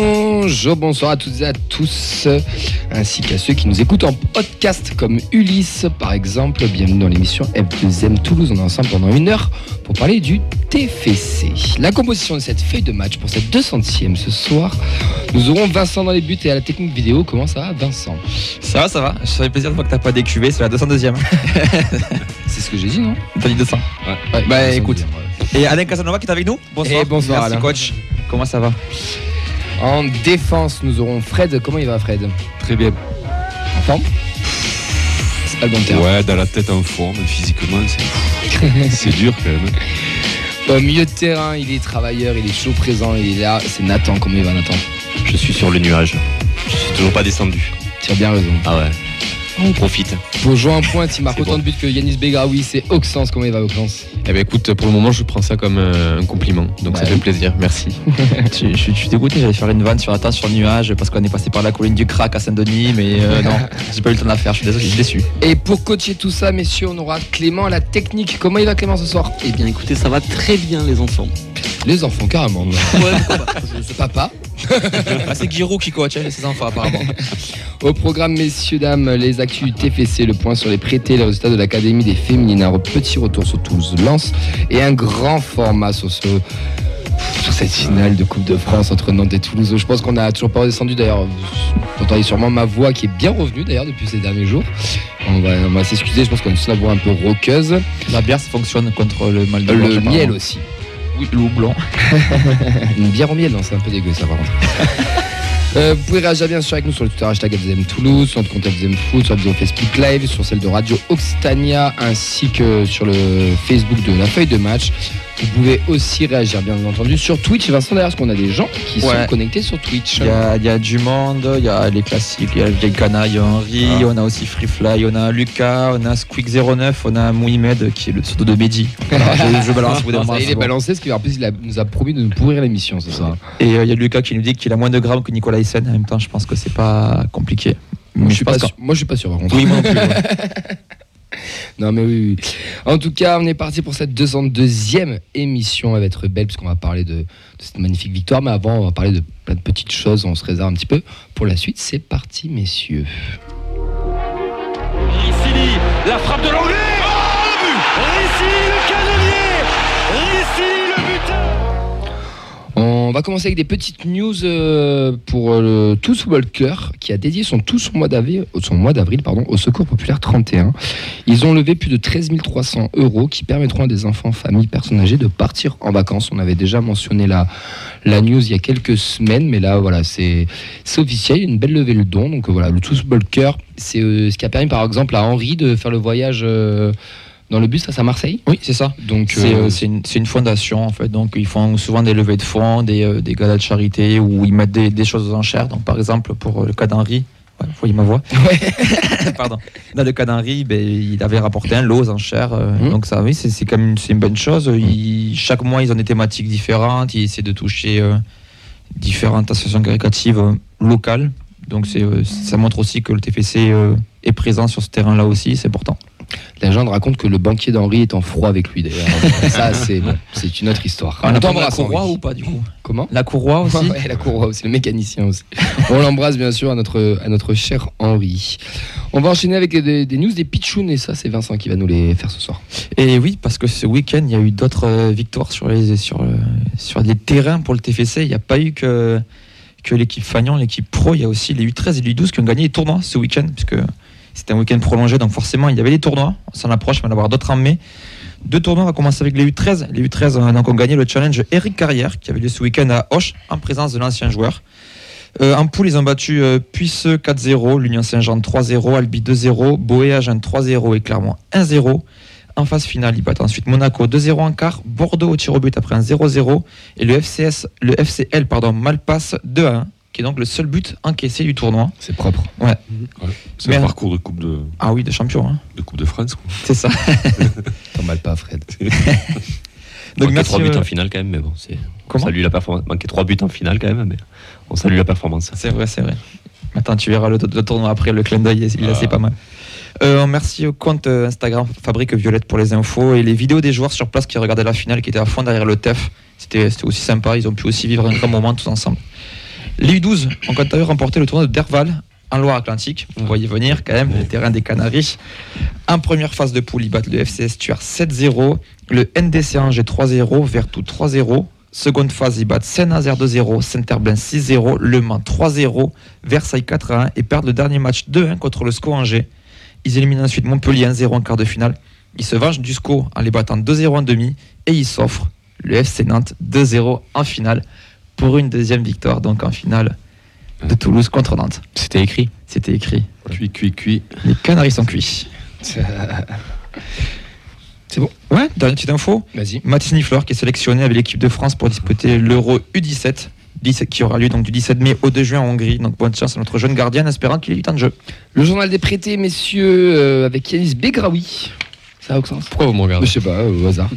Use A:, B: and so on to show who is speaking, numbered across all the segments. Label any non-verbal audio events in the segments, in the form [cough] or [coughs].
A: bonjour, bonsoir à toutes et à tous, ainsi qu'à ceux qui nous écoutent en podcast, comme Ulysse par exemple. Bienvenue dans l'émission F2M Toulouse. On est ensemble pendant une heure pour parler du TFC. La composition de cette feuille de match pour cette 200e ce soir, nous aurons Vincent dans les buts et à la technique vidéo. Comment ça va, Vincent
B: Ça va, ça va. Ça fait plaisir de voir que t'as pas décuvé, c'est la 202e.
A: C'est ce que j'ai dit, non
B: [laughs] t'as dit 200.
A: ouais, ouais,
B: Bah,
A: 200,
B: écoute. Et Alain Casanova qui est avec nous Bonsoir.
A: Eh, bonsoir,
B: Merci,
A: Alain.
B: coach. Comment ça va
A: En défense, nous aurons Fred. Comment il va, Fred
B: [laughs]
C: Très bien.
A: En forme C'est pas le bon terme.
C: Ouais, dans la tête en forme, physiquement, c'est,
D: [laughs]
C: c'est dur quand même. hein.
A: Au milieu de terrain, il est travailleur, il est chaud présent, il est là. C'est Nathan. Comment il va, Nathan
E: Je suis sur le nuage. Je suis toujours pas descendu.
A: Tu as bien raison.
E: Ah ouais. On profite.
A: Pour jouer un point, il marque
E: C'est
A: autant
E: bon.
A: de buts que Yanis Begraoui, c'est Auxence. Comment il va, Auxence
D: Eh ben écoute, pour le moment, je prends ça comme euh, un compliment, donc ça
A: Ouais.
D: fait plaisir, merci.
B: Je je- je suis dégoûté, j'allais faire une vanne sur la tasse sur le nuage parce qu'on est passé par la colline du crack à Saint-Denis, mais [laughs] euh, non, j'ai pas eu le temps de la faire, je suis désolé, je suis déçu.
A: Et pour coacher tout ça, messieurs, on aura Clément à la technique. Comment il va, Clément, ce soir
F: Eh bien écoutez, ça va très bien les enfants.
A: Les enfants, carrément.
F: Ouais, pourquoi pas. Je- je-
A: [laughs] Papa
B: Ah, c'est Giroud qui coach, hein, ses enfants apparemment.
A: Au programme, messieurs, dames, les actus du TFC, le point sur les prêtés, les résultats de l'Académie des Féminines, un petit retour sur Toulouse-Lens et un grand format sur ce. Sur cette finale de Coupe de France entre Nantes et Toulouse. Je pense qu'on n'a toujours pas redescendu d'ailleurs. Vous entendez sûrement ma voix qui est bien revenue d'ailleurs depuis ces derniers jours. On va, on va s'excuser, je pense qu'on a tous la voix un peu roqueuse.
B: La bière, ça fonctionne contre Euh, le mal de gorge,
A: Le
B: apparemment.
A: miel aussi.
B: Oui, le houblon.
A: Une bière au miel, non, c'est un peu dégueu ça par contre. Euh, vous pouvez réagir bien sûr avec nous sur le Twitter hashtag FZM Toulouse, sur notre compte FZM Foot, sur FZM Facebook Live, sur celle de Radio Occitania, ainsi que sur le Facebook de la feuille de match. Vous pouvez aussi réagir bien entendu sur Twitch. Vincent d'ailleurs, parce qu'on a des gens qui
B: Ouais.
A: sont connectés sur Twitch.
B: Il y, a, il y a du monde, il y a les classiques, il y a le vieil canaille Henri,
C: Ah.
B: on a aussi Free Fly, on a Lucas, on a Squeak09, on a Mouimed qui est le pseudo de
A: [laughs]
B: Mehdi. Voilà, je, je balance, je vous
A: Ça,
B: dérange,
A: il
B: c'est
A: est
B: bon.
A: balancé, ce qui en plus il a- nous a promis de nous pourrir l'émission ce soir.
B: Et euh, il y a Lucas qui nous dit qu'il a moins de grammes que Nicolas Hyssen. En même temps, je pense que c'est pas compliqué. Mais
A: Moi, je suis pas
B: pense
A: sûr- moi je suis pas sûr par contre.
B: qu'en- Oui, moi non
A: [laughs]
B: plus. ouais.
A: Non mais oui, oui, oui. En tout cas, on est parti pour cette 202e e émission. Elle va être belle puisqu'on va parler de, de cette magnifique victoire. Mais avant, on va parler de plein de petites choses. On se réserve un petit peu pour la suite. C'est parti, messieurs.
G: Ricili, la frappe de l'anglais Oh, Ricili, le canonnier Ricili, le buteur
A: On va commencer avec des petites news euh, pour euh, le Tous Walker qui a dédié son tout son mois d'avril, son mois d'avril pardon, au Secours Populaire 31. Ils ont levé plus de 13 300 euros qui permettront à des enfants, familles, personnes âgées de partir en vacances. On avait déjà mentionné la, la news il y a quelques semaines, mais là voilà, c'est c'est officiel, il y a une belle levée de dons. Donc euh, voilà, le Tous Walker, c'est euh, ce qui a permis par exemple à Henri de faire le voyage euh, dans le bus face à Marseille.
B: oui, c'est ça.
A: Donc
B: C'est
A: euh,
B: euh, c'est une, c'est une fondation en fait, donc ils font souvent des levées de fonds, des, euh, des galas de charité où ils mettent des, des choses aux enchères. Donc par exemple pour euh, le cas d'Henri, ouais, vous voyez ma voix. [laughs] Pardon. Dans le cas d'Henri, ben, il avait rapporté un lot aux enchères. euh,
A: Mhm.
B: Donc ça, oui, c'est c'est quand même une, c'est une bonne chose. Ils- chaque mois, ils ont des thématiques différentes. Ils essaient de toucher euh, différentes associations caricatives locales. Donc c'est, euh, ça montre aussi que le TFC euh, est présent sur ce terrain-là aussi. C'est important.
A: La légende raconte que le banquier d'Henri est en froid avec lui
B: [laughs]
A: d'ailleurs. ça c'est bon, c'est une autre histoire.
B: On attend la
A: t'embrasse,
B: courroie
A: Henri.
B: ou pas du coup
A: Comment
B: La
A: [laughs]
B: courroie aussi
A: Ouais, la courroie aussi, le mécanicien aussi. [laughs] On l'embrasse bien sûr à notre, à notre cher Henri. On va enchaîner avec des, des news des pitchounes et ça c'est Vincent qui va nous les faire ce soir.
B: Et oui, parce que ce week-end, il y a eu d'autres euh, victoires sur les, sur, euh, sur les terrains pour le TFC. Il n'y a pas eu que, que l'équipe Fagnan, l'équipe pro. Il y a aussi les U13 et les U12 qui ont gagné les tournois ce week-end, puisque c'était un week-end prolongé. Donc forcément, il y avait les tournois. On s'en approche, il va y en avoir d'autres en mai. Deux tournois, on va commencer avec les U13. Les U13 euh, donc, ont gagné le challenge Eric Carrière, qui avait lieu ce week-end à Hoche, en présence de l'ancien joueur. Euh, en poule, ils ont battu euh, Puisseux 4-0, l'Union Saint-Jean 3-0, Albi 2-0, Boé Agen 3-0 et Clermont 1-0. En phase finale, ils battent ensuite Monaco 2-0 en quart, Bordeaux au tir au but après un 0-0 et le FCS, le FCL pardon, Malpasse 2-1, qui est donc le seul but encaissé du tournoi.
A: C'est propre.
C: C'est
B: Mais-
C: un parcours de Coupe de,
B: Ah oui, de champion, hein.
C: de coupe de France. Quoi.
B: c'est ça.
A: T'en mal pas Fred.
B: Donc
E: Manqué
B: merci.
E: 3 buts
B: euh,
E: en finale quand même, mais bon, c'est. On
B: Comment
E: salue la performance. Manqué 3 buts en finale quand même, mais on salue la performance.
B: C'est vrai, c'est vrai. Attends, tu verras le, le tournoi après, le clin d'œil, il est assez
C: Ah.
B: pas mal. Euh, merci au compte euh, Instagram Fabrique Violette pour les infos et les vidéos des joueurs sur place qui regardaient la finale, qui étaient à fond derrière le TEF. C'était c'était aussi sympa, ils ont pu aussi vivre un grand moment tous ensemble. Les U12 ont quant à eux remporté le tournoi de Derval en Loire-Atlantique. Vous voyez venir quand même le terrain des Canaries. En première phase de poule, ils battent le FC Estuaire 7-0, le NDC Angers 3-0, Vertou 3-0. Seconde phase, ils battent Saint-Nazaire 2-0, Saint-Herblain 6-0, Le Mans 3-0, Versailles 4-1 et perdent le dernier match 2-1 contre le SCO Angers. Ils éliminent ensuite Montpellier 1-0 en quart de finale. Ils se vengent du SCO en les battant 2-0 en demi et ils s'offrent le FC Nantes 2-0 en finale pour une deuxième victoire, donc en finale de Toulouse contre Nantes.
D: C'était écrit.
B: C'était écrit.
D: Cuit, cuit, cuit.
B: Les Canaries sont cuits.
A: C'est bon.
B: Ouais, dernière petite info.
A: Vas-y.
B: Mathis Nifleur qui est sélectionné avec l'équipe de France pour disputer l'Euro U17. 17 qui aura lieu donc du 17 mai au 2 juin en Hongrie. Donc bonne chance à notre jeune gardien, espérant qu'il ait du temps de jeu.
A: Le journal des prêtés, messieurs, euh, avec Yanis Begraoui. Ça a aucun sens
D: Pourquoi vous me regardez
A: Je sais pas, au hasard.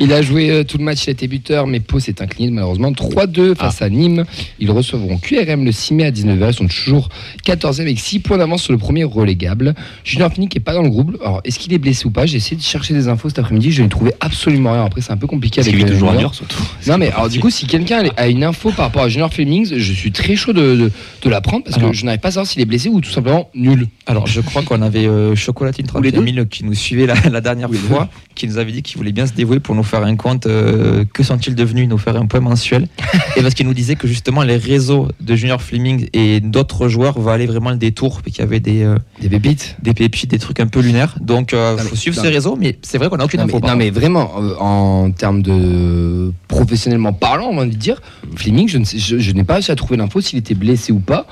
A: Il a joué euh, tout le match, il a été buteur, mais Pau s'est incliné malheureusement 3-2
E: Ah.
A: face à Nîmes. Ils recevront QRM le 6 mai à 19h. Ils sont toujours 14e avec 6 points d'avance sur le premier relégable. Junior Pini qui est pas dans le groupe. Alors, est-ce qu'il est blessé ou pas J'ai essayé de chercher des infos cet après-midi, je n'ai trouvé absolument rien. Après, c'est un peu compliqué
E: Parce
A: avec
E: qu'il vit
A: les
E: toujours à
A: joueurs.
E: Niort, surtout.
A: Non mais alors du coup si quelqu'un a une info par rapport à Junior Flemings, je suis très chaud de, de, de la prendre parce
B: Alors.
A: que je n'arrive pas à savoir s'il est blessé ou tout simplement nul.
B: Alors je crois qu'on avait euh, Chocolatine
F: les
B: 31 000 qui nous suivait la, la dernière fois, qui nous avait dit qu'il voulait bien se dévouer pour nous faire un compte. euh, que sont-ils devenus Nous faire un
A: [laughs]
B: point mensuel. Et parce qu'il nous disait que justement les réseaux de Junior Fleming et d'autres joueurs valaient vraiment le détour, et qu'il y avait des, euh,
A: Des bébites.
B: des pépites, des trucs un peu lunaires. Donc euh,
A: Non, mais-
B: faut suivre
A: non.
B: ces réseaux, mais c'est vrai qu'on n'a aucune
A: Non mais,
B: info. par
A: non, mais vraiment, euh, en termes de professionnellement parlant, on va dire, Fleming, je ne sais- je- je n'ai pas réussi à trouver l'info s'il était blessé ou pas.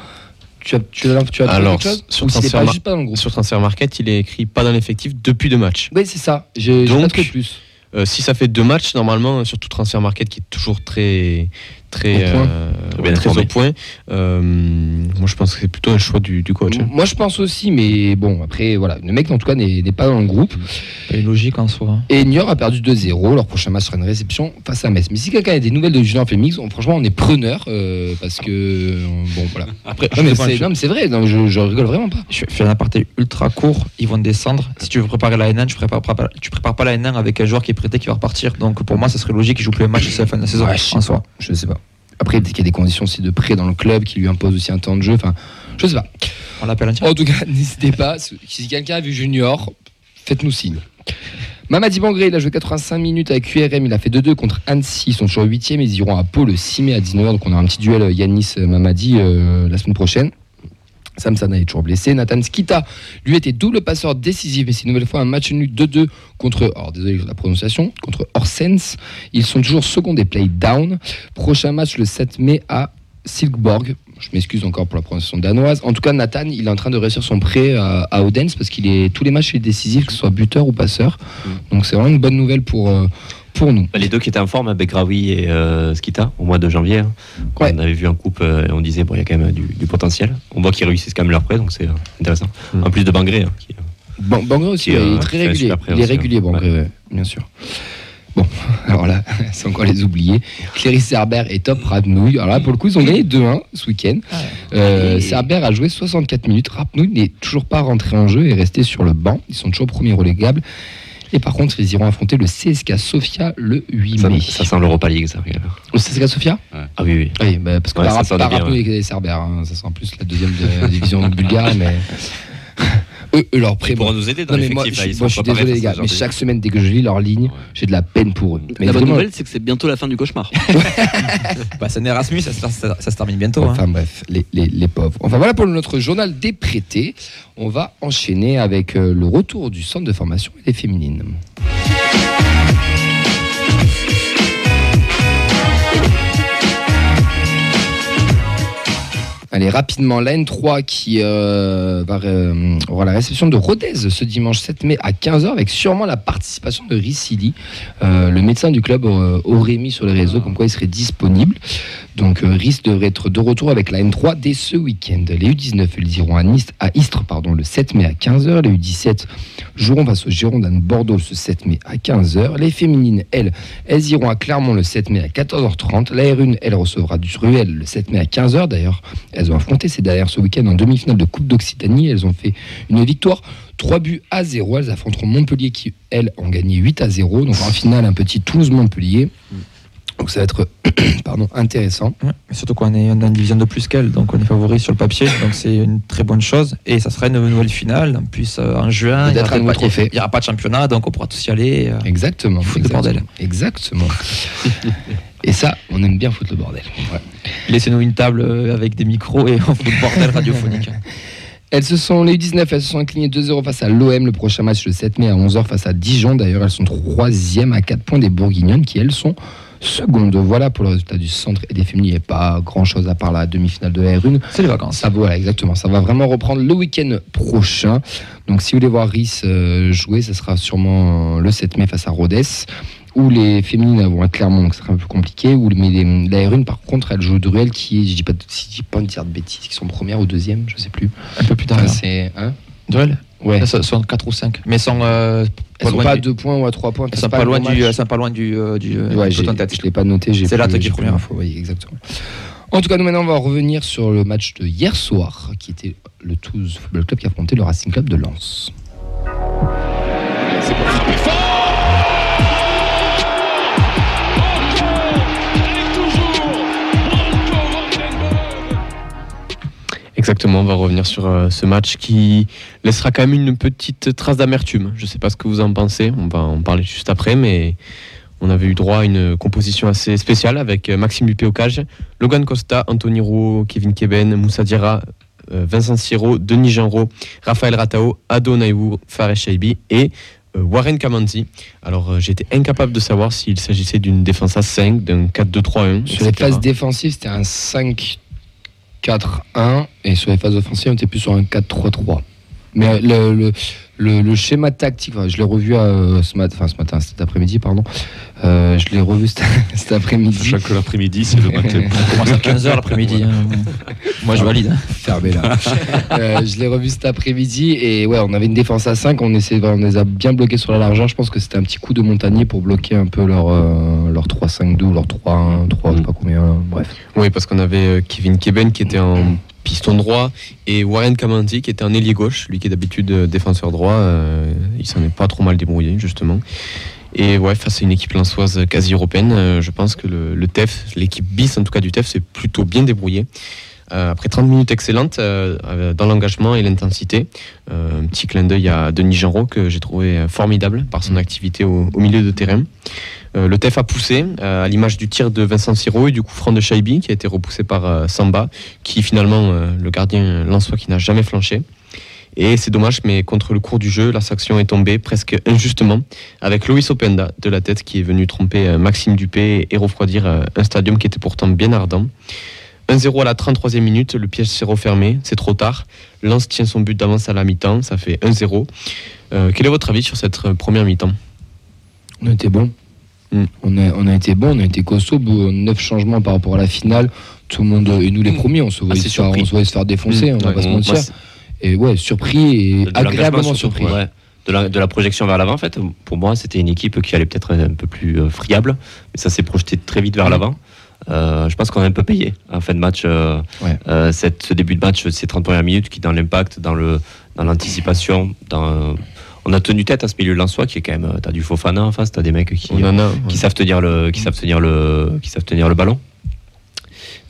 A: Tu as, tu as, tu as trouvé
D: Alors,
A: quelque chose
D: sur
A: Ou s'il est pas
D: Transfermarkt-
A: juste pas dans le groupe
D: Sur Transfer Market, il est écrit pas dans l'effectif depuis deux matchs.
A: Oui c'est ça, j'ai j'ai pas
D: Donc,
A: trouvé plus.
D: Euh, si ça fait deux matchs, normalement, surtout Transfer Market qui est toujours très, très,
A: Au point.
D: euh,
E: Très bien
D: très
E: informé.
D: au point, euh, moi je pense que c'est plutôt un choix du, du coach. hein.
A: Moi je pense aussi, mais bon après voilà, le mec en tout cas n'est n'est pas dans le groupe.
B: contre. C'est logique en soi.
A: Et Niort a perdu 2-0. Leur prochain match sera une réception face à Metz. Mais si quelqu'un a des nouvelles de Julien Félix, on- franchement, on est preneur euh, parce que euh, bon
D: [laughs]
A: voilà.
D: Après,
A: Non mais
D: je sais pas,
A: c'est
D: je-
A: non, mais c'est vrai. Non, je, je rigole vraiment pas.
B: Je fais un aparté ultra court, ils vont descendre. Si tu veux préparer la N1, tu prépares, prépares- tu prépares pas la N1 avec un joueur qui est prêté qui va repartir. Donc pour moi, ça serait logique qu'ils jouent plus le match jusqu'à la fin de la saison
A: Ouais, je sais
B: en soi.
A: Je sais pas. Après, peut-être qu'il y a des conditions aussi de prêt dans le club qui lui imposent aussi un temps de jeu. Enfin, je sais pas.
B: On l'appelle un tir.
A: En tout cas, [laughs] n'hésitez pas. Si quelqu'un a vu Junior, faites-nous signe. Mamadi Bangré, il a joué 85 minutes à QRM, il a fait 2-2 contre Annecy, ils sont toujours 8 e ils iront à Pau le 6 mai à 19h, donc on a un petit duel euh, Yanis-Mamadi euh, la semaine prochaine. Sam Sana est toujours blessé. Nathan Skita, lui, était double passeur décisif, mais c'est une nouvelle fois un match nul 2-2 contre, alors désolé pour la prononciation, contre Horsens. Ils sont toujours second des play down. Prochain match le 7 mai à Silkeborg. Je m'excuse encore pour la prononciation danoise. En tout cas, Nathan, il est en train de réussir son prêt à, à Odense parce qu'il est tous les matchs il est décisif, que ce soit buteur ou passeur. Donc c'est vraiment une bonne nouvelle pour, euh, pour nous.
E: Bah, les deux qui étaient en forme, hein, Begraoui et euh, Skita, au mois de janvier. hein. Quand
A: Ouais.
E: On avait vu un couple euh, et on disait, bon, il y a quand même euh, du, du potentiel. On voit qu'ils réussissent quand même leur prêt, donc c'est euh, intéressant.
D: Mm.
E: En plus de Bangré, hein, qui-
A: Ban- Bangré aussi,
E: Qui, euh,
A: il est très
E: fait un
A: régulier.
E: super prêt
A: Il est
E: aussi, hein.
A: régulier, Bangré, ouais, bien sûr. Bon, [laughs] alors là, c'est encore les oubliés. Cléris Herbert et Top Rapnouille. Alors là, pour le coup, ils ont gagné 2-1 ce week-end. Euh,
E: Et-
A: Cerber a joué 64 minutes. Rapnouille n'est toujours pas rentré en jeu et est resté sur le banc. Ils sont toujours premiers relégables. Et par contre, ils iront affronter le CSK Sofia le 8
E: ça,
A: mai.
E: ça sent l'Europa League, ça. regarde.
A: Le CSK Sofia
E: Ah oui, oui.
A: Oui, bah, parce que
E: Ouais,
A: par,
E: ça sent
A: par
E: bien,
A: rapport avec les Cerbères, hein, ça sent plus la deuxième de- division [laughs] bulgare, mais eux, eux, leur prêt.
E: Ils
A: bon.
E: pourront nous aider dans
A: Non, mais moi,
E: l'effectif.
A: je,
E: là,
A: moi,
E: ils sont
A: je suis
E: préparés
A: désolé,
E: face
A: les
E: à
A: gars,
E: ce
A: mais
E: genre
A: chaque semaine, dès que je lis leur ligne, j'ai de la peine pour eux. Mais
F: la bonne
A: vraiment-
F: nouvelle, c'est que c'est bientôt la fin du
C: [laughs]
F: cauchemar.
B: Bah, c'est un Erasmus, ça, se- ça- ça se termine bientôt. hein.
A: Enfin bref, les, les- les pauvres. Enfin voilà pour notre journal des prêtés. On va enchaîner avec euh, le retour du centre de formation des féminines. Allez, rapidement, la N3 qui euh, va, euh, aura la réception de Rodez ce dimanche 7 mai à 15h avec sûrement la participation de Ricili. Euh, le médecin du club euh, aurait mis sur les réseaux comme quoi il serait disponible. Donc euh, Rice devrait être de retour avec la N3 dès ce week-end. Les U19, ils iront à, Nice, à Istres pardon, le 7 mai à 15h. Les U17 joueront face aux Girondins de Bordeaux ce 7 mai à 15h. Les féminines, elles, elles iront à Clermont le 7 mai à 14h30. La R1, elle recevra du Ruel le 7 mai à 15h. D'ailleurs, elles ont affronté ces dernières ce week-end en demi-finale de Coupe d'Occitanie. Elles ont fait une victoire 3 buts à 0. Elles affronteront Montpellier qui, elles, ont gagné 8 à 0. Donc en finale, un petit Toulouse-Montpellier. Donc ça va être pardon, intéressant.
B: Ouais, mais surtout qu'on est on a une division de plus qu'elle, donc on est favori sur le papier, donc c'est une très bonne chose. Et ça sera une nouvelle finale, en plus euh, en juin, il n'y
A: Peut-être un nouveau
B: aura, pas-
A: trophée.
B: il y aura pas de championnat, donc on pourra tous y aller. euh.
A: Exactement.
B: Foutre le
A: exactement.
B: bordel.
A: Exactement.
B: [laughs]
A: Et ça, on aime bien foutre le bordel. Ouais.
B: Laissez-nous une table euh, avec des micros et [laughs] on fout le bordel radiophonique.
A: Elles se sont, les U19, elles se sont inclinées 2-0 face à l'OM, le prochain match le 7 mai à 11h face à Dijon. D'ailleurs, elles sont troisième à 4 points des Bourguignonnes qui, elles, sont secondes. Voilà pour le résultat du centre et des féminines. Il n'y a pas grand-chose à part la demi-finale de R1.
B: C'est les vacances.
A: Ça, voilà, exactement. Ça va vraiment reprendre le week-end prochain. Donc, si vous voulez voir Rice euh, jouer, ça sera sûrement euh, le 7 mai face à Rodez, où les féminines vont être clairement, donc ça sera un peu compliqué. Où, mais les- la R1, par contre, elle joue Druel, qui est, je dis pas, de- si je dis pas de dire de bêtises, qui sont premières ou deuxième, je sais plus.
B: Un peu plus tard.
A: Enfin,
B: là.
A: c'est. hein
B: Duel
A: ouais.
B: Là, ce sont 4 ou 5. Mais sans, euh,
A: Elles sont
B: loin
A: pas à
B: du-
A: deux points ou à trois points.
B: elles
A: c'est
B: sont pas loin
A: le
B: du.
A: match.
B: Elles sont pas loin du. euh, du euh,
A: Ouais,
B: du
A: j'ai-
B: peloton de tête.
A: je l'ai pas noté. j'ai
B: C'est là,
A: plus-
B: toi qui
A: j'ai
B: es
A: plus
B: première.
A: l'info, Oui, exactement. En tout cas, nous maintenant, on va revenir sur le match de hier soir, qui était le Toulouse Football Club qui affrontait le Racing Club de Lens.
D: Exactement, on va revenir sur euh, ce match qui laissera quand même une petite trace d'amertume. Je ne sais pas ce que vous en pensez, on va en parler juste après, mais on avait eu droit à une composition assez spéciale avec euh, Maxime Lupé au cage, Logan Costa, Anthony Rouault, Kevin Keben, Moussa Diarra, euh, Vincent Siro, Denis Genro, Raphaël Ratao, Ado Naïwou, Fares Shaibi et euh, Warren Kamanzi. Alors euh, j'étais incapable de savoir s'il s'agissait d'une défense à 5, d'un 4-2-3-1.
A: Sur les
D: etc..
A: phases défensives, c'était un 5-4-1. Et sur les phases offensives, on était plus sur un 4-3-3. Mais euh, le, le, le- le schéma tactique, enfin, je l'ai revu euh, ce, mat- enfin, ce matin, cet après-midi, pardon. Euh, je l'ai revu cet, [laughs] cet après-midi.
C: Chaque après-midi, c'est le matin.
B: On commence à 15h l'après-midi. hein. Moi, je valide. hein.
A: fermé là. Euh, je l'ai revu cet après-midi et ouais, on avait une défense à 5, on, essayait, on les a bien bloqués sur la largeur. Je pense que c'était un petit coup de montagnier pour bloquer un peu leur, euh, leur 3-5-2 ou leur 3-1, 3, je sais pas combien, hein. bref.
D: Oui, parce qu'on avait euh, Kevin Keben qui était en piston droit et Warren Kamandi qui était en ailier gauche, lui qui est d'habitude euh, défenseur droit. euh, il s'en est pas trop mal débrouillé, justement. Et ouais, face à une équipe lançoise quasi européenne, euh, je pense que le, le TEF, l'équipe bis en tout cas du TEF, s'est plutôt bien débrouillée. Euh, après 30 minutes excellentes euh, euh, dans l'engagement et l'intensité, euh, un petit clin d'œil à Denis Genro que j'ai trouvé euh, formidable par son activité au, au milieu de terrain. Euh, le TEF a poussé, euh, à l'image du tir de Vincent Siro et du coup franc de Shaibi, qui a été repoussé par euh, Samba, qui finalement, euh, le gardien lançois qui n'a jamais flanché. Et c'est dommage, mais contre le cours du jeu, la sanction est tombée presque injustement, avec Loïs Openda de la tête qui est venu tromper euh, Maxime Dupé et refroidir euh, un stadium qui était pourtant bien ardent. 1-0 à la 33e minute, le piège s'est refermé, c'est trop tard. Lens tient son but d'avance à la mi-temps, ça fait 1-0. Euh, quel est votre avis sur cette euh, première mi-temps
A: On était bon.
D: Mm.
A: On, a, on a été bon, on a été costaud, 9 changements par rapport à la finale. Tout le monde, euh, et nous les premiers, on se voyait,
D: Assez
A: se, faire,
D: surpris.
A: on se voyait se faire défoncer, hein,
D: Mm,
A: on va
D: ouais,
A: pas se
D: on-
A: mentir.
D: moi,
A: Et ouais, surpris et
E: De l'engagement
A: agréablement
E: surtout,
A: surpris.
E: ouais. De la, de la projection vers l'avant, en fait, pour moi, c'était une équipe qui allait peut-être un peu plus euh, friable, mais ça s'est projeté très vite vers l'avant. Euh, je pense qu'on a un peu payé en fin de match euh,
A: Ouais.
E: euh, cette, ce début de match, ces 30 premières minutes qui, dans l'impact, dans le dans l'anticipation, dans on a tenu tête à ce milieu lensois qui est quand même. euh, T'as du Fofana en face, t'as des mecs qui,
D: On en a,
E: qui savent tenir le qui savent tenir le qui savent tenir le ballon.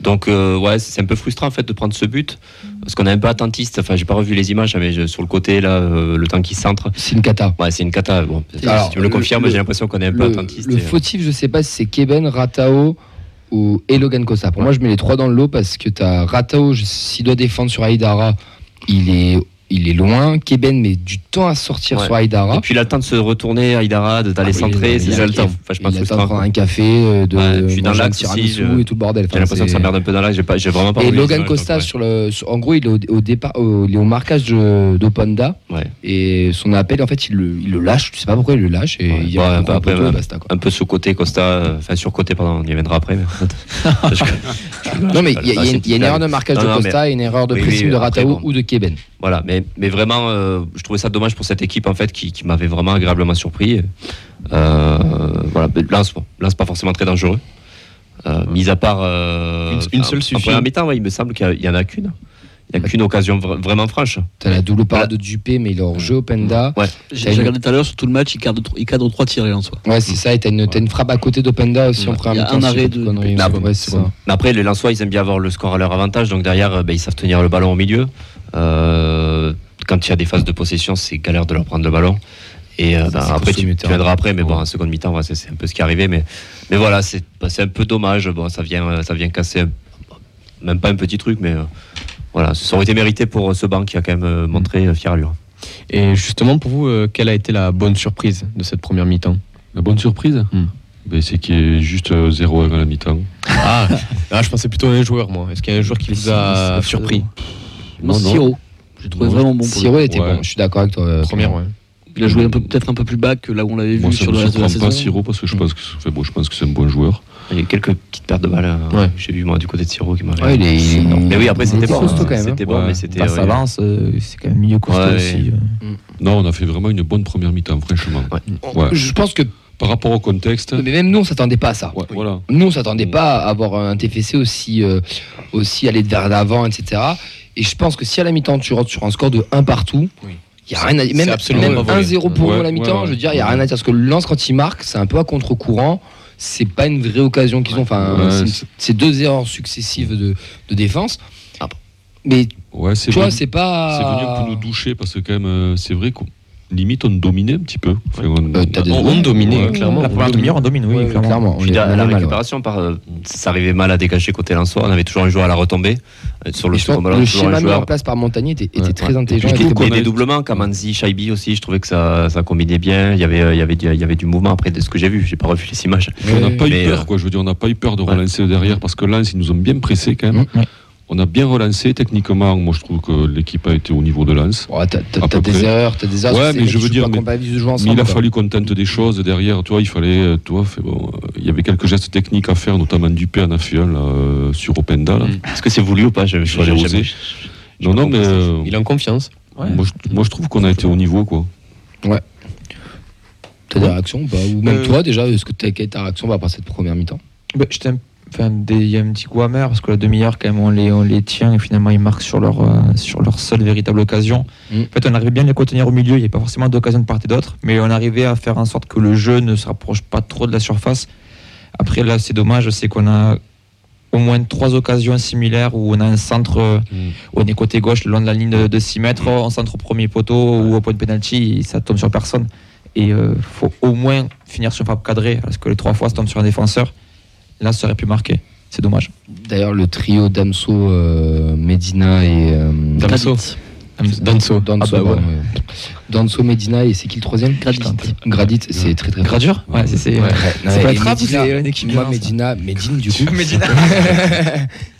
E: Donc euh, ouais, c'est un peu frustrant en fait de prendre ce but parce qu'on est un peu attentiste. Enfin, j'ai pas revu les images, mais je- sur le côté là, euh, le temps qui centre,
A: C'est une cata.
E: ouais, c'est une cata. Bon,
A: Alors,
E: si tu me le
A: le-
E: confirmes,
A: le-
E: j'ai l'impression qu'on est un peu
A: le,
E: attentiste.
A: le
E: et-
A: fautif, je sais pas si c'est Keben, Ratao ou et Logan Costa. Pour moi, je mets les trois dans le lot parce que tu as Ratao, je- s'il doit défendre sur Aïdara, il est, il est loin. Keben met du temps à sortir
E: Ouais.
A: sur Aïdara.
E: Et puis il a le temps de se retourner, Aïdara, de- d'aller
A: Ah oui,
E: centrer,
A: il
E: c'est
A: a-
E: ça le
A: il-
E: temps. Enfin, je
A: Il
E: pense
A: a le temps de prendre
E: frustrant.
A: un café, euh, de
E: Ouais, puis dans
A: manger un
E: l'axe aussi,
A: tiramisu
E: je-
A: et tout le bordel.
E: J'ai
A: Enfin,
E: l'impression que ça
A: c'est-
E: merde un peu dans l'axe. J'ai pas, j'ai vraiment pas.
A: Et
E: revu les
A: Logan
E: images,
A: Costa,
E: donc, ouais.
A: sur le, sur- en gros, il est au, au départ, au, il est au marquage de- d'Opanda.
E: Ouais.
A: Et son appel, en fait, il le, il le lâche. Tu sais pas pourquoi il le lâche. Et
E: Ouais.
A: il y
E: Ouais,
A: a un
E: bah, après,
A: poteau et
E: bah,
A: basta, quoi.
E: Un peu sous côté Costa, euh, enfin sur côté, pardon, on y viendra
A: [laughs]
E: après. mais- [laughs] Je- je-
A: Non, mais il y, a- il y
E: Ah,
A: a
E: c'est
A: une- il y a une
E: petite
A: erreur de marquage
E: Non,
A: de
E: non, mais-
A: Costa et une erreur de
E: Oui,
A: pressing
E: oui,
A: de
E: après,
A: Ratao
E: bon.
A: ou de Keben.
E: Voilà, mais, mais vraiment, euh, je trouvais ça dommage pour cette équipe en fait qui, qui m'avait vraiment agréablement surpris. Euh, voilà, mais Lens, bon, Lens pas forcément très dangereux. Euh, mis à part euh,
D: Une- une seule
E: en- En
D: suffit.
E: première mi-temps, ouais, il me semble qu'il y a- il y en a qu'une. Il Il n'y a qu'une occasion vra- vraiment franche.
A: T'as la double parade de Dupé, mais il est hors jeu, Openda.
E: Ouais.
A: T'as
F: J'ai
A: une-
F: j'ai regardé tout à l'heure sur tout le match, il cadre, tro- il cadre trois hein, tirs les Lensois.
A: mm. Ouais, c'est ça. Et t'as une, t'as une frappe à côté d'Openda aussi en
F: Ouais.
A: première
F: Mm. Il y a
A: mi-temps.
F: un
A: si
F: arrêt
A: je dis
F: de-
A: pas conneries,
E: Ah
A: ouais,
E: bon,
A: ouais, c'est
E: ouais.
A: ça.
E: Mais après, les Lensois, ils aiment bien avoir le score à leur avantage. Donc derrière, euh, ben, ils savent tenir le ballon au milieu. Euh, quand il y a des phases de possession, c'est galère de leur prendre le ballon. Et euh, ben,
D: c'est
E: après,
D: costaud
E: tu,
D: milieu
E: tu
D: terrain.
E: viendras après. Mais bon, en seconde mi-temps, ouais, c'est c'est un peu ce qui est arrivé. Mais, mais voilà, c'est bah, c'est un peu dommage. Bon, ça vient, euh, ça vient casser, un- même pas un petit truc, mais euh, voilà, ça aurait été mérité pour euh, ce banc qui a quand même euh, montré euh, fière allure.
D: Et justement, pour vous, euh, quelle a été la bonne surprise de cette première mi-temps
C: La bonne surprise
D: Hmm.
C: Ben, C'est qu'il y ait juste euh, 0-1 à la mi-temps. [laughs]
D: ah, ah, je pensais plutôt à un joueur, moi. Est-ce qu'il y a un joueur qui vous a surpris
F: Moi,
C: non.
F: Siro, j'ai trouvé
C: Non,
F: vraiment bon. pour le
A: Siro il était
D: Ouais.
A: bon, je suis d'accord avec toi. euh,
D: Première, ouais.
F: coup. Il a joué un peu- peut-être un peu plus bas que là où on l'avait
C: Moi,
F: vu
C: ça
F: sur
C: me
F: le reste de
C: surprend
F: la
C: pas
F: saison. Mm.
C: Siro parce que je pense que, enfin, bon, je pense que c'est un bon joueur.
E: Il y a eu quelques petites pertes de balles. euh,
D: Ouais.
E: J'ai vu moi du côté de Siro qui m'a.
A: Ouais, il est- il est-
E: Mais oui, après
A: il
E: c'était
A: était
E: bon.
A: costaud quand même, hein.
E: C'était bon,
C: Ouais.
E: mais c'était.
B: Face à
E: ouais.
B: Lens, euh, c'est quand même mieux costaud
E: Ouais.
B: aussi. euh.
C: Non, on a fait vraiment une bonne première mi-temps, franchement. Ouais.
A: Je pense que
C: Par rapport au contexte,
A: mais même nous on s'attendait pas à ça.
C: ouais, voilà.
A: Nous, on s'attendait pas à avoir un TFC aussi, euh, aussi aller vers l'avant, etc. Et je pense que si à la mi-temps, tu rentres sur un score de 1 partout, il y a rien à dire. Même,
D: c'est absolument
A: même
D: pas volé.
A: 1-0 pour
C: Ouais,
A: nous à la mi-temps,
C: ouais, ouais.
A: je veux dire, il y a rien à dire. Parce que le lance, quand il marque, c'est un peu à contre-courant. C'est pas une vraie occasion qu'ils ont. Enfin,
C: Ouais,
A: Euh, c'est-
C: c'est-
A: c'est deux erreurs successives de, de défense. Mais tu
C: Ouais, Ah bah. c'est
A: vois,
C: venu,
A: c'est
C: c'est venu
A: pas.
C: pour nous doucher parce que quand même, euh, c'est vrai qu'on limite on dominait un petit peu. Enfin, on,
A: Euh, t'as des-
D: On, on dominait,
C: Ouais.
D: clairement.
B: La première demi-heure, on domine, oui,
A: Ouais,
B: clairement.
A: clairement. on
E: Je veux
A: est-
E: dire,
A: on est
E: la
A: mal, ouais.
E: récupération, par, euh, ça arrivait mal à dégager côté Lensois. On avait toujours un joueur à la retombée. Euh, Sur le
A: Et je pense
E: second
A: que
E: ballon,
A: le
E: toujours
A: schéma
E: un
A: mis en
E: joueur.
A: place par Montagnier était, était
C: Ouais,
A: très
C: ouais.
A: intelligent.
C: Et puis,
A: était
C: je trouve
A: bon.
E: Les
C: qu'on a-
E: dédoublements, Kamanzi, Shaibi aussi, je trouvais que ça, ça combinait bien. Il y avait, euh, il y avait, du, il y avait du mouvement après de ce que j'ai vu. J'ai pas revu les images.
C: Puis on n'a
A: Ouais.
C: pas
E: Mais,
C: eu
E: euh,
C: peur, quoi. Je veux dire, on n'a pas eu peur de
E: ouais.
C: relancer derrière parce que Lens, ils nous ont bien pressé quand même.
B: Ouais.
C: On a bien relancé techniquement. Moi, je trouve que l'équipe a été au niveau de Lens.
A: Ouais, t'as- T'as
C: À
A: t'as
C: peu
A: des
C: près.
A: erreurs, t'as des erreurs.
C: Ouais,
A: c'est
C: mais
A: les mecs
C: je
A: qui
C: veux
A: jouent
C: dire,
A: pas
C: mais-
A: compatibles, ils jouent
C: Mais
A: ensemble,
C: il a
A: quoi.
C: fallu qu'on tente des choses derrière. Toi, il fallait, euh, toi, fait bon, euh, il y avait quelques gestes techniques à faire, notamment Dupé en a fait un là, euh, sur Openda.
A: Mm.
C: là.
E: Est-ce que c'est voulu ou pas Je
C: Je l'ai osé. Non, non, mais euh,
D: Il est en confiance.
B: Ouais.
C: moi, je, moi, je trouve qu'on a été au niveau, quoi.
A: T'as des réactions ou pas Ou même
B: Euh,
A: toi déjà, est-ce que t'as quelle est ta réaction bah, après cette première mi-temps
B: Bah, j'étais un- enfin, des- il y a un petit goût amer parce que la demi-heure quand même on les, on les tient et finalement ils marquent sur leur, euh, sur leur seule véritable occasion.
A: Mm.
B: En fait on arrivait bien à les contenir au milieu, il n'y a pas forcément d'occasion de part et d'autre, mais on arrivait à faire en sorte que le jeu ne se rapproche pas trop de la surface. Après là c'est dommage, c'est qu'on a au moins trois occasions similaires où on a un centre, euh, où on est côté gauche le long de la ligne de, de 6 mètres, on centre au premier poteau ou au point de penalty, et ça tombe sur personne. Et euh, faut au moins finir sur une frappe cadrée, parce que les trois fois ça tombe sur un défenseur. Là, ça aurait pu marquer. C'est dommage.
A: D'ailleurs, le trio Damso, euh, Medina et. euh,
D: Damso.
F: Tadic,
D: Danso.
A: Danso,
B: Ah bah ouais.
A: pardon, ouais. Danso, Medina et c'est qui le troisième
F: Gradit.
A: Gradit, c'est très très fort.
B: Gradure Ouais, c'est. c'est-
A: Ouais. Non,
B: C'est
A: et
B: pas une frappe,
A: Medina-
B: c'est une équipe
A: Moi,
B: bien, ça.
A: Medina, Medine
B: [laughs]
A: du coup.
B: Medina.
A: [laughs]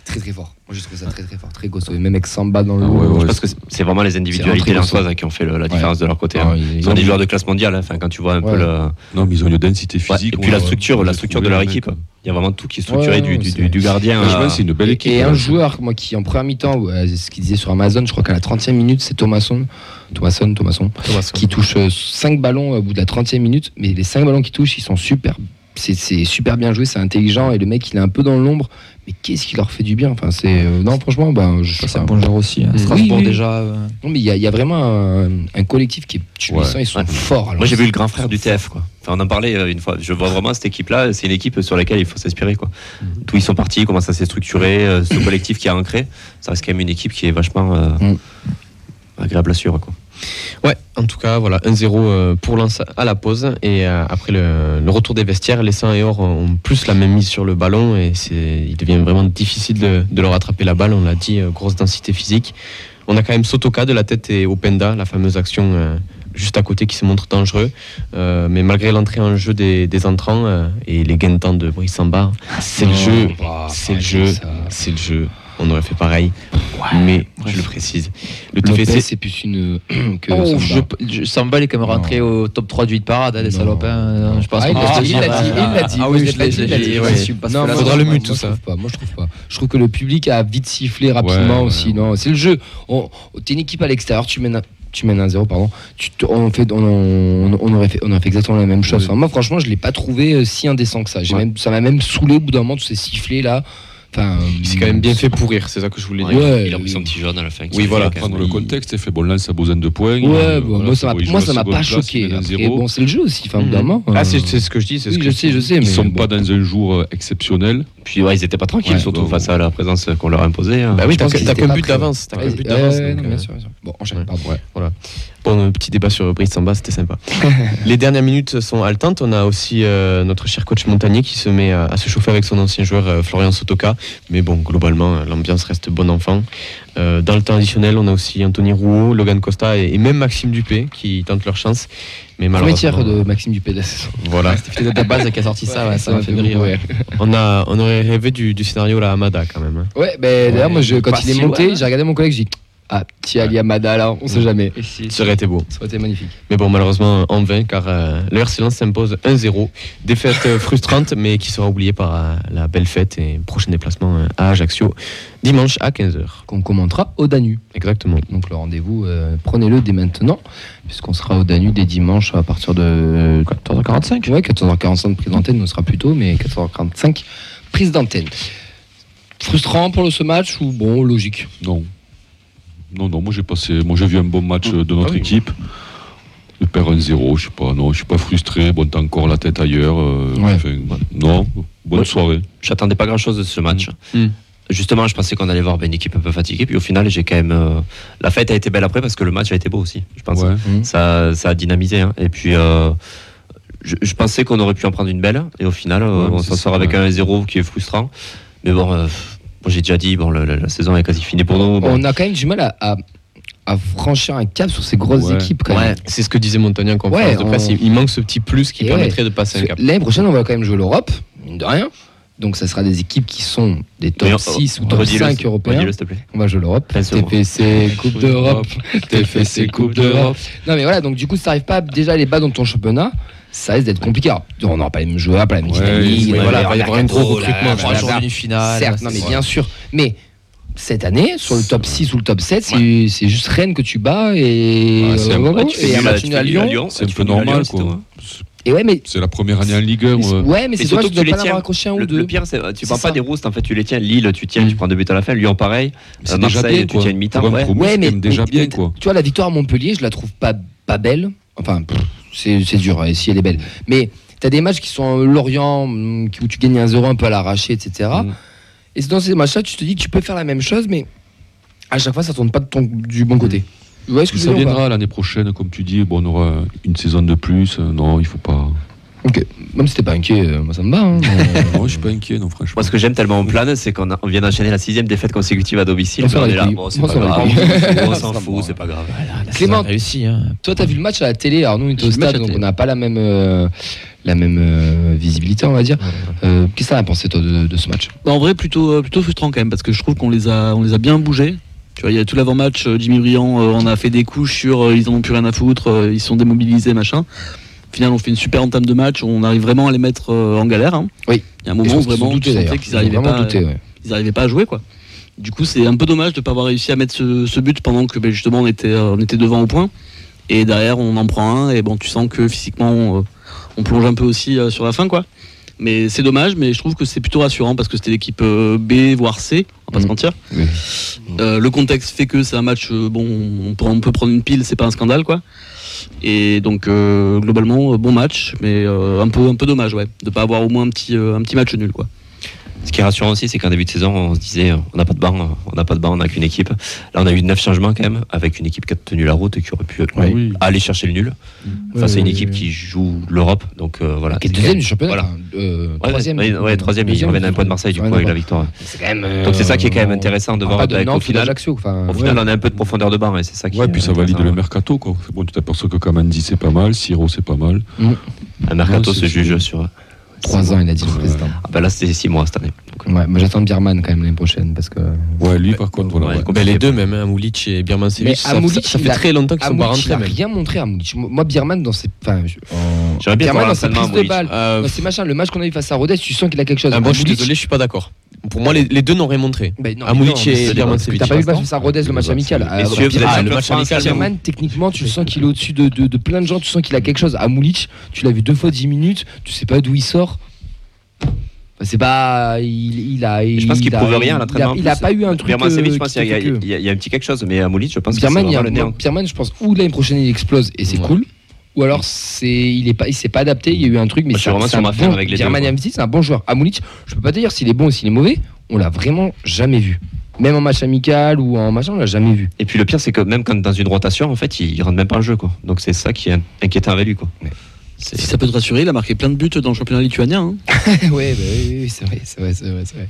A: très très fort. Moi, je trouve ça très très fort, très costaud. Et même avec Samba dans le.
C: Ah ouais, ouais,
E: Je pense que c'est- c'est vraiment les individualités
A: rentré dans
E: lensoises hein, qui ont fait le- la différence de leur côté. hein.
A: Ah, il-
E: Ils ont des joueurs de classe mondiale. hein. Enfin, quand tu vois un
A: Ouais.
E: peu le.
C: Non, mais ils ont une densité
E: Ouais,
C: physique.
E: et puis
C: on
E: la
C: a-
E: structure,
C: on a
E: la structure de
C: trouvé
E: leur
C: les
E: équipe.
C: mecs, hein.
E: Il y a vraiment tout qui est structuré
A: Ouais,
E: du,
A: ouais,
E: du-
A: c'est-
E: du- du gardien. euh,
C: Franchement,
E: à-
C: c'est une belle équipe. hein.
A: Et, et
C: là.
A: un joueur, moi, qui en première mi-temps, ouais, c'est ce qu'il disait sur Amazon, je crois qu'à la 30e minute, c'est Thomasson. Thomasson, Thomasson. qui touche 5 ballons au bout de la 30e minute, mais les 5 ballons qu'il touche, ils sont super. C'est c'est super bien joué, c'est intelligent, et le mec, il est un peu dans l'ombre, mais qu'est-ce qui leur fait du bien Enfin, c'est. euh, non, franchement, ben, je
B: Ça,
A: sais
B: C'est un
A: pas.
B: bon joueur aussi. hein.
A: Mm.
B: Strasbourg,
A: Oui, oui.
B: déjà. euh,
A: Non, mais il y, a- il y a vraiment un, un collectif qui est puissant, ils sont
E: Ouais.
A: forts. alors.
E: Moi j'ai vu le grand frère du TF quoi. Enfin, on en parlait euh, une fois. Je vois vraiment cette équipe là, c'est une équipe sur laquelle il faut s'inspirer quoi.
D: Mhm.
E: D'où ils sont partis, comment ça s'est structuré,
D: [coughs]
E: euh, ce collectif qui a ancré. Ça reste quand même une équipe qui est vachement euh,
A: Mm.
E: agréable à suivre quoi.
D: Ouais, en tout cas, voilà, 1-0 euh, pour Lens à la pause. Et euh, après le, le retour des vestiaires, les Saints et Or ont plus la même mise sur le ballon et c'est- il devient vraiment difficile de, de leur attraper la balle. On l'a dit, euh, grosse densité physique. On a quand même Sotoka de la tête et Openda, la fameuse action euh, juste à côté qui se montre dangereux. Euh, mais malgré l'entrée en jeu des, des entrants euh, et les gains de temps de Brice Samba, c'est le
A: Non,
D: jeu.
A: bah,
D: c'est le
A: arrêtez
D: jeu.
A: ça.
D: C'est le jeu. On aurait fait pareil. mais je le précise. Le
A: Lopez,
D: TFC,
A: c'est plus une. [clears throat] que
B: Oh,
A: Samba.
B: je, je, Samba, il est quand même
A: Non.
B: rentré au top 3 du 8 parade, hein, les
A: Non.
B: salopes. hein. Je pense
A: Ah,
B: qu'on peut se
A: il
B: dire,
A: l'a dit,
B: hein.
A: il l'a dit.
B: Ah
A: Moi,
B: oui,
A: je
B: je
A: l'ai
B: l'ai
A: dit,
B: dit.
A: il l'a dit, ouais.
B: ouais, je suis pas-
A: Non, moi,
B: parce que là,
D: faudra
A: je-
D: le
A: moi,
D: mute,
A: moi,
D: tout
A: je
D: ça.
A: trouve pas. Moi, je trouve pas. Je trouve que le public a vite sifflé rapidement
C: Ouais, ouais,
A: aussi.
C: ouais.
A: Non, c'est le jeu. On, on- t'es une équipe à l'extérieur, tu mènes. un- Tu mènes un zéro, pardon. Tu te- on, fait, on, on- on aurait fait, on aurait fait exactement la même chose.
C: Oui.
A: Enfin, moi, franchement, je l'ai pas trouvé euh, si indécent que ça. J'ai
C: Ouais.
A: même, ça m'a même saoulé au bout d'un moment, tous ces sifflets là. Enfin,
D: Il s'est quand même bien fait pourrir, c'est ça que je voulais dire.
A: Ouais,
E: il a
A: oui.
E: pris son petit jaune à la fin.
D: Oui, voilà.
E: Quand
C: Prendre
E: même.
C: le contexte, il fait bon, là, ça besoin de points.
A: Ouais,
C: euh,
A: bon,
C: voilà,
A: moi ça m'a,
C: bon, il joue
A: moi,
C: à
A: ça
C: sa
A: m'a
C: bonne
A: pas
C: place, il
A: choqué.
C: mène un
A: Après,
C: zéro.
A: bon, c'est le jeu aussi, enfin, au bout d'un
D: Mhm.
A: moment,
D: Ah,
A: euh,
D: c'est c'est ce que je dis. c'est ce
A: oui,
D: que
A: je sais, je sais, mais
C: Ils sont
A: bon.
C: pas dans un jour euh, exceptionnel.
E: Puis ouais, ils étaient pas tranquilles,
A: Ouais,
E: surtout
C: bah,
E: face à la présence qu'on leur imposait. hein.
D: Bah oui,
A: Je
D: t'as
A: pense qu'ils
D: t'as
A: étaient
D: qu'un
A: pas
D: but
A: très-
D: d'avance. T'as
A: Ouais,
D: qu'un but d'avance.
A: ouais,
D: donc,
A: non,
D: euh,
A: bien sûr, bien sûr. Bon, enchaîne,
D: ouais.
A: pardon. ouais.
D: Bon, un petit débat sur Brice Samba,
A: [laughs]
D: c'était sympa. Les dernières minutes sont haletantes. On a aussi euh, notre cher coach Montagnier qui se met à, à se chauffer avec son ancien joueur euh, Florian Sotoka. Mais bon, globalement, euh, l'ambiance reste bon enfant. Euh, dans le temps additionnel, on a aussi Anthony Rouault, Logan Costa et, et même Maxime Dupé qui tentent leur chance. Mais
A: Premier
D: malheureusement,
A: tir de Maxime Dupé de la saison.
D: voilà.
B: C'était peut-être la base qui a
D: [laughs]
B: sorti ça, ouais, ça m'a fait
A: beaucoup
B: rire. ouais.
A: rire.
D: on, a, on aurait rêvé du, du scénario là Hamada quand même. hein.
A: Ouais, ben d'ailleurs, moi, je, quand
B: Pas
A: il est
B: si
A: monté,
B: loin.
A: j'ai regardé mon collègue, j'ai dit Ah, petit Ali Amada, là, on sait jamais. Et si,
D: Ça aurait été beau.
A: ça aurait été magnifique.
D: Mais bon, malheureusement, en vain, car euh, le RC Lens s'impose 1-0. Défaite euh, frustrante, mais qui sera oubliée par euh, la belle fête et prochain déplacement euh, à Ajaccio, dimanche à 15h.
A: Qu'on commentera au Danu.
D: Exactement.
A: Donc, le rendez-vous, euh, prenez-le dès maintenant, puisqu'on sera au Danu dès dimanche à partir de 14h45. Ouais, 14h45 de prise d'antenne, on sera plus tôt, mais 14h45 prise d'antenne. Frustrant pour le- ce match ou bon, logique
C: Non. Non, non, moi j'ai passé. Moi j'ai vu un bon match euh, de notre équipe. De perdre un 0 je sais pas, non, je suis pas frustré, bon t'as encore la tête ailleurs. euh,
A: Ouais.
C: enfin, bah, non, bonne
E: Ouais.
C: soirée.
E: J'attendais pas grand chose de ce match.
D: Mm.
E: Justement, je pensais qu'on allait voir ben, une équipe un peu fatiguée. Puis au final, j'ai quand même. euh, La fête a été belle après parce que le match a été beau aussi, je pense.
C: Ouais.
A: Mmh.
E: Ça, ça a dynamisé. hein. Et puis, euh, je, je pensais qu'on aurait pu en prendre une belle. Et au final, euh,
C: Ouais, mais
E: on
C: c'est
E: s'en sort
C: ça,
E: avec
C: ouais.
E: un 0 qui est frustrant. Mais bon, euh, bon, j'ai déjà dit, bon, la, la- la saison est quasi finie pour nous. Bon,
A: On a quand même du mal à, à- à franchir un cap sur ces grosses
C: Ouais.
A: équipes quand même.
D: C'est ce que disait Montagnan en conférence
A: Ouais,
D: de presse.
A: on- Eh
D: Il- Il manque ce petit plus qui
A: Et
D: permettrait de passer un
A: Parce
D: cap.
A: que L'année prochaine, on va quand même jouer l'Europe, mine de rien. Donc, ça sera des équipes qui sont des top
E: D'ailleurs,
A: 6 ou
E: euh,
A: top
E: redis-le,
A: 5 européens.
E: redis-le, s'il te plaît.
A: On va jouer l'Europe.
E: Plein de secondes.
A: TFC, Coupe d'Europe.
E: [laughs]
A: TFC,
B: Coupe d'Europe.
A: Non, mais voilà, donc du coup, si t'arrives pas déjà à les battre dans ton championnat, ça risque d'être compliqué. Alors, on n'aura pas les mêmes joueurs, pas la même
C: Ouais,
A: dynamique.
C: oui,
A: voilà,
D: voilà, il
B: Oh
D: va y
A: mercato,
D: avoir un gros
A: là,
D: recrutement,
A: voilà, voilà.
B: finale.
A: Certes, non, mais bien sûr. Mais cette année, sur le top 6 ou le top 7, c'est- c'est juste Rennes que tu bats et.
C: Ouais, c'est un-
A: Ouais,
E: Ouais,
A: ouais,
E: tu fais
A: Ah et un
E: nul à-
A: match
E: bah, tu
A: nul
E: fais
A: à
E: nul
A: Lyon.
C: C'est un
E: tu
C: peu
E: fais nul à Lyon,
C: normal
E: c'est tout,
C: quoi.
E: hein.
A: Et ouais, mais.
C: C'est la première année en Ligue euh, 1. ouais.
A: Ouais, mais
E: Mais
A: c'est
E: surtout
A: dommage
E: que
A: de
E: tu
A: ne
E: les
A: pas en avoir
E: tiens.
A: accroché un
E: Le,
A: ou
E: le
A: deux.
E: pire, c'est tu
A: C'est
E: prends
A: ça.
E: pas des roustes, en fait, tu les tiens. Lille, tu tiens,
A: Mm.
E: tu prends deux buts à la fin. Lyon, pareil.
C: Mais C'est
E: Euh,
C: déjà
E: Marseille,
C: bien
E: tu
C: quoi.
E: tiens une mi-temps,
C: Pour un
E: ouais.
C: promu, c'est déjà bien quoi.
A: Tu vois, la victoire à Montpellier, je la trouve pas, pas belle. Enfin, pff, c'est c'est dur, hein, si elle est belle. Mais tu as des matchs qui sont euh, Lorient, hum, qui- où tu gagnes un 0 un peu à l'arraché, etc.
C: Mm.
A: Et c'est dans ces matchs-là, tu te dis que tu peux faire la même chose, mais à chaque fois, ça tourne pas de ton, du bon côté. Tu vois ce que je
C: Mm. Ça
A: veux dire ou pas
C: viendra l'année prochaine, comme tu dis, bon, on aura une saison de plus. euh, Non, il faut pas.
A: Même si t'es pas inquiet, euh, moi ça me va. hein, mais-
C: Non, je suis pas inquiet, non, franchement.
E: Moi, ce que j'aime tellement en plane, c'est qu'on a- on vient d'enchaîner la sixième défaite consécutive à domicile.
A: On s'en
E: mais on
A: bat
E: est
A: les
E: là,
A: couilles.
E: bon, c'est
A: On
E: pas
A: s'en bat
E: grave.
A: les
E: On s'en
A: Ça
E: fout, c'est pas grave.
A: Clément,
B: réussi. Hein.
A: Toi, t'as vu le match à la télé. Alors, nous, on était au
F: J'ai vu le
A: stade,
F: match à
A: donc
F: la
A: on n'a pas la même, euh, la même euh, visibilité, on va dire. Euh, Qu'est-ce que t'en as pensé, toi, de, de ce match
F: Bah, en vrai, plutôt, euh, plutôt frustrant quand même, parce que je trouve qu'on les a, on les a bien bougés. Tu vois, il y a tout l'avant-match, euh, Jimmy Briand, euh, on a fait des coups sur euh, ils en ont plus rien à foutre, euh, ils sont démobilisés, machin. Au final, on fait une super entame de match, on arrive vraiment à les mettre euh, en galère. hein.
A: Oui.
F: Il y a un
A: Et je
F: moment
A: pense
F: où
A: qu'ils
F: vraiment
A: sont doutés,
F: tu sentais
A: d'ailleurs.
F: qu'ils
A: Ils ont
F: n'arrivaient
A: vraiment
F: pas, euh,
A: douté, ouais.
F: ils arrivaient pas à jouer, quoi. Du coup, c'est un peu dommage de ne pas avoir réussi à mettre ce, ce but pendant que ben, justement on était, euh, on était devant au point. Et derrière, on en prend un, et bon, tu sens que physiquement, on, euh, on plonge un peu aussi euh, sur la fin, quoi. Mais c'est dommage, mais je trouve que c'est plutôt rassurant parce que c'était l'équipe euh, B, voire C, on va pas
A: Mhm.
F: se mentir.
A: Oui.
F: Euh, le contexte fait que c'est un match, euh, bon, on peut, on peut prendre une pile, c'est pas un scandale, quoi. Et donc, euh, globalement, euh, bon match, mais euh, un, peu, un peu dommage, ouais, de pas avoir au moins un petit, euh, un petit match nul, quoi.
E: Ce qui est rassurant aussi, c'est qu'en début de saison, on se disait, euh, on n'a pas de banc, euh, on n'a pas de banc, on n'a qu'une équipe. Là, on a eu neuf changements quand même, avec une équipe qui a tenu la route et qui aurait pu euh,
C: Ouais. Ah Oui. Mmh.
E: aller chercher le nul. Face à
A: Ouais,
E: une
A: ouais,
E: équipe
A: ouais.
E: qui joue l'Europe, donc euh, voilà.
A: Qui est
E: C'est
A: deuxième
E: quand
A: du championnat.
E: Voilà.
A: enfin, euh,
E: même-
A: troisième.
E: Ouais, ouais, troisième, ils
A: Deuxième,
E: reviennent à un point de Marseille du
A: ils
E: coup
A: reviennent
E: avec
A: à
E: la
A: un
E: victoire.
A: point. C'est quand même, euh,
E: Donc c'est ça qui est quand même intéressant de
A: on
E: voir
A: parle de
E: avec- au
A: Nantes ou
E: final.
A: d'Ajaccio, enfin,
E: Au
A: ouais.
E: final, on a un peu de profondeur de banc, et c'est hein, ça qui
C: Ouais,
E: est
C: puis ça
E: intéressant,
C: valide le
E: ouais.
C: mercato quoi. Bon, tu t'aperçois que Kamandi c'est pas mal, Siro c'est pas mal.
E: Un mercato
C: Ouais,
E: se
C: c'est-
E: juge sur.
A: Trois ans, il a dit le président.
E: Ah ben là, c'était six mois cette année. Donc,
A: Ouais, mais j'attends Bierman quand même l'année prochaine parce que.
C: Ouais, lui par contre, voilà.
E: ouais,
C: ouais.
E: compliqué.
D: Ben, les deux même, hein, Amoulic et Birman Sevic, ça,
A: Amoulic,
D: ça- ça
A: il
D: fait
A: a-
D: très longtemps qu'ils sont pas
A: Amoulic, il
D: rentrés.
A: a
D: même.
A: rien montré à Amoulic. Moi, Bierman, dans ses. Enfin, je- en-
E: J'aimerais bien
A: Bierman,
E: voir
A: dans sa
E: l'entraînement
A: prise de
E: Amoulic.
A: balle.
D: Euh,
A: Dans ses machins, Bah, le match qu'on a eu face à Rodez, tu sens qu'il a quelque chose.
D: ah, moi, je suis
A: Amoulic,
D: désolé, je suis pas d'accord. Pour moi, les, les deux n'ont rien montré.
E: Ah,
A: Ben non,
D: Amoulic
A: mais non,
D: et
A: mais c'est
D: Birman
A: parce que
D: Sevic,
A: T'as pas vu le
D: pour
A: match face à Rodez, le match amical. Ah,
E: Bah, Messieurs,
A: voilà.
E: vous êtes
A: Ah,
D: le
E: champions de
D: match
E: France,
D: amical,
E: c'est
A: Bierman, techniquement, tu sens qu'il est au-dessus de, de, de plein de gens. Tu sens qu'il a quelque chose. Amoulic, tu l'as vu deux fois 10 minutes. Tu sais pas d'où il sort. C'est pas. Il, il a.
E: Je pense qu'il
A: il a-
E: prouve rien à
A: il a-
E: l'entraînement, en
A: Il a
E: plus.
A: pas eu un truc.
E: Birman Savic,
A: euh,
E: je pense
A: qui
E: qu'il y, a-
A: fait que-
E: il y a- il y a un petit quelque chose, mais à Molit, je pense que
A: Birman,
E: ça
A: il y a
E: aura le
A: un-
E: néant.
A: Birman, je pense, ou l'année prochaine il explose et c'est
D: Ouais.
A: cool, ou alors c'est il est pas, il s'est pas adapté. Il y a eu un truc, mais
E: Moi, je suis vraiment
A: c'est un
E: sur ma
A: bon-
E: ferme avec les deux,
A: Birman
E: quoi.
A: Yamsi, c'est un bon joueur. Amoulic, je peux pas te dire s'il est bon ou s'il est mauvais. On l'a vraiment jamais vu. Même en match amical ou en machin, on l'a jamais vu.
E: Et puis le pire, c'est que même quand dans une rotation, en fait, il, il rentre même pas en jeu, quoi. Donc c'est ça qui est inquiétant avec lui, quoi. C'est-
F: Si ça peut te rassurer, il a marqué plein de buts dans le championnat lituanien. hein.
A: [laughs] ouais, bah, oui, oui, oui, c'est vrai, c'est vrai, c'est vrai, c'est vrai.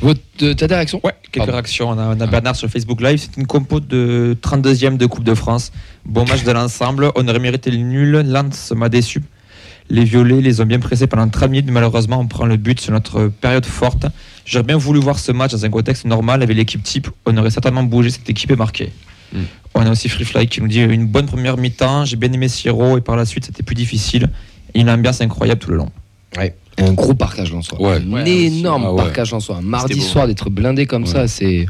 A: Votre, euh, t'as des réactions
B: Ouais, quelques
A: Pardon.
B: réactions. On a, on a Bernard sur Facebook Live. C'est une compo de 32e de Coupe de France. Bon match de l'ensemble. On aurait mérité le nul. Lance m'a déçu. Les violets les ont bien pressés pendant 30 minutes. mais Malheureusement, on prend le but sur notre période forte. J'aurais bien voulu voir ce match dans un contexte normal avec l'équipe type. On aurait certainement bougé. Cette équipe est marquée.
D: Mm.
B: On a aussi Free Fly qui nous dit une bonne première mi-temps. J'ai bien aimé Siro et par la suite, c'était plus difficile. Une ambiance incroyable tout le long.
A: Un gros parcage en soi.
C: Ouais.
A: Un
D: Ouais,
A: énorme
C: aussi. Ah ouais.
A: parcage en soi. Un mardi
E: C'était beau.
A: soir d'être blindé comme
C: Ouais.
A: ça, c'est.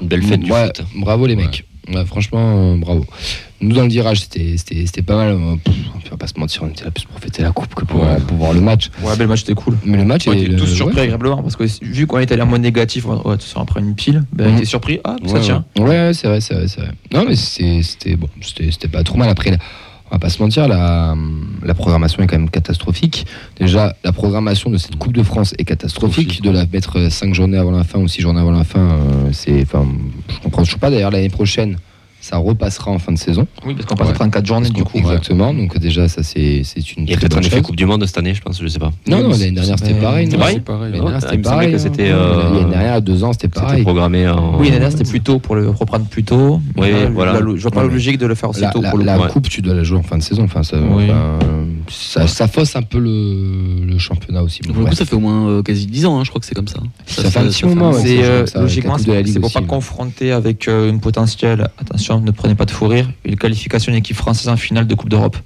E: une belle fête du
A: Ouais,
E: foot.
A: Bravo les
C: Ouais.
A: mecs. Ouais, franchement, euh, bravo. Nous, dans le virage, c'était- c'était c'était pas mal. Euh, pff, on va pas se mentir, on était là plus pour fêter la coupe que pour,
C: Ouais.
A: euh, pour voir le match.
B: Ouais, bel match, c'était cool.
A: Mais le match
B: On
A: est.
B: était
A: le-
B: tous surpris
A: ouais.
B: agréablement parce que vu qu'on était allé en mode négatif, on ouais, on prend une pile, ben,
A: Mhm.
B: on était surpris, ah ça
C: Ouais,
B: tient.
A: Ouais, ouais, c'est vrai, c'est vrai, c'est vrai. Non, mais c'est- c'était bon, c'était c'était pas trop mal. Après, là, on va pas se mentir, la, la programmation est quand même catastrophique. Déjà, la programmation de cette Coupe de France est catastrophique. De la mettre 5 journées avant la fin ou 6 journées avant la fin, euh, c'est. Enfin, je comprends toujours pas. D'ailleurs, l'année prochaine, ça repassera en fin de saison.
B: Oui, parce qu'on
A: Ouais.
B: passe 34 journées du coup.
A: Exactement. Donc, déjà, ça, c'est c'est une
E: Il y a
A: très
E: peut-être un
A: bonne
E: effet
A: chose.
E: Coupe du Monde cette année, je pense, je sais pas.
A: Non, non, l'année dernière, c'était
B: Mais-
A: pareil. non
E: C'était pareil
C: C'est pareil.
A: L'année dernière,
E: Ah, il
A: c'était
E: me semblait
A: pareil.
E: que
A: hein.
E: c'était, euh,
A: L'année dernière, il y a deux ans, c'était
E: C'était
A: pareil.
E: programmé en.
B: Oui, l'année c'était plus tôt pour le reprendre plus tôt.
E: Oui,
B: Là,
E: voilà.
B: la lo- je vois pas
A: Ouais,
B: la logique de le faire aussi
A: La,
B: tôt
A: la-
B: pour le
A: la
B: coup.
E: ouais.
A: coupe, tu dois la jouer en fin de saison. Enfin, ça,
B: Oui.
A: enfin, ça, ça fausse un peu le, le championnat aussi. Bon,
F: Pour le
A: bref.
F: coup, ça fait au moins euh, quasi 10 ans, hein, je crois que c'est comme ça.
A: Ça fait un petit moment, ouais.
B: C'est
A: c'est comme ça,
B: euh,
A: avec la
B: logiquement
A: Coupe de la
B: c'est c'est
A: Ligue
B: pour pas
A: aussi. hein.
B: confronter avec euh, une potentielle attention ne prenez pas de fou rire une qualification d'équipe française en finale de Coupe d'Europe.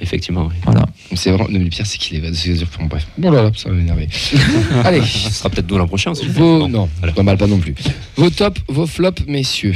E: Effectivement, oui.
B: Voilà.
A: C'est vraiment. non, mais le pire, c'est qu'il est. c'est- c'est- Bon, bref. Bon, là, là, ça va m'énerver. [laughs] Allez.
E: Ce sera peut-être nous l'an prochain aussi.
A: Vos... Non,
E: alors.
A: pas mal, pas non plus. Vos tops, vos flops, messieurs.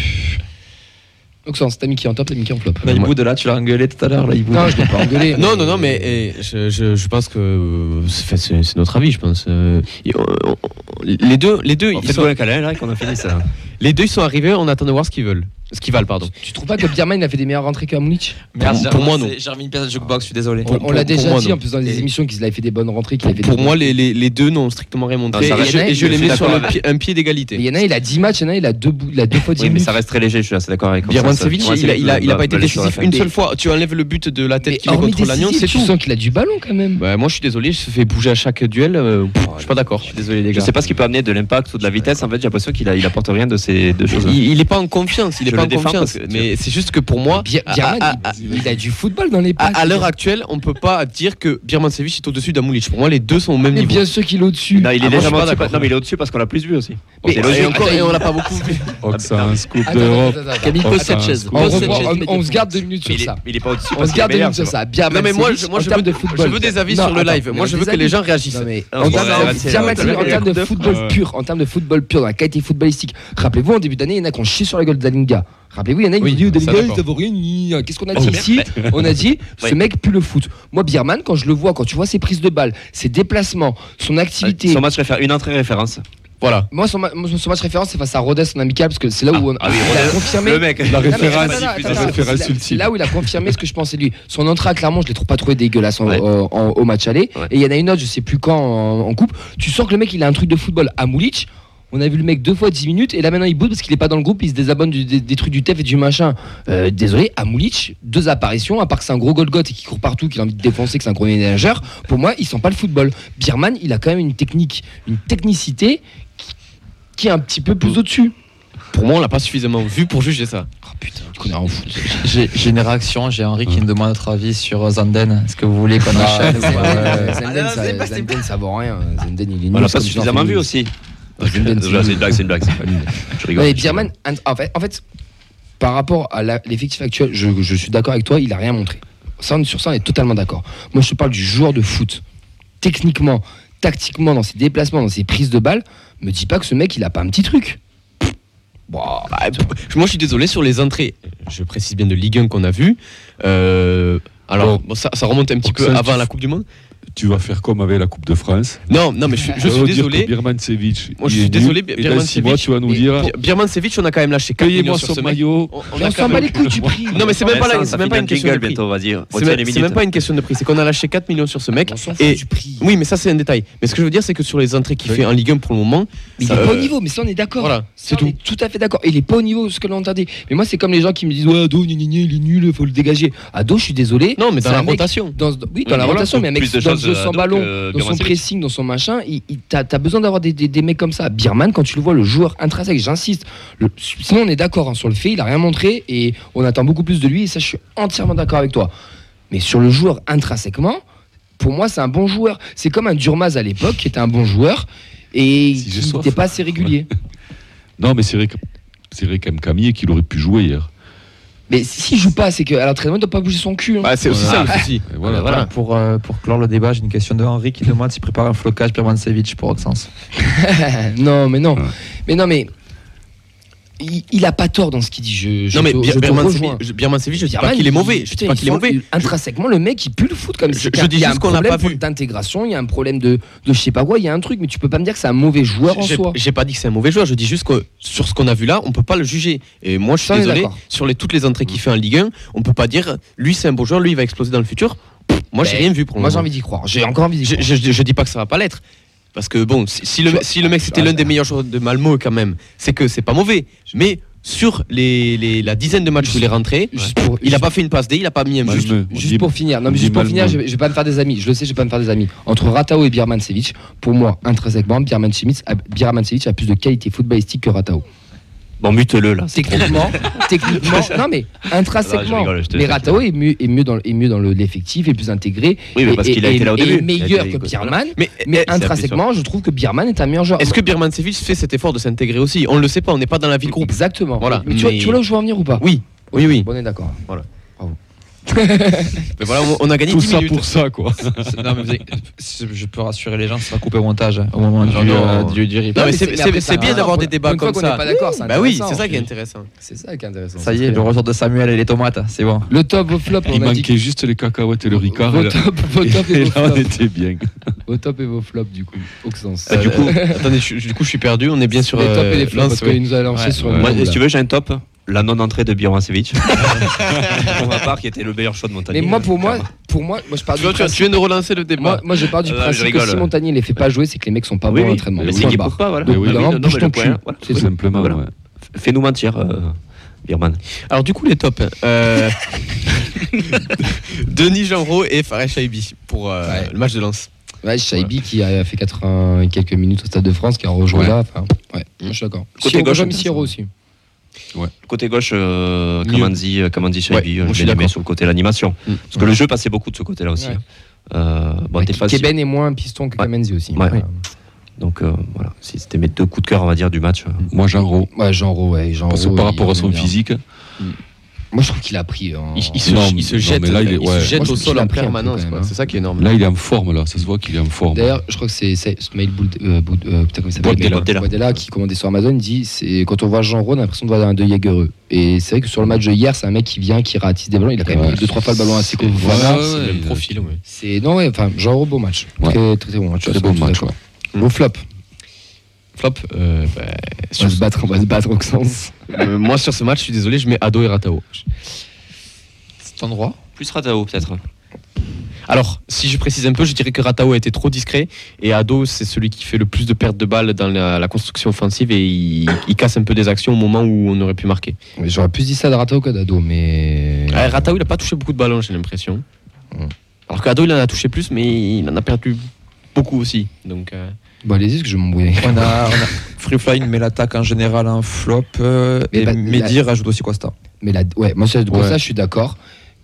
A: Donc, ça, c'est t'as mis qui en top, t'as mis qui en flop.
B: Là,
A: Moi-
B: Ibou, de là tu l'as engueulé tout à l'heure là Ibou.
A: Non, je l'ai pas engueulé.
E: Euh,
D: Non, non, non, mais eh, je, je- je pense que euh, c'est c'est- c'est notre avis, je pense. Euh, et on- on- on- les deux, les deux,
E: En
D: ils
E: fait,
D: sont,
E: ouais, câlin, là, hein, qu'on a fini ça.
D: [laughs] les deux, ils sont arrivés. On attend de voir ce qu'ils veulent, ce qu'ils valent, pardon.
A: Tu trouves pas que Bierman il a fait des meilleures rentrées qu'Amunich
B: Merde,
D: Pour- pour moi,
B: c'est-
D: non.
B: J'ai remis une pièce de jukebox, je suis désolé.
A: On, on l'a
D: pour- pour
A: déjà
D: moi,
A: dit
D: non.
A: en plus dans des
D: Et-
A: émissions qu'il avait fait des bonnes rentrées. qu'il
D: Pour,
A: avait
D: pour
A: des-
D: moi, les, les, les deux n'ont strictement rien
E: Non,
D: montré.
E: ça
D: et
E: reste-
D: je, et je
E: je
D: les
E: suis
D: mets sur
E: d'accord
D: le
E: avec-
D: pied- un pied
A: Il
D: d'égalité.
A: y en a, il a 10 matchs, il y en a, il a deux, bou- il a deux fois 10
E: Oui, mais
A: buts.
E: ça reste très léger, je suis assez d'accord avec
D: Birman
E: Constance.
D: Savic,
E: Ouais,
D: il, a-
E: c'est-
D: il, a- il a pas été
E: bah, laisse-le
D: décisif
E: faire.
D: une seule fois. Tu enlèves le but de la tête
A: Mais
D: qu'il met
A: hormis
D: contre l'Agnon,
A: décisif,
D: c'est
A: tu
D: tout.
A: sens qu'il a du ballon quand même.
D: Bah, moi, je suis désolé, je se fais bouger à chaque duel. euh, pff, je suis pas d'accord. Je suis désolé, les
E: Je
D: gars.
E: sais pas ce qui peut amener de l'impact ou de la vitesse. En fait, j'ai l'impression qu'il a- il apporte rien de ces deux choses.
D: Il, il est pas en confiance. Il est
E: Je
D: pas
E: le
D: en
E: défends
D: confiance.
E: parce que-
D: Mais c'est juste que pour moi,
A: Bier-
D: à-
A: Bierman,
D: à- à-
A: il, il a du football dans les
D: À,
A: pattes.
D: ah, à l'heure actuelle, on peut pas dire que Birmancevic est au-dessus d'Amoulic. Pour moi, les deux sont au même
A: Mais
D: niveau.
A: bien sûr qu'il est au-dessus.
E: Non,
D: Ah, moi,
E: il est
D: je suis
E: légèrement
D: pas
E: au-dessus.
D: d'accord.
E: Non, mais il est au-dessus parce qu'on l'a plus vu aussi.
D: Mais-
E: C'est
D: et
E: logique. Ah,
D: encore, et on l'a pas beaucoup vu.
C: Oh, que c'est un scoop
A: Attends,
C: d'Europe.
A: attends, attends, attends.
F: Camille,
C: Oh,
F: pose
C: ça,
F: cette
C: un
F: chaise.
C: score.
A: On,
F: Pose cette
A: revoit-
F: chaise.
A: on- on se garde deux minutes
E: Mais
A: sur
E: il est-
A: ça.
E: Il est pas au-dessus
A: On
E: parce
A: se
E: qu'il est
A: garde deux
E: meilleur.
A: minutes
E: c'est
A: sur
E: bon.
A: ça. Bien
D: Non, mais moi, je, moi, je veux,
A: de football.
D: je veux des avis
A: Non,
D: sur le
A: attends,
D: live.
A: mais
D: Moi,
A: on
D: je
A: les
D: veux
A: a
D: que les
A: dit.
D: gens réagissent.
A: Non, mais
E: Non,
A: en
E: ouais,
A: termes
E: ouais,
A: de-
E: c'est-
A: Bierman,
E: ouais,
A: c'est- en
E: ouais,
A: termes de
E: ouais.
A: football pur, en termes de football pur, dans la qualité footballistique, rappelez-vous, en début d'année, il y en a qui ont chié sur la gueule de Dalinga. Rappelez-vous, il y en a qui
D: Oui,
A: ont dit
D: ça,
A: Dalinga,
D: d'accord.
A: ça vaut rien. ni- Qu'est-ce qu'on a
E: Oh,
A: dit
E: merde.
A: ici On a
D: [laughs]
A: dit, ce
E: Ouais.
A: mec pue le foot. Moi, Bierman, quand je le vois, quand tu vois ses prises de balles, ses déplacements, son activité,
E: Son match réfère une entrée référence.
D: Voilà.
A: Moi, son, ma- moi, son match référence, c'est face à Rodez en amical, parce que c'est là où on,
E: ah oui,
A: il a
E: Rodez,
A: confirmé.
E: Le mec.
C: La
A: Non, mais attends,
C: référence,
A: attends, attends,
C: la
A: attends,
C: référence
A: c'est là-
C: ultime.
A: C'est là où il a confirmé ce que je pensais de lui. Son entrée, clairement, je l'ai trop pas trouvé dégueulasse en-
E: Ouais.
A: en- en- au match aller.
E: Ouais.
A: Et il y en a une autre, je sais plus quand, en, en coupe. Tu sens que le mec, il a un truc de football à Moulich. On a vu le mec deux fois 10 minutes et là maintenant il boude parce qu'il est pas dans le groupe, il se désabonne du- des, des trucs du TEF et du machin. Euh, désolé, à Moulich, deux apparitions, à part que c'est un gros Golgoth et qui court partout, qu'il a envie de défoncer, que c'est un gros ménageur, pour moi il sent pas le football. Birman, il a quand même une technique, une technicité qui- qui est un petit peu
C: Mmh.
A: plus au-dessus.
D: Pour moi, on l'a pas suffisamment vu pour juger ça.
A: Oh putain, tu connais en foot.
B: J'ai j'ai une réaction, j'ai Henri qui me demande notre avis sur Zanden. Est-ce que vous voulez
A: Ah,
B: qu'on achète
A: Zenden, euh,
B: Ah, non,
A: Zenden,
B: c'est pas-
A: ça-
B: c'est
A: Zenden, ça vaut rien. Zenden, il est
E: On
A: nul
E: l'a pas
A: comme
E: suffisamment
A: Jean-Philippe.
E: vu aussi.
A: une blague,
E: Là, C'est une blague, c'est une blague. c'est [laughs] une blague. Je rigole.
A: Ouais, Birman, en fait, en fait, par rapport à la- l'effectif actuel, je, je suis d'accord avec toi, il a rien montré. Ça, on- sur ça, on est totalement d'accord. Moi, je te parle du joueur de foot. Techniquement, tactiquement, dans ses déplacements, dans ses prises de balles, me dis pas que ce mec, il a pas un petit truc. Bon,
D: Bah, p- moi, je suis désolé sur les entrées. Je précise bien de Ligue 1 qu'on a vu. Euh, alors, bon, ça, ça remonte un petit peu
C: Oxen,
D: avant
C: tu-
D: la Coupe du Monde.
C: tu vas faire comme avec la Coupe de France.
D: Non, non, mais
C: [laughs]
D: je, je
C: Ça
D: suis
C: veut dire
D: désolé.
C: que Birman Sevic,
D: Moi, je
C: il
D: suis
C: est nul.
D: désolé,
C: Et dans six mois, tu vas nous dire
D: Birmancevic, on a quand même lâché 4 millions
C: payez-moi
D: sur ce
C: son
D: mec.
C: maillot.
D: On,
A: Mais on s'en bat les couilles du prix.
D: Non, mais c'est même pas, la- c'est même pas une question de prix.
E: bientôt, vas-y.
D: C'est
E: Retiens les
D: même, c'est
E: minutes.
D: même pas une question de prix. C'est qu'on a lâché 4 millions sur ce mec.
A: On s'en fout
D: Et
A: du prix.
D: oui, mais ça, c'est un détail. Mais ce que je veux dire, c'est que sur les entrées qu'il fait en Ligue 1 pour le moment,
A: Mais il
D: ça,
A: est pas au
D: euh,
A: niveau, mais ça on est d'accord.
D: voilà,
A: Ça,
D: c'est
A: on
D: tout.
A: est tout à fait d'accord. Il est pas au niveau de ce que l'on entendait. Mais moi, c'est comme les gens qui me disent Ouais, Ado, gna, gna, gna, il est nul, faut le dégager. Ado, je suis désolé.
D: Non, mais
A: C'est
D: dans la
A: un mec-
D: rotation.
A: dans, dans- oui, dans la
E: voilà,
A: rotation, mais un mec
E: plus de
A: dans
E: chances,
A: son
E: euh,
A: ballon,
E: donc, euh,
A: dans son
E: Birmancevic.
A: pressing, dans son machin, il, il- t'as t'as besoin d'avoir des, des- des mecs comme ça. Birman, quand tu le vois, le joueur intrinsèque, j'insiste. le- Sinon, on est d'accord hein, sur le fait, il a rien montré et on attend beaucoup plus de lui. Et ça, je suis entièrement d'accord avec toi. Mais sur le joueur intrinsèquement, pour moi, c'est un bon joueur. C'est comme un Durmaz à l'époque, qui était un bon joueur et
C: Si j'ai
A: qui
C: soif.
A: n'était pas assez régulier.
C: Non, mais c'est vrai que c'est vrai quand même Camille qu'il aurait pu jouer hier.
A: Mais s'il joue pas, c'est qu'à l'entraînement, il doit pas bouger son cul. hein.
D: Bah, c'est aussi ça le souci.
C: Et voilà.
B: Voilà, Pour, euh, pour clore le débat, j'ai une question de Henri qui demande s'il prépare un flocage Birmancevic pour Oxens.
A: [laughs] non, mais non.
C: Ouais.
A: Mais non, mais. Il, il a pas tort dans ce qu'il dit. Je, je
D: Non, mais
A: te- je te rejoins.
D: Birmancevic, je- Birmancevic, je dis pas
A: Birman,
D: qu'il est mauvais. Je
A: putain,
D: dis pas
A: ils
D: qu'il est
A: sont-
D: mauvais.
A: Intrinsèquement, le mec, il pue le foot comme
D: Je-
A: c'est
D: je
A: qu'il y a-
D: dis
A: il y a
D: juste
A: un
D: qu'on l'a
A: problème
D: pas vu.
A: d'intégration, il y a un problème de, de je sais pas quoi, il y a un truc, mais tu peux pas me dire que c'est un mauvais joueur en
D: J'ai-
A: soi.
D: J'ai pas dit que c'est un mauvais joueur, je dis juste que sur ce qu'on a vu là, on peut pas le juger. Et moi, je suis
A: Ça, on est
D: désolé,
A: d'accord.
D: sur les, toutes les entrées qu'il fait en Ligue 1, on peut pas dire lui c'est un bon joueur, lui il va exploser dans le futur. Pff, Moi, j'ai
A: Ben,
D: rien vu pour le
A: Moi, j'ai
D: moment.
A: envie d'y croire. J'ai encore envie d'y
D: Je,
A: croire.
D: je, je- je dis pas que ça va pas l'être. Parce que bon, si si le, si le mec
A: Ah,
D: c'était l'un des meilleurs joueurs de Malmo quand même, c'est que c'est pas mauvais. Mais sur les, les- la dizaine de matchs où il est rentré,
A: Juste pour-
D: il a pas fait une passe D, il a pas mis un but.
C: Malmö, on
A: Juste
C: dit-
A: pour finir, non, mais
C: on
A: juste
C: dit
A: pour finir,
C: Malmö.
A: je, vais- je vais pas me faire des amis. Je le sais, je vais pas me faire des amis. Entre Ratao et Birmancevic, pour moi, intrinsèquement, Birmancevic a, Birmancevic a plus de qualité footballistique que Ratao.
E: Bon, mute-le là.
A: Techniquement, [laughs] techniquement, non
D: [laughs]
A: mais
E: Non, je
A: intrinsèquement,
E: rigole, je te
A: mais
E: taquine.
A: Ratao est mieux, est mieux dans, le- est mieux dans le- l'effectif, est plus intégré,
E: Oui, mais parce
A: et-
E: qu'il a
A: et-
E: été là au
A: et
E: début.
A: meilleur que Birman.
D: Mais
A: Mais
E: s'est appuyé
A: intrinsèquement, je trouve que Birman est un meilleur joueur.
D: est-ce que Birmancevic fait cet effort de s'intégrer aussi On le sait pas, on n'est pas dans la ville groupe.
A: Exactement.
D: Voilà.
A: Mais tu, vois,
D: Mais-
A: tu vois là où je veux en venir ou pas
D: Oui, oui, oui.
A: Bon, On est d'accord.
D: Mais voilà, on- on a gagné
C: Tout
D: 10
C: ça
D: minutes.
C: pour ça quoi.
B: non, mais vous avez- je peux rassurer les gens, ça sera coupé au montage hein, au moment du,
D: Non, non,
B: euh,
D: non.
B: du- du rip.
D: Non, mais
A: mais
D: c'est-
A: c'est-
D: c'est
A: mais
D: c'est
A: après,
D: bien
A: ça-
D: d'avoir des débats
A: Une fois
D: comme
A: qu'on n'est pas
D: ça.
A: d'accord, c'est
D: Bah oui,
A: intéressant.
D: c'est ça qui est intéressant.
A: C'est ça qui est intéressant.
B: Ça y est, le retour de Samuel et les tomates, c'est bon.
A: Le top, vos flops,
C: Il
A: on a dit.
C: manquait juste les cacahuètes et le Ricard.
A: Vos
C: et là-
A: top, vos top et
C: et
A: vos
C: là, on
A: flops.
C: était bien.
A: Vos top et vos flops, du coup. Auxence.
D: Euh, attendez, je- du coup, je suis perdu. On est bien sur
A: les tops
D: euh,
A: et les flops,
D: Lens,
A: parce
D: ouais.
A: qu'il nous a lancé
D: Ouais.
A: sur une
E: Moi,
A: bombe,
E: si
A: là.
E: tu veux, j'ai un top. La non-entrée de Birmancevic. pour ma part, qui était le meilleur choix de Montagnier. euh,
A: Mais moi, pour moi, pour moi, moi je parle
D: Tu
A: du
D: vois, tu,
A: principe.
D: tu viens de relancer le débat.
A: Moi, moi, je parle du
E: Ah, je
A: principe que
E: rigole.
A: si Montagnier les fait pas jouer, c'est que les mecs sont pas
E: Oui,
A: bons à
E: oui.
A: l'entraînement.
E: Mais
A: Point
E: c'est qu'il
A: barre.
E: peut pas, voilà.
C: Mais oui,
E: Ah
A: D'un
E: oui,
A: moment,
E: non,
A: bouge
E: mais
A: ton
E: le
A: cul.
E: point, voilà.
A: C'est
C: Tout
A: tout.
C: simplement.
E: Voilà.
C: ouais.
E: Fais-nous mentir, euh, Birman.
D: Alors, du coup, les tops. euh, [laughs] Denis Genreau et Fares Chaibi pour euh,
A: Ouais.
D: le match de Lens.
A: Ouais, Shaibi qui a fait 80 et quelques minutes au Stade de France, qui a rejoint
D: Ouais.
A: là. Enfin, ouais, moi, je suis d'accord.
E: Côté
A: Siro,
E: gauche,
A: j'aime
E: intéressant.
A: Siro aussi.
E: Côté gauche, euh,
D: Mieux.
E: Kamanzi, euh, Kamanzi Shaibi,
D: Ouais, moi, je
E: je
D: suis
E: l'ai aimé
D: d'accord.
E: sur le côté de l'animation.
D: Mm.
E: Parce que le jeu passait beaucoup de ce côté-là aussi.
A: Ouais.
E: Euh, bon,
A: Ouais,
E: t'es facile.
A: Keben est moins un piston que
E: Ouais.
A: Kamenzi aussi.
E: Ouais.
A: Ouais,
E: Donc euh, voilà, Si c'était mes deux coups de cœur, on va dire, du match. euh,
C: Moi, Jean Rau.
A: ouais Genro, ouais. Genro,
C: Parce que par
A: il-
C: rapport à son
A: il est
C: physique,
A: bien. Moi, je trouve qu'il a pris. en-
D: Il, il se,
C: Non,
D: il se
C: non,
D: jette,
C: mais là, il est-
D: il se
A: Moi,
D: jette
C: ouais.
A: je
D: au
A: trouve
D: sol
A: qu'il a
D: en
A: pris un peu
D: permanence.
A: quand même,
D: quoi.
A: hein.
D: C'est ça qui est énorme.
C: là, il est en forme là. Ça se voit qu'il est en forme.
A: D'ailleurs, je crois que c'est c'est Smail Boud, euh, Boud- euh, putain, comment il s'appelle
E: Boudella.
A: Boudella. Boudella, qui commandait sur Amazon, il dit c'est quand on voit Jean Rhône, on a l'impression de voir un De Jagereux. Et c'est vrai que sur le match de hier, c'est un mec qui vient, qui ratisse des ballons. Il a quand même
C: Ouais.
A: eu deux trois fois le ballon à Seco.
C: Ouais,
A: Voilà.
C: ouais, ouais, il a-
D: ouais.
A: C'est non, ouais, enfin Jean Rhône, beau match,
C: Ouais.
A: très, très très bon match.
C: Très bon
A: Tout à
C: match.
A: fait.
C: ouais.
A: Au flop,
D: Flop. euh, bah,
A: on
D: sur
A: va se battre, on va se battre au sens.
D: Euh, moi, sur ce match, je suis désolé, je mets Ado et Ratao.
B: Cet endroit
E: Plus Ratao, peut-être.
D: Alors, si je précise un peu, je dirais que Ratao a été trop discret et Ado, c'est celui qui fait le plus de pertes de balles dans la, la construction offensive et il, il casse un peu des actions au moment où on aurait pu marquer.
A: Mais J'aurais plus dit ça de Ratao que d'Ado, mais.
D: Ouais, Ratao, il a pas touché beaucoup de ballons, j'ai l'impression.
A: Mm.
D: Alors qu'Ado, il en a touché plus, mais il en a perdu beaucoup aussi. Donc, euh,
A: Bon, allez-y, parce que je vais m'embrouiller.
B: on a, on a- [laughs] Free Flying met l'attaque en général en flop. euh,
A: Mais
B: et
A: bah,
B: Mehdi rajoute aussi Costa.
A: [laughs] Mais là, ouais, moi, c'est- pour
D: Ouais.
A: ça, je suis d'accord.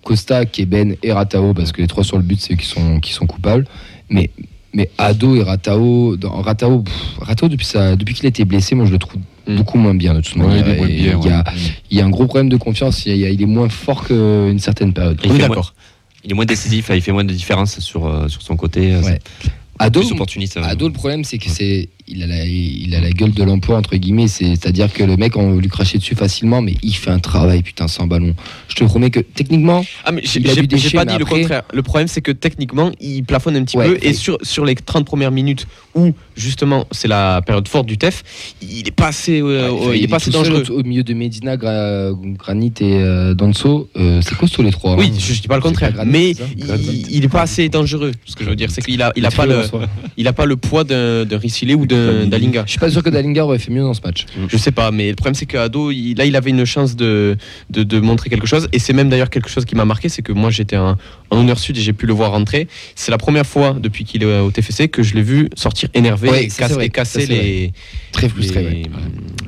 A: Costa, Keben et Ratao, parce que les trois sur le but, c'est qui sont, qui sont coupables. Mais, mais Ado et Ratao, dans, Ratao, pff, Ratao depuis, sa- depuis qu'il a été blessé, moi, je le trouve
D: Mm.
A: beaucoup moins bien de toute
C: Ouais,
A: manière.
C: il est moins
A: Et
C: bien,
A: il, y a,
C: ouais.
A: il y a un gros problème de confiance. Il, y a- il est moins fort qu'une certaine période.
E: Il fait moins-
D: d'accord.
E: Il est moins décisif, il fait moins de différence sur, euh, sur son côté. euh,
A: Ouais.
E: c'est
A: Ado,
E: plus opportuniste. euh.
A: Ado, le Ah, problème, c'est que c'est. il a la, il a la gueule de l'emploi, entre guillemets. C'est- C'est-à-dire que le mec, on veut lui cracher dessus facilement, mais il fait un travail, putain, sans ballon. Je te promets que techniquement,
D: Ah, mais j'ai
A: Il a
D: j'ai-
A: du déchet,
D: j'ai pas
A: mais
D: dit le
A: après-
D: contraire. Le problème, c'est que techniquement, il plafonne un petit
A: Ouais,
D: peu. Et
A: mais-
D: sur, sur les 30 premières minutes où, justement, c'est la période forte du TEF, il est pas assez, euh,
A: Ah, enfin,
D: il est pas assez
A: tout seul
D: dangereux.
A: au, au milieu de Medina, Gra- Granit et euh, Danso. Euh, c'est costaud les trois.
D: Oui,
A: hein.
D: je je dis pas le
A: C'est
D: contraire.
A: Granit,
D: mais
A: c'est ça
D: il, il est pas assez dangereux. Ce que je veux dire, c'est qu'il a, il a
A: Très
D: pas
A: bon
D: le,
A: en soi.
D: il a pas le poids d'un d'un Ricilé ou d'un d'Alinga.
A: Je suis pas sûr que Dalinga aurait fait mieux dans ce match.
D: Je sais pas, mais le problème c'est qu'Ado, il, là, il avait une chance de, de, de montrer quelque chose. Et c'est même d'ailleurs quelque chose qui m'a marqué, c'est que moi j'étais en en honneur sud et j'ai pu le voir rentrer. C'est la première fois depuis qu'il est au TFC que je l'ai vu sortir énervé
A: Ouais,
D: et,
A: ça,
D: casse-
A: c'est vrai.
D: et casser
A: Ça, c'est
D: les,
A: Très frustré.
D: les-
A: ouais.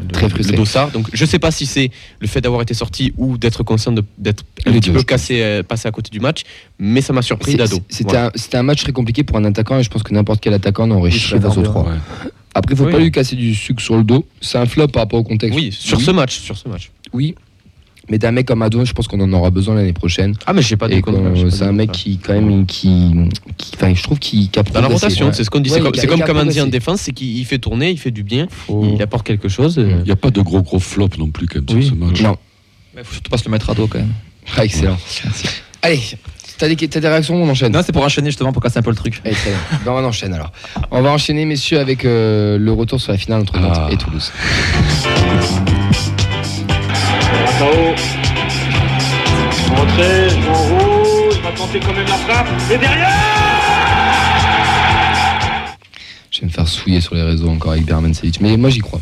D: le-
A: Très frustré.
D: le dossard. Donc je sais pas si c'est le fait d'avoir été sorti ou d'être conscient de- d'être un
A: Les
D: petit
A: deux,
D: peu
A: je
D: cassé, euh, passé à côté du match, mais ça m'a surpris
A: C'est-
D: d'Ado.
A: C'était
D: Voilà.
A: un, c'était un match très compliqué pour un attaquant et je pense que n'importe quel attaquant n'aurait
B: Oui,
A: chié
B: je
A: face aux
B: préfère
A: trois.
C: bien,
A: Après, faut
D: Oui. hein.
A: pas lui casser du sucre sur le dos. C'est un flop par rapport au contexte.
D: Oui, sur ce match, sur ce match.
A: Oui. Mais d'un mec comme Ado, je pense qu'on en aura besoin l'année prochaine.
D: Ah mais j'ai pas de
A: Et qu'on- c'est un mec qui, quand même, qui. qui- Enfin, je trouve qu'il capte.
D: Dans la rotation, c'est ce qu'on dit.
A: Ouais,
D: c'est comme,
A: il a-
D: c'est comme
A: il a
D: Kamandi en
A: progressé.
D: défense, c'est qu'il il fait tourner, il fait du bien,
C: Faut-
D: il apporte quelque chose. euh,
C: Il n'y a pas de gros gros flop non plus quand même
D: Oui.
C: sur ce match.
A: Non.
B: Il faut surtout pas se le mettre à dos quand même.
A: Ah, excellent. Allez, t'as des, t'as des réactions, on enchaîne.
B: Non, c'est pour enchaîner justement pour casser un peu le truc.
A: Allez, très bien. Ben, on enchaîne alors. On va enchaîner, messieurs, avec euh, le retour sur la finale entre Nantes
C: Ah.
A: et Toulouse.
G: Matao. Entrée, je en rouge, va tenter quand même la frappe. Et derrière
A: Je vais me faire souiller sur les réseaux encore avec Berman Selic. Mais moi, j'y crois.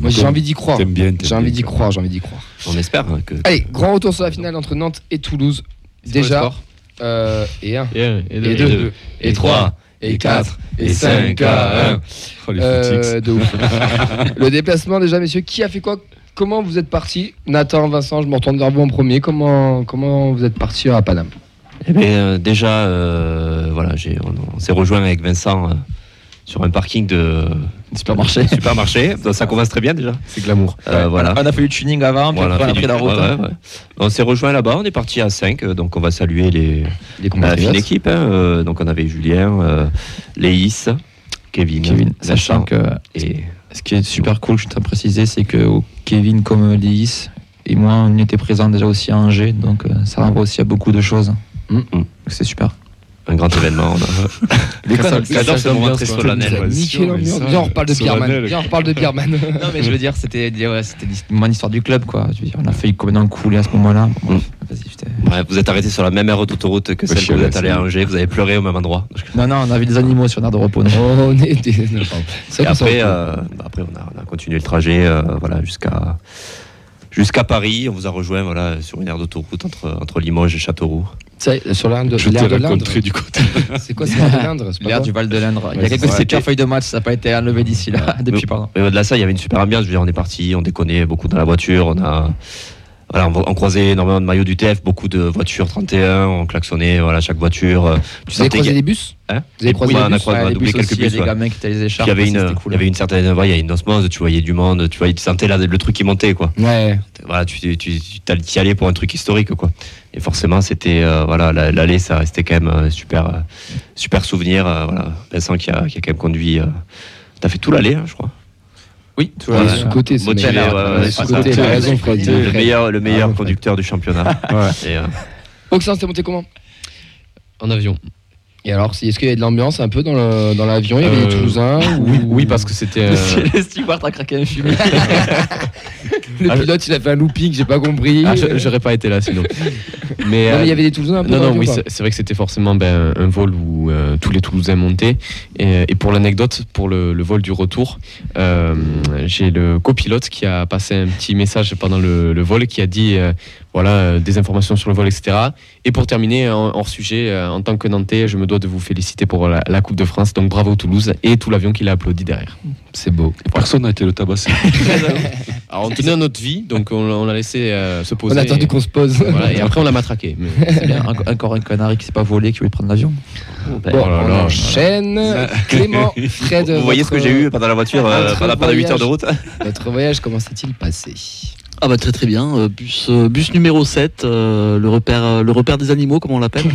A: Moi, j'ai envie d'y croire.
C: T'aimes bien. t'aimes
A: J'ai envie
C: bien,
A: d'y
C: quoi.
A: croire, j'ai envie d'y croire.
E: On espère hein, que.
A: Allez, grand retour sur la finale entre Nantes et Toulouse. Déjà, euh, et 1,
D: et un, et deux.
A: et 2, et
E: et
A: 3,
E: trois,
A: et
E: et
A: 4, et
E: et
A: 5,
E: cinq à un.
C: Oh, les fatigues.
A: de ouf. Le déplacement, déjà, messieurs, qui a fait quoi Comment vous êtes partis Nathan, Vincent, je me retourne vers vous en premier. Comment, comment vous êtes partis à Paname
E: Eh bien, euh, déjà, euh, voilà, j'ai- on, on s'est rejoint avec Vincent euh, sur un parking de
B: Supermarché.
E: supermarché. Donc, ça commence très bien déjà.
D: C'est glamour. Ah,
E: Euh, voilà.
B: On a fait du tuning avant, puis
E: Voilà,
B: après, on a
E: fait
B: pris la
E: du-
B: route. hein.
E: ouais, ouais, ouais. On s'est rejoint là-bas, on est parti à 5, donc on va saluer les,
A: Les
E: la fine
A: compatriotes.
E: équipe. hein, euh, donc on avait Julien, euh, Léis, Kevin,
B: Kevin, sachant
E: Vincent
B: que
E: et
B: ce qui est super cool, je tiens à préciser, c'est que oh, Kevin comme Léis et moi, on était présents déjà aussi à Angers, donc euh, ça renvoie aussi à beaucoup de choses.
A: Mm.
B: Donc C'est super.
E: un grand
B: [laughs]
E: événement. on J'adore ce moment très solennel.
A: Nickel
C: sûr, mais
A: ambiance.
C: ça,
A: Viens, on reparle de
C: solennel.
A: Pierman. Viens, on reparle de Pierman.
B: Non, mais je veux dire, c'était ouais, c'était une histoire du club, quoi. Je veux dire, on a failli complètement couler à ce moment-là.
E: Bon,
B: Vas-y,
E: a- ouais, vous êtes arrêté sur la même aire d'autoroute que celle que
C: Chier,
E: vous
C: ouais,
E: êtes allé
C: c'est-
E: à Angers, vous avez pleuré au même endroit.
B: Non, non, on avait des animaux sur un air de repos. non.
A: On est des- non, pardon. C'est
E: Et
A: vrai qu'on s'en
E: après,
A: fout.
E: euh, bah, après on, a, on a continué le trajet euh, voilà, jusqu'à jusqu'à Paris. On vous a rejoint voilà, sur une aire d'autoroute entre, entre Limoges et Châteauroux.
A: C'est vrai, sur l'Inde,
C: Je
A: l'air
C: t'ai
A: de l'Inde.
C: raconté du côté.
A: C'est quoi, c'est l'air de l'Inde c'est pas
B: L'air
A: toi
B: du Val de l'Indre. Il y
A: Ouais,
B: a quelques
A: c'est vrai.
B: stickers feuilles de match, ça n'a pas été enlevé d'ici là, depuis,
E: Mais-
B: pardon.
E: Mais au-delà de ça, il y avait une super ambiance. Je veux dire, on est parti, on déconnait beaucoup dans la voiture. On a. Voilà, on, vo- on croisait énormément de maillots du TF, beaucoup de voitures 31, on klaxonnait, voilà, chaque voiture. euh, Tu
A: Vous avez
E: sentais
A: croisé
E: qu'il y
A: des bus
E: a- hein
A: Vous avez croisé
E: Ouais,
A: des
E: on a
A: bus
E: croisé, on a
B: Ouais, les
E: doublé
B: bus
E: quelques
B: aussi, il y a
E: bus.
B: des
E: ouais.
B: gamins qui étaient les
E: Puis
B: écharpes.
E: Il y avait
B: ça,
E: une,
B: c'était cool. hein.
E: il y avait une certaine, ouais, il y a une osmose, tu voyais du monde, tu voyais, tu sentais là le truc qui montait, quoi.
A: Ouais.
E: Voilà, tu, tu, tu t'y allais pour un truc historique, quoi. Et forcément, c'était, euh, voilà, la- l'aller, ça restait quand même euh, super, euh, super souvenir. euh, voilà, Vincent qui a, qui a quand même conduit. euh, T'as fait tout l'aller, hein, je crois.
B: Oui, tu vois,
A: Il est
E: Ouais.
A: sous-côté, ce
E: Motel,
A: mec.
E: ouais, ouais,
A: Il est
E: ouais,
A: sous-côté,
E: c'est
A: il a
E: ça.
A: raison, Fred. il a
E: Le
A: raison.
E: meilleur, le meilleur
A: Ah, ouais.
E: conducteur
A: [laughs]
E: du championnat. Et, euh,
A: Auxin, t'es monté comment
D: En avion.
A: Et alors, c'est- est-ce qu'il y avait de l'ambiance un peu dans le- dans l'avion Il y avait
D: Euh,
A: des Toulousains
D: Oui,
A: ou-
D: oui, parce que
B: [laughs]
D: c'était. euh,
B: Le steward a craqué un fumier.
A: le
D: ah, je-
A: pilote, il a fait un looping, j'ai pas compris.
D: ah, je- j'aurais pas été
B: [laughs]
D: là sinon. Mais,
A: Non, mais il y
D: euh,
A: avait des Toulousains un peu
D: Non,
A: dans
D: non,
A: l'avion,
D: oui,
A: quoi.
D: c'est c'est vrai que c'était forcément ben, un vol où euh, tous les Toulousains montaient. Et, et pour l'anecdote, pour le, le vol du retour, euh, j'ai le copilote qui a passé un petit message pendant le, le vol qui a dit euh, voilà, euh, des informations sur le vol, etc. Et pour terminer, en- hors sujet, euh, en tant que Nantais, je me dois de vous féliciter pour la, la Coupe de France. Donc bravo Toulouse et tout l'avion qui l'a applaudi derrière.
A: C'est beau.
C: Personne n'a été le tabasser.
D: Alors on tenait à notre vie, donc on, l'a- on l'a laissé euh, se
A: On
D: poser.
A: a attendu qu'on se pose.
D: Voilà, et après on l'a matraqué.
A: [laughs]
D: mais-
B: C'est bien, enco- encore un canari qui s'est pas volé, qui voulait prendre l'avion.
A: Bon,
D: Oh là
A: on
D: là.
A: enchaîne.
D: [laughs]
A: Clément, Fred.
E: vous voyez ce que
A: votre-
E: j'ai eu pendant la voiture, euh,
A: votre
E: pendant, pendant 8
A: voyage.
E: heures de route
A: Votre voyage, comment s'est-il passé
F: Ah bah très très bien. Euh, bus, euh, bus numéro 7, euh, le, repère, euh, le repère des animaux, comme on
A: [laughs]
F: l'appelle.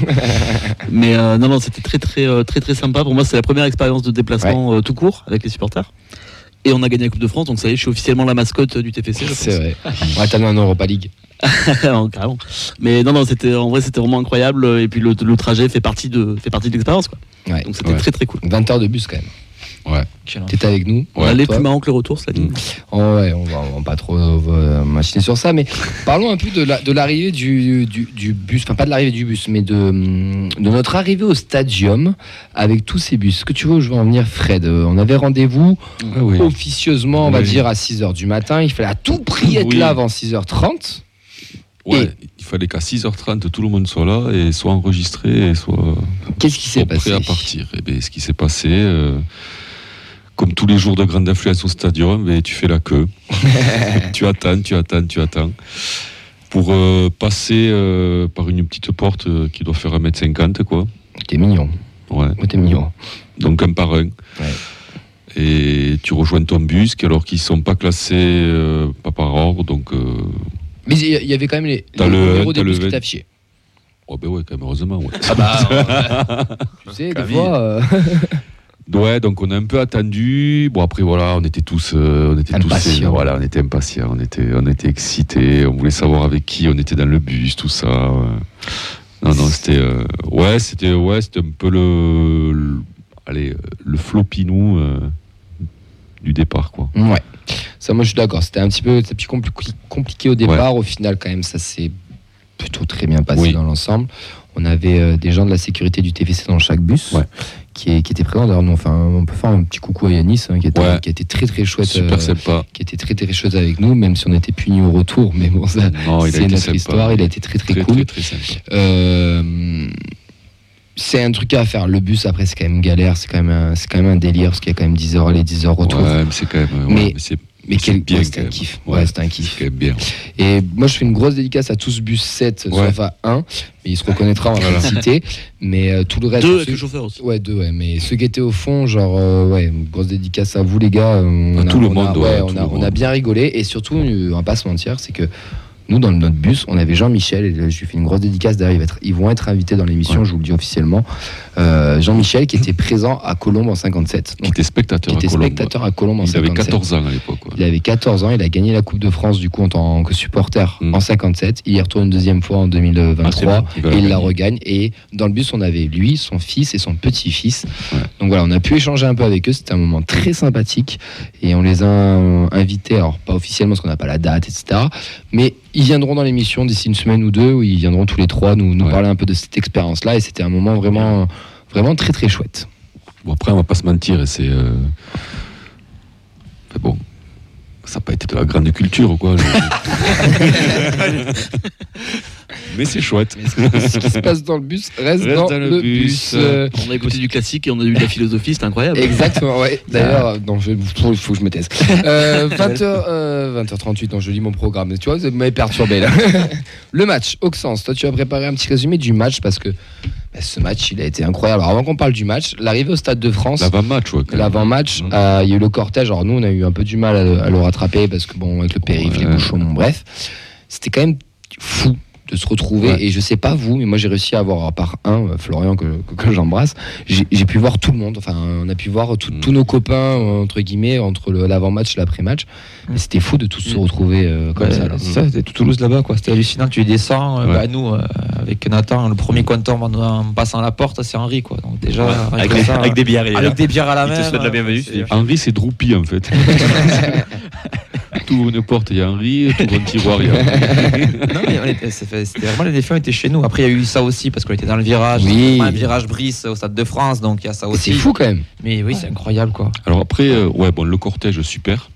F: Mais euh, non, non, c'était très très euh, très très sympa. Pour moi, c'est la première expérience de déplacement euh, tout court avec les supporters. Et on a gagné la Coupe de France, donc ça y est, je suis officiellement la mascotte euh, du TFC. je
A: C'est vrai. On va t'amener en Europa League.
F: [laughs] Non, Ah, carrément. Mais non, non, c'était en vrai, c'était vraiment incroyable. Et puis le, le trajet fait partie de fait partie de l'expérience, quoi.
A: Ouais.
F: Donc c'était
C: Ouais.
F: très très cool.
A: 20 heures de bus quand même.
B: Quel
A: T'étais avec nous.
F: On allait
A: toi.
F: plus marrant que le retour, cela dit.
C: Mm.
A: Oh ouais, on va, on va pas trop euh, machiner sur ça, mais parlons un peu de la- de l'arrivée du, du- du bus, enfin pas de l'arrivée du bus, mais de, hum, de notre arrivée au stadium avec tous ces bus. Est-ce que tu vois où je veux en venir, Fred Euh, On avait rendez-vous
C: Ah oui.
A: officieusement, on va
C: Oui.
A: dire, à 6h du matin. Il fallait à tout prix être
C: Oui.
A: là avant 6h30.
C: Ouais, il fallait qu'à 6h30 tout le monde soit là et soit enregistré et soit
A: Qu'est-ce qui s'est
C: soit prêt
A: passé
C: à partir. Et bien, ce qui s'est passé, euh, comme tous les jours de grande affluence au stadium, ben, tu fais la
A: [laughs]
C: queue. tu attends, tu attends, tu attends. Pour euh, passer euh, par une petite porte euh, qui doit faire 1m50, quoi.
A: T'es mignon,
C: Ouais.
A: Oh, t'es mignon.
C: Donc un par un. Et tu rejoins ton bus, qui, alors qu'ils sont pas classés euh, pas par ordre, donc euh,
A: Mais il y- il y avait quand même les,
C: T'as
A: les
C: le-
A: numéros des
C: t'as le
A: bus qui
C: vingt-
A: étaient affichés.
C: oh ben ouais, quand même, heureusement. ouais. [laughs] Ah,
A: Tu sais, des
B: Camille.
A: fois, euh,
C: Ouais, donc on a un peu attendu. Bon après voilà, on était tous, euh, on était tous,
A: Impatients.
C: voilà, on était impatients, on était, on était excités, on voulait savoir avec qui, on était dans le bus, tout ça. ouais. Non non, c'était, euh, ouais, c'était, ouais, c'était un peu le, le- allez, euh, le flopinou euh, du départ quoi.
A: Ouais. Ça, moi, je suis d'accord. C'était un petit peu, c'était un petit peu compli- compliqué au départ. Au final, quand même, ça s'est plutôt très bien passé
C: Oui.
A: dans l'ensemble. On avait euh, des gens de la sécurité du TVC dans chaque bus
C: Ouais.
A: qui, est- qui étaient présents. D'ailleurs, nous, enfin, on peut faire un petit coucou à Yanis hein, qui, était,
C: Ouais.
A: qui a été très très chouette,
C: Super
A: euh,
C: sympa.
A: qui était très très chouette avec nous, même si on était puni au retour. Mais bon, ça,
C: Non, Oh, il a
A: Ah, c'est
C: été
A: notre
C: sympa.
A: histoire. Il a été très très,
C: très,
A: cool.
C: très, très sympa.
A: Euh, c'est un truc à faire. Le bus après, c'est quand même galère. C'est quand même un, c'est quand même un délire parce qu'il y a quand même 10 heures les 10 heures retour.
C: Ouais, mais c'est quand même, ouais,
A: Mais-
C: mais c'est
A: Mais
C: C'est
A: quel
C: bien
A: ouais, c'était
C: quand
A: un
C: même.
A: kiff.
C: Ouais.
A: Ouais, c'était un
C: c'est
A: kiff.
C: quand même bien.
A: Et moi, je fais une grosse dédicace à tout ce bus 7,
C: Ouais.
A: sauf à 1, mais il se reconnaîtra, on va pas le citer. Mais euh, tout le reste.
F: Deux avec
A: ceux-
F: le chauffeur aussi.
A: Ouais, deux, ouais. Mais ceux qui étaient au fond, genre, euh, ouais, une grosse dédicace à vous, les gars. Euh, On
C: À tout le monde,
A: on a,
C: ouais, à
A: on,
C: tout
A: a,
C: le
A: on a
C: monde.
A: bien rigolé. Et surtout, euh, on va pas se mentir, c'est que nous, dans notre bus, on avait Jean-Michel, et là, je lui fais une grosse dédicace. D'ailleurs, ils, va être- ils vont être invités dans l'émission, je vous le dis officiellement. Euh, Jean-Michel, qui était présent à Colombe en 57.
C: Qui
A: Donc,
C: était spectateur
A: qui était
C: à Colombe.
A: spectateur à Colombe en
C: Il
A: 57.
C: avait 14 ans à l'époque. ouais.
A: Il avait 14 ans, il a gagné la Coupe de France du coup en tant que supporter
C: Mm.
A: en 57. Il y retourne une deuxième fois en 2023
C: Il va
A: et il la
C: gagner.
A: regagne. Et dans le bus, on avait lui, son fils et son petit-fils.
C: Ouais.
A: Donc voilà, on a pu échanger un peu avec eux. C'était un moment très sympathique et on les a euh, invités. Alors pas officiellement parce qu'on n'a pas la date, etc. Mais ils viendront dans l'émission d'ici une semaine ou deux où ils viendront tous les trois nous, nous
C: Ouais.
A: parler un peu de cette expérience-là. Et c'était un moment vraiment, vraiment très très chouette.
C: Bon, après, on va pas se mentir, et c'est. euh, Mais bon, ça n'a pas été de la grande culture, quoi. [laughs] Mais c'est chouette.
A: Ce qui [laughs] se passe dans le bus reste, dans, le bus. Euh,
F: On a écouté du classique et on a eu de la philosophie, c'était incroyable.
A: Exactement, ouais. D'ailleurs, euh, non, je- faut, faut que je me taise. Euh, 20h, 20h38, non, je lis mon programme. Tu vois, vous m'avez perturbé là. [laughs] Le match, Auxence, toi tu as préparé un petit résumé du match parce que bah, ce match, il a été incroyable. Alors avant qu'on parle du match, l'arrivée au Stade de France.
C: L'avant-match, ouais. quand même.
A: L'avant-match,
C: Mhm.
A: euh, il y a eu le cortège. Alors nous, on a eu un peu du mal à le, à le rattraper parce que bon, avec le périph, les
C: Ouais.
A: bouchons, bon, bref, c'était quand même fou de se retrouver.
C: Ouais.
A: Et je sais pas vous, mais moi j'ai réussi à voir à part un euh, Florian que, que- que j'embrasse. J'ai j'ai pu voir tout le monde. Enfin, on a pu voir tout-
C: Mhm.
A: tous nos copains euh, entre guillemets entre le- l'avant-match, et l'après-match. Mais c'était fou de tous se
B: Mhm.
A: retrouver euh, comme
B: Ouais,
A: ça. là.
B: c'est ça, c'était tout Toulouse là-bas, quoi. C'était hallucinant. Tu descends, euh,
C: Ouais.
B: bah, nous, euh, avec Nathan, le premier compteur en, en passant la porte, c'est Henri, quoi. Donc déjà, rien que
E: Avec,
B: ça,
E: avec des bières, il est
B: avec
E: là.
B: des bières à la
E: Il
B: main. euh,
E: te souhaite la bienvenue,
B: c'est-
E: tu dis.
C: Henri, c'est Droupi, en [laughs] fait. T'ouvres une porte, il y a Henri, t'ouvres un tiroir, il y a Henri.
B: Non, mais on était- ça fait- c'était vraiment les défis, on était chez nous. Après, il y a eu ça aussi, parce qu'on était dans le virage.
A: Oui.
B: C'était vraiment Un virage brise au Stade de France, donc il y a ça
A: Et C'est
B: aussi.
A: fou quand même.
B: Mais oui, c'est incroyable, quoi.
C: Alors après, euh, ouais, bon, le cortège, super.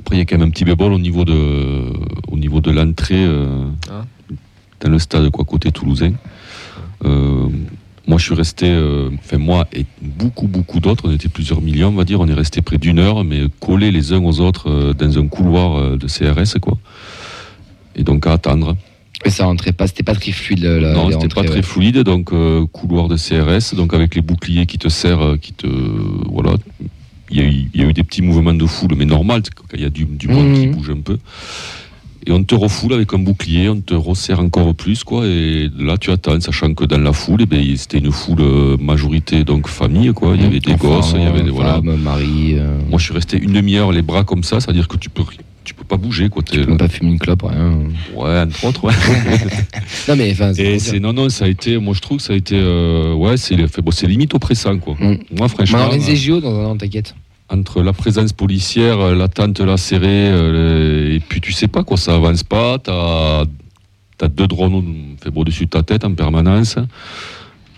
C: Après, il y a quand même un petit bébol au niveau de, au niveau de l'entrée euh,
D: Ah.
C: dans le stade, quoi, côté toulousain. Euh, moi, je suis resté, euh, enfin, moi et beaucoup, beaucoup d'autres, on était plusieurs millions, on va dire, on est resté près d'une heure, mais collés les uns aux autres euh, dans un couloir euh, de CRS, quoi. Et donc à attendre.
A: Et ça rentrait pas, c'était pas très fluide. là, là,
C: Non,
A: les
C: c'était pas
A: rentrées,
C: très
A: ouais.
C: fluide, donc euh, couloir de CRS, donc avec les boucliers qui te serrent, euh, qui te euh, voilà, il y, a eu- il y a eu des petits mouvements de foule, mais normal, c'est quand il y a du, du monde qui
A: Mhm.
C: bouge un peu. Et on te refoule avec un bouclier, on te resserre encore plus, quoi. Et là, tu attends, sachant que dans la foule, eh ben, il- c'était une foule euh, majorité, donc famille, quoi. Il y avait des
A: Mhm. Enfants,
C: gosses, il y avait des. Voilà.
A: femmes, maris, euh,
C: Moi, je suis resté une demi-heure les bras comme ça, c'est-à-dire que tu peux, tu peux pas bouger, quoi. T'es-
A: tu peux pas fumer une clope, rien.
C: Ouais, entre autres, ouais.
A: Non, mais enfin, c'est
C: Et
A: pour dire.
C: c'est non, non, ça a été. Moi, je trouve que ça a été. euh, ouais, c'est fait- bon, c'est limite oppressant, quoi.
A: Mm.
C: Moi,
A: Mais
C: franchement, euh,
A: alors, les JO dans un an, t'inquiète.
C: entre la présence policière, euh, l'attente la serrée, euh, le- et puis tu sais pas quoi, ça avance pas. T'as as deux drones fait beau dessus de ta tête en permanence.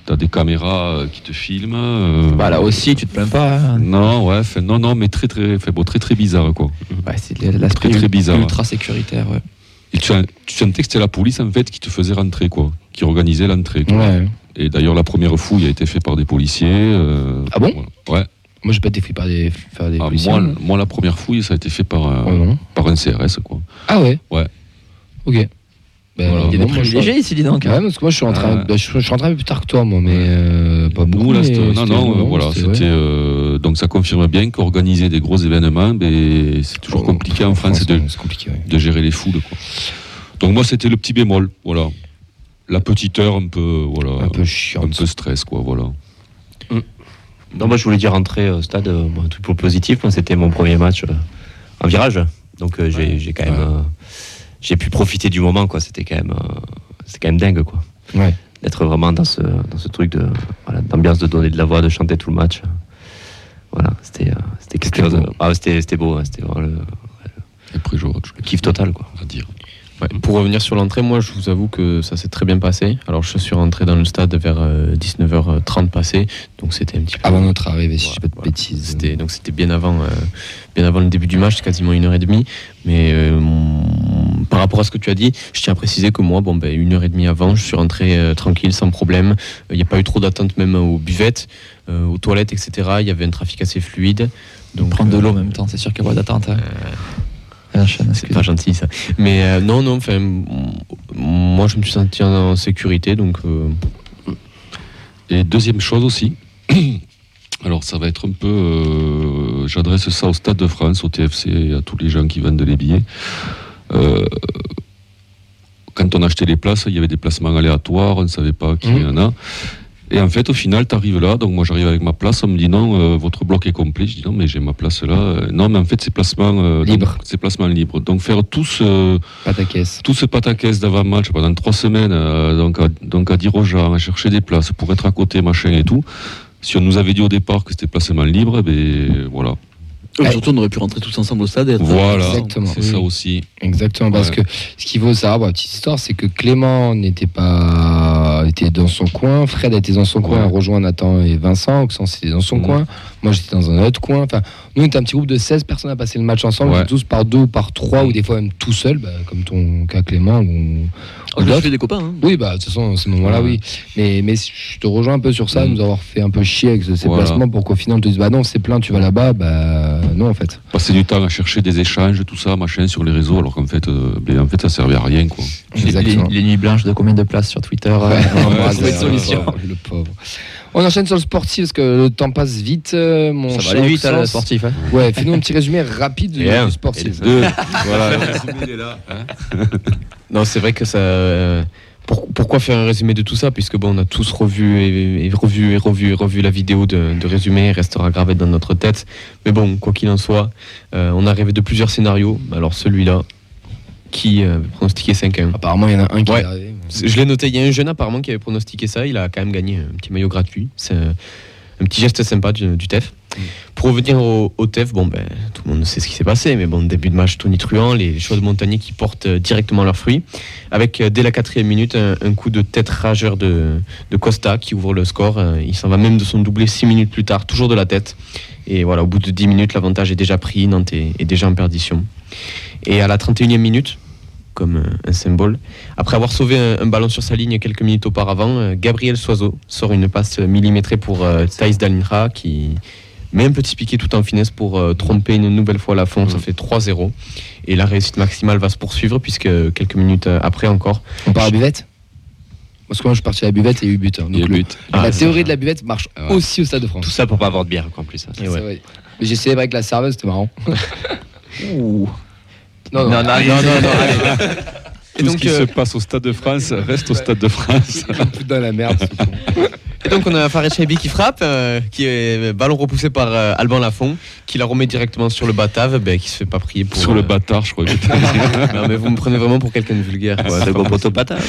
C: T'as des caméras euh, qui te filment. euh,
A: Ah,
B: Bah là aussi, tu te plains pas. hein.
C: Non, ouais, fait- non, non, mais très, très, fait beau, très, très bizarre, quoi.
B: Ouais, c'est l'aspect
C: Très, très bizarre.
B: ultra sécuritaire. ouais.
C: Et tu, sens- tu sentais que c'était la police en fait qui te faisait rentrer quoi, qui organisait l'entrée. quoi.
A: Ouais.
C: Et d'ailleurs la première fouille a été faite par des policiers. euh,
A: Ah bon
C: voilà. Ouais.
A: Moi, j'ai pas été fait par des, faire des
C: Ah,
A: policiers,
C: moi,
A: hein.
C: moi, la première fouille ça a été fait par un,
A: Oh, non.
C: par un CRS quoi.
A: Ah ouais
C: Ouais.
A: Ok. Ben, il
C: Voilà.
A: y a des
C: Bon, moi,
A: privilégiés.
B: Léger ici, dis donc.
A: Quand
B: hein.
A: même, parce que moi je suis en train,
C: Ah ouais.
A: bah, je, je suis en train plus tard que toi, moi, mais
C: Ouais.
A: euh, pas
C: Nous,
A: beaucoup.
C: là,
A: mais
C: c'était-
A: c'était-
C: non non euh, voilà
A: c'était- ouais.
C: c'était euh, donc ça confirme bien qu'organiser des gros événements ben, c'est toujours
A: Oh,
C: compliqué en France de,
A: ouais, c'est compliqué. ouais.
C: de gérer les foules quoi. Donc moi c'était le petit bémol voilà. La petite heure un peu voilà
A: Un peu
C: un
A: chiant.
C: peu stress quoi voilà.
E: Non, moi je voulais dire rentrer au stade, euh, bon, un truc pour positif. Moi, c'était mon premier match euh, en virage. Donc euh, j'ai j'ai quand même.
C: Ouais.
E: euh, j'ai pu profiter du moment, quoi. C'était quand même. euh, c'était quand même dingue, quoi.
A: Ouais.
E: D'être vraiment dans ce, dans ce truc de. Voilà, d'ambiance, de donner de la voix, de chanter tout le match. Voilà, c'était euh, c'était quelque
A: C'était
E: chose.
A: beau.
E: Ah, c'était c'était beau, hein, c'était vraiment le,
C: Et après je
E: le kiff total, quoi.
C: à dire.
D: Ouais, Pour revenir sur l'entrée, moi je vous avoue que ça s'est très bien passé. Alors je suis rentré dans le stade vers euh, 19h30 passé, donc c'était un petit peu.
B: Ah,
A: Avant notre arrivée, si je dis pas de
D: Voilà.
A: bêtises.
D: C'était donc c'était bien avant, euh, bien avant le début du match, quasiment une heure et demie. Mais euh, mon- par rapport à ce que tu as dit, je tiens à préciser que moi, bon ben une heure et demie avant, je suis rentré euh, tranquille, sans problème. Euh, Il n'y a pas eu trop d'attente même aux buvettes, euh, aux toilettes, etc. Il y avait un trafic assez fluide. Donc
B: Prendre de
D: euh,
B: l'eau en même temps, c'est sûr qu'il y a pas d'attente. hein. Enchaîne,
D: C'est
B: excuse.
D: pas gentil ça. Mais euh, non, non, enfin, m- moi je me suis senti en sécurité, donc euh,
C: Et deuxième chose aussi, [clears throat] alors ça va être un peu, euh, j'adresse ça au Stade de France, au TFC, et à tous les gens qui vendent les billets. Euh, quand on achetait les places, il y avait des placements aléatoires, on ne savait pas qui
A: Mhm.
C: il y en a. Et en fait, au final, tu arrives là, donc moi j'arrive avec ma place, on me dit non, euh, votre bloc est complet. Je dis non, mais j'ai ma place là. Euh, Non, mais en fait, c'est placement euh,
A: Libre.
C: donc, C'est placement libre. Donc faire euh, tout ce,
A: Pas ta caisse.
C: tout ce pataquès d'avant-match pendant trois semaines, euh, donc, à, donc à dire aux gens, à chercher des places pour être à côté, machin et tout. Si on nous avait dit au départ que c'était placement libre, eh ben voilà.
F: Et Surtout, on aurait pu rentrer tous ensemble au stade. et être-
C: Voilà,
A: Exactement.
C: c'est
A: Oui.
C: ça aussi.
A: Exactement, parce que
C: Ouais.
A: ce qu'il faut savoir, bah, petite histoire, c'est que Clément n'était pas était dans son coin, Fred était dans son coin,
C: Ouais.
A: rejoint Nathan et Vincent, Oxen c'était dans son
C: Mhm.
A: coin, moi j'étais dans un autre coin. Enfin, nous on était un petit groupe de 16 personnes à passer le match ensemble,
C: Ouais.
A: tous par deux ou par trois, ou des fois même tout seul, bah, comme ton cas Clément. Ou...
F: Ah, Je me
A: D'autres
F: suis fait des copains. hein.
A: Oui, bah de toute façon, à ce moment-là,
C: Oh, Ouais.
A: oui. Mais, mais je te rejoins un peu sur ça,
C: Mhm.
A: nous avoir fait un peu chier avec ce- ces
C: Voilà.
A: placements pour qu'au final on te dise, bah non, c'est plein, tu vas là-bas, bah non en fait.
C: Passer du temps à chercher des échanges, tout ça, machin, sur les réseaux, alors qu'en fait, euh, ben, en fait, ça servait à rien,
E: [laughs]
C: quoi.
B: Les,
A: Exactement.
B: les- les nuits blanches de combien de places sur Twitter euh, [laughs] on
C: ouais,
B: va
C: c'est
B: trouver une
C: ça,
B: solution.
A: Oh, le pauvre. On enchaîne sur le sportif parce que le temps passe vite. euh, Mon
B: Ça va
A: cher
B: aller vite, hein,
A: Oxens.
B: le sportif. hein.
A: Ouais, fais-nous un petit résumé rapide du,
D: Et un,
A: du sportif.
C: Deux.
D: [laughs] non, c'est vrai que ça. euh, pour- pourquoi faire un résumé de tout ça Puisque bon, on a tous revu et, et revu et revu et revu la vidéo de, de résumé, elle restera gravée dans notre tête. Mais bon, quoi qu'il en soit, euh, on a rêvé de plusieurs scénarios. Alors celui-là, qui euh, pronostiquait 5-1
A: Apparemment, il y en a un qui
D: Ouais.
A: est arrivé.
D: Je l'ai noté, il y a un jeune apparemment qui avait pronostiqué ça, il a quand même gagné un petit maillot gratuit. C'est un un petit geste sympa du, du TEF. Pour revenir au, au TEF, bon, ben, tout le monde sait ce qui s'est passé, mais bon, début de match tonitruant, les choses montagnées qui portent euh, directement leurs fruits. Avec euh, dès la quatrième minute, un, un coup de tête rageur de, de Costa qui ouvre le score. euh, Il s'en va même de son doublé six minutes plus tard, toujours de la tête. Et voilà, au bout de 10 minutes, l'avantage est déjà pris, Nantes est, est déjà en perdition. Et à la 31e minute, comme euh, un symbole, après avoir sauvé un, un ballon sur sa ligne quelques minutes auparavant, euh, Gabriel Soiseau sort une passe millimétrée pour euh, Thaïs Dalinra qui met un petit piqué tout en finesse pour euh, tromper une nouvelle fois la
C: Mm.
D: fond. Ça fait 3-0. Et la réussite maximale va se poursuivre puisque quelques minutes euh, après encore.
A: On part à la buvette Parce que moi, je suis parti à la buvette et il y a eu but. hein.
C: Il y a
A: Donc, le-
C: but.
A: la
D: Ah,
A: théorie de la buvette marche
E: Ah ouais.
A: aussi au Stade de France.
E: Tout ça pour pas avoir de bière, quoi, en plus. hein.
A: Ça,
D: ouais.
A: ouais. Mais j'ai célébré avec la serveuse, c'était marrant. Non, non.
B: non,
C: Ah,
B: non, non, non, non, allez.
C: Tout ce qui
E: euh,
C: se passe au Stade de France reste au Stade
E: [laughs]
C: de France.
A: [laughs] Foutre dans la merde. ce con.
D: Et donc on a Fares Chaibi qui frappe, euh, qui est ballon repoussé par euh, Alban Lafont, qui la remet directement sur le batave, ben, qui se fait pas prier pour.
C: Sur le
D: euh,
C: bâtard, je crois.
D: [laughs] Non mais vous me prenez vraiment pour quelqu'un de vulgaire.
C: [laughs]
D: quoi.
E: C'est bon poteau patate.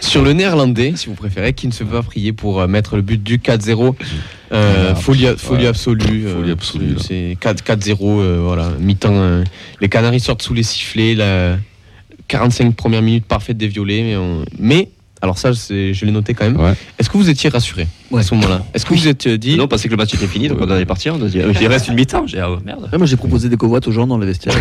D: Sur le néerlandais, si vous préférez, qui ne se fait pas prier pour euh, mettre le but du 4-0. Euh,
A: Voilà.
D: folie, folie
C: Ouais.
D: absolue. euh,
C: Folie absolue, là.
D: C'est 4 4-0, euh, voilà. Mi-temps, euh, les Canaries sortent sous les sifflets. La 45 premières minutes parfaites des violets. Mais, on- mais, alors ça, c'est- je l'ai noté quand même.
C: Ouais.
D: Est-ce que vous étiez rassuré à ce moment-là Est-ce que vous êtes euh, dit
E: Non, parce que le match était fini, donc on allait partir. On a dit, euh, il reste une mi-temps. J'ai dit, ah ouais, merde.
F: Ouais, moi j'ai proposé des covoites aux gens dans les vestiaires.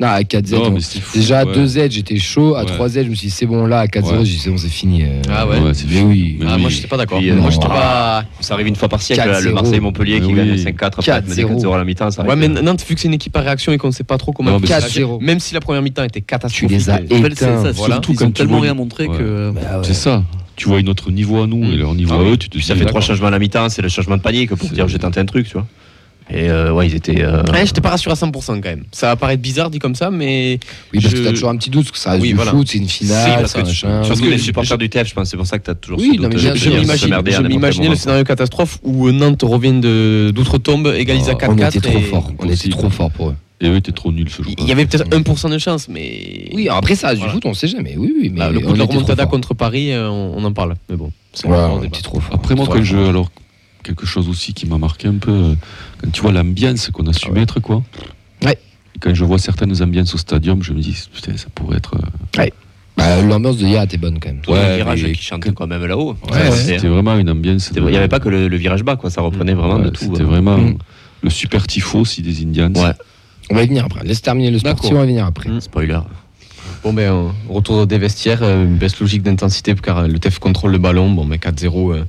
A: Non, à 4-0.
C: Non,
A: on-
C: mais c'est fou,
A: Déjà à
C: ouais.
A: 2Z, j'étais chaud. À
C: Ouais.
A: 3Z, je me suis dit, c'est bon, là, à 4-0,
C: Ouais.
A: j'ai dit, c'est bon, c'est fini. euh,
D: Ah ouais.
C: Ouais, c'est
A: mais
C: fou.
A: oui.
C: Mais
D: Ah, moi
C: oui. Ah,
D: j'étais pas d'accord.
E: Puis, euh,
D: moi j'étais
A: non.
D: pas.
E: Ça arrive une fois par siècle, là, le
A: 4-0.
E: Marseille-Montpellier qui
C: Oui.
E: gagne 5-4, après
A: 4-0.
E: 4-0 à la mi-temps. ça
D: Ouais,
E: arrive.
D: mais Nantes, vu que c'est une équipe à réaction et qu'on ne sait pas trop comment.
C: Non, mais c'est
A: 4-0.
D: Même si la première mi-temps était
A: Tu
D: catastrophique.
A: les as
F: Je rappelle, c'est
A: éteints.
F: ça,
D: voilà.
F: surtout
C: Ils ont
F: ils ont tellement
C: toujours
F: rien montré
C: Ouais.
F: que. euh,
A: Bah ouais.
C: C'est ça. Tu vois une autre niveau à nous et leur niveau
E: Ah
C: à
E: oui.
C: eux, tu te dis.
E: Ça fait trois
C: d'accord.
E: changements à la mi-temps, c'est le changement de panique pour
C: C'est-
E: dire j'ai tenté un truc, tu vois. Et euh, ouais, ils étaient. euh,
D: Ouais, j'étais pas rassuré à 100% quand même. Ça va paraître bizarre dit comme ça, mais
A: Oui, parce que
D: Je-
A: t'as toujours un petit doute, parce que ça reste
D: Oui,
A: du
D: voilà.
A: foot, c'est une
E: Si,
A: finale,
E: parce
A: c'est un
E: que tu-
A: machin.
E: Parce que
D: Oui,
E: les
D: je-
E: supporters du TF, je pense, c'est pour ça que t'as toujours
A: Oui,
E: ce
A: non,
E: doute,
A: mais
E: euh,
A: bien
E: de
D: je
A: sûr,
E: dire,
A: se
E: ça
D: m'imagine-
E: merdait
D: je
E: à n'importe quel
D: m'imaginais le
E: moment.
D: scénario catastrophe où Nantes revient de- d'outre-tombe, égalise à
A: Oh, on
D: 4-4.
A: était trop
D: et-
A: fort. On était
C: Impossible.
A: trop fort pour eux.
C: Et eux étaient trop nuls ce jour.
D: Il y avait peut-être 1% de chance, mais.
A: Oui, après ça, du
D: Voilà.
A: foot, on sait jamais. Oui, oui, mais
D: Bah, le coup
A: on
D: de la
A: était trop
D: remontada
A: fort.
D: contre Paris, euh, on, on en parle. Mais bon, c'est
A: Ouais,
D: un grand
A: on
D: débat.
A: était trop fort.
C: Après moi,
A: Trop
C: quand je
A: fort.
C: alors quelque chose aussi qui m'a marqué un peu, euh, quand tu vois l'ambiance qu'on a su
A: Ah ouais.
C: mettre, quoi.
A: Ouais.
C: Quand je vois certaines ambiances au stadium, je me dis putain, ça pourrait être. euh,
A: Bah, L'ambiance de hier était bonne quand même.
E: Tout le
C: Ouais,
E: virage
C: mais
E: qui chante
C: que-
E: quand même là-haut.
A: Ouais,
E: C'était-
C: C'était vraiment une ambiance.
E: c'était- Il n'y avait pas que le, le virage bas, quoi. Ça reprenait vraiment de tout.
C: euh,
E: hein.
C: C'était
E: ouais.
C: vraiment
A: Mm.
C: le super tifo aussi des Indians.
E: Ouais.
A: On va y venir après. Laisse terminer le sportif, on va y venir après.
E: Spoiler.
D: Bon, ben, on- retour des vestiaires, euh, une baisse logique d'intensité car euh, le TEF contrôle le ballon. Bon, ben 4-0, euh,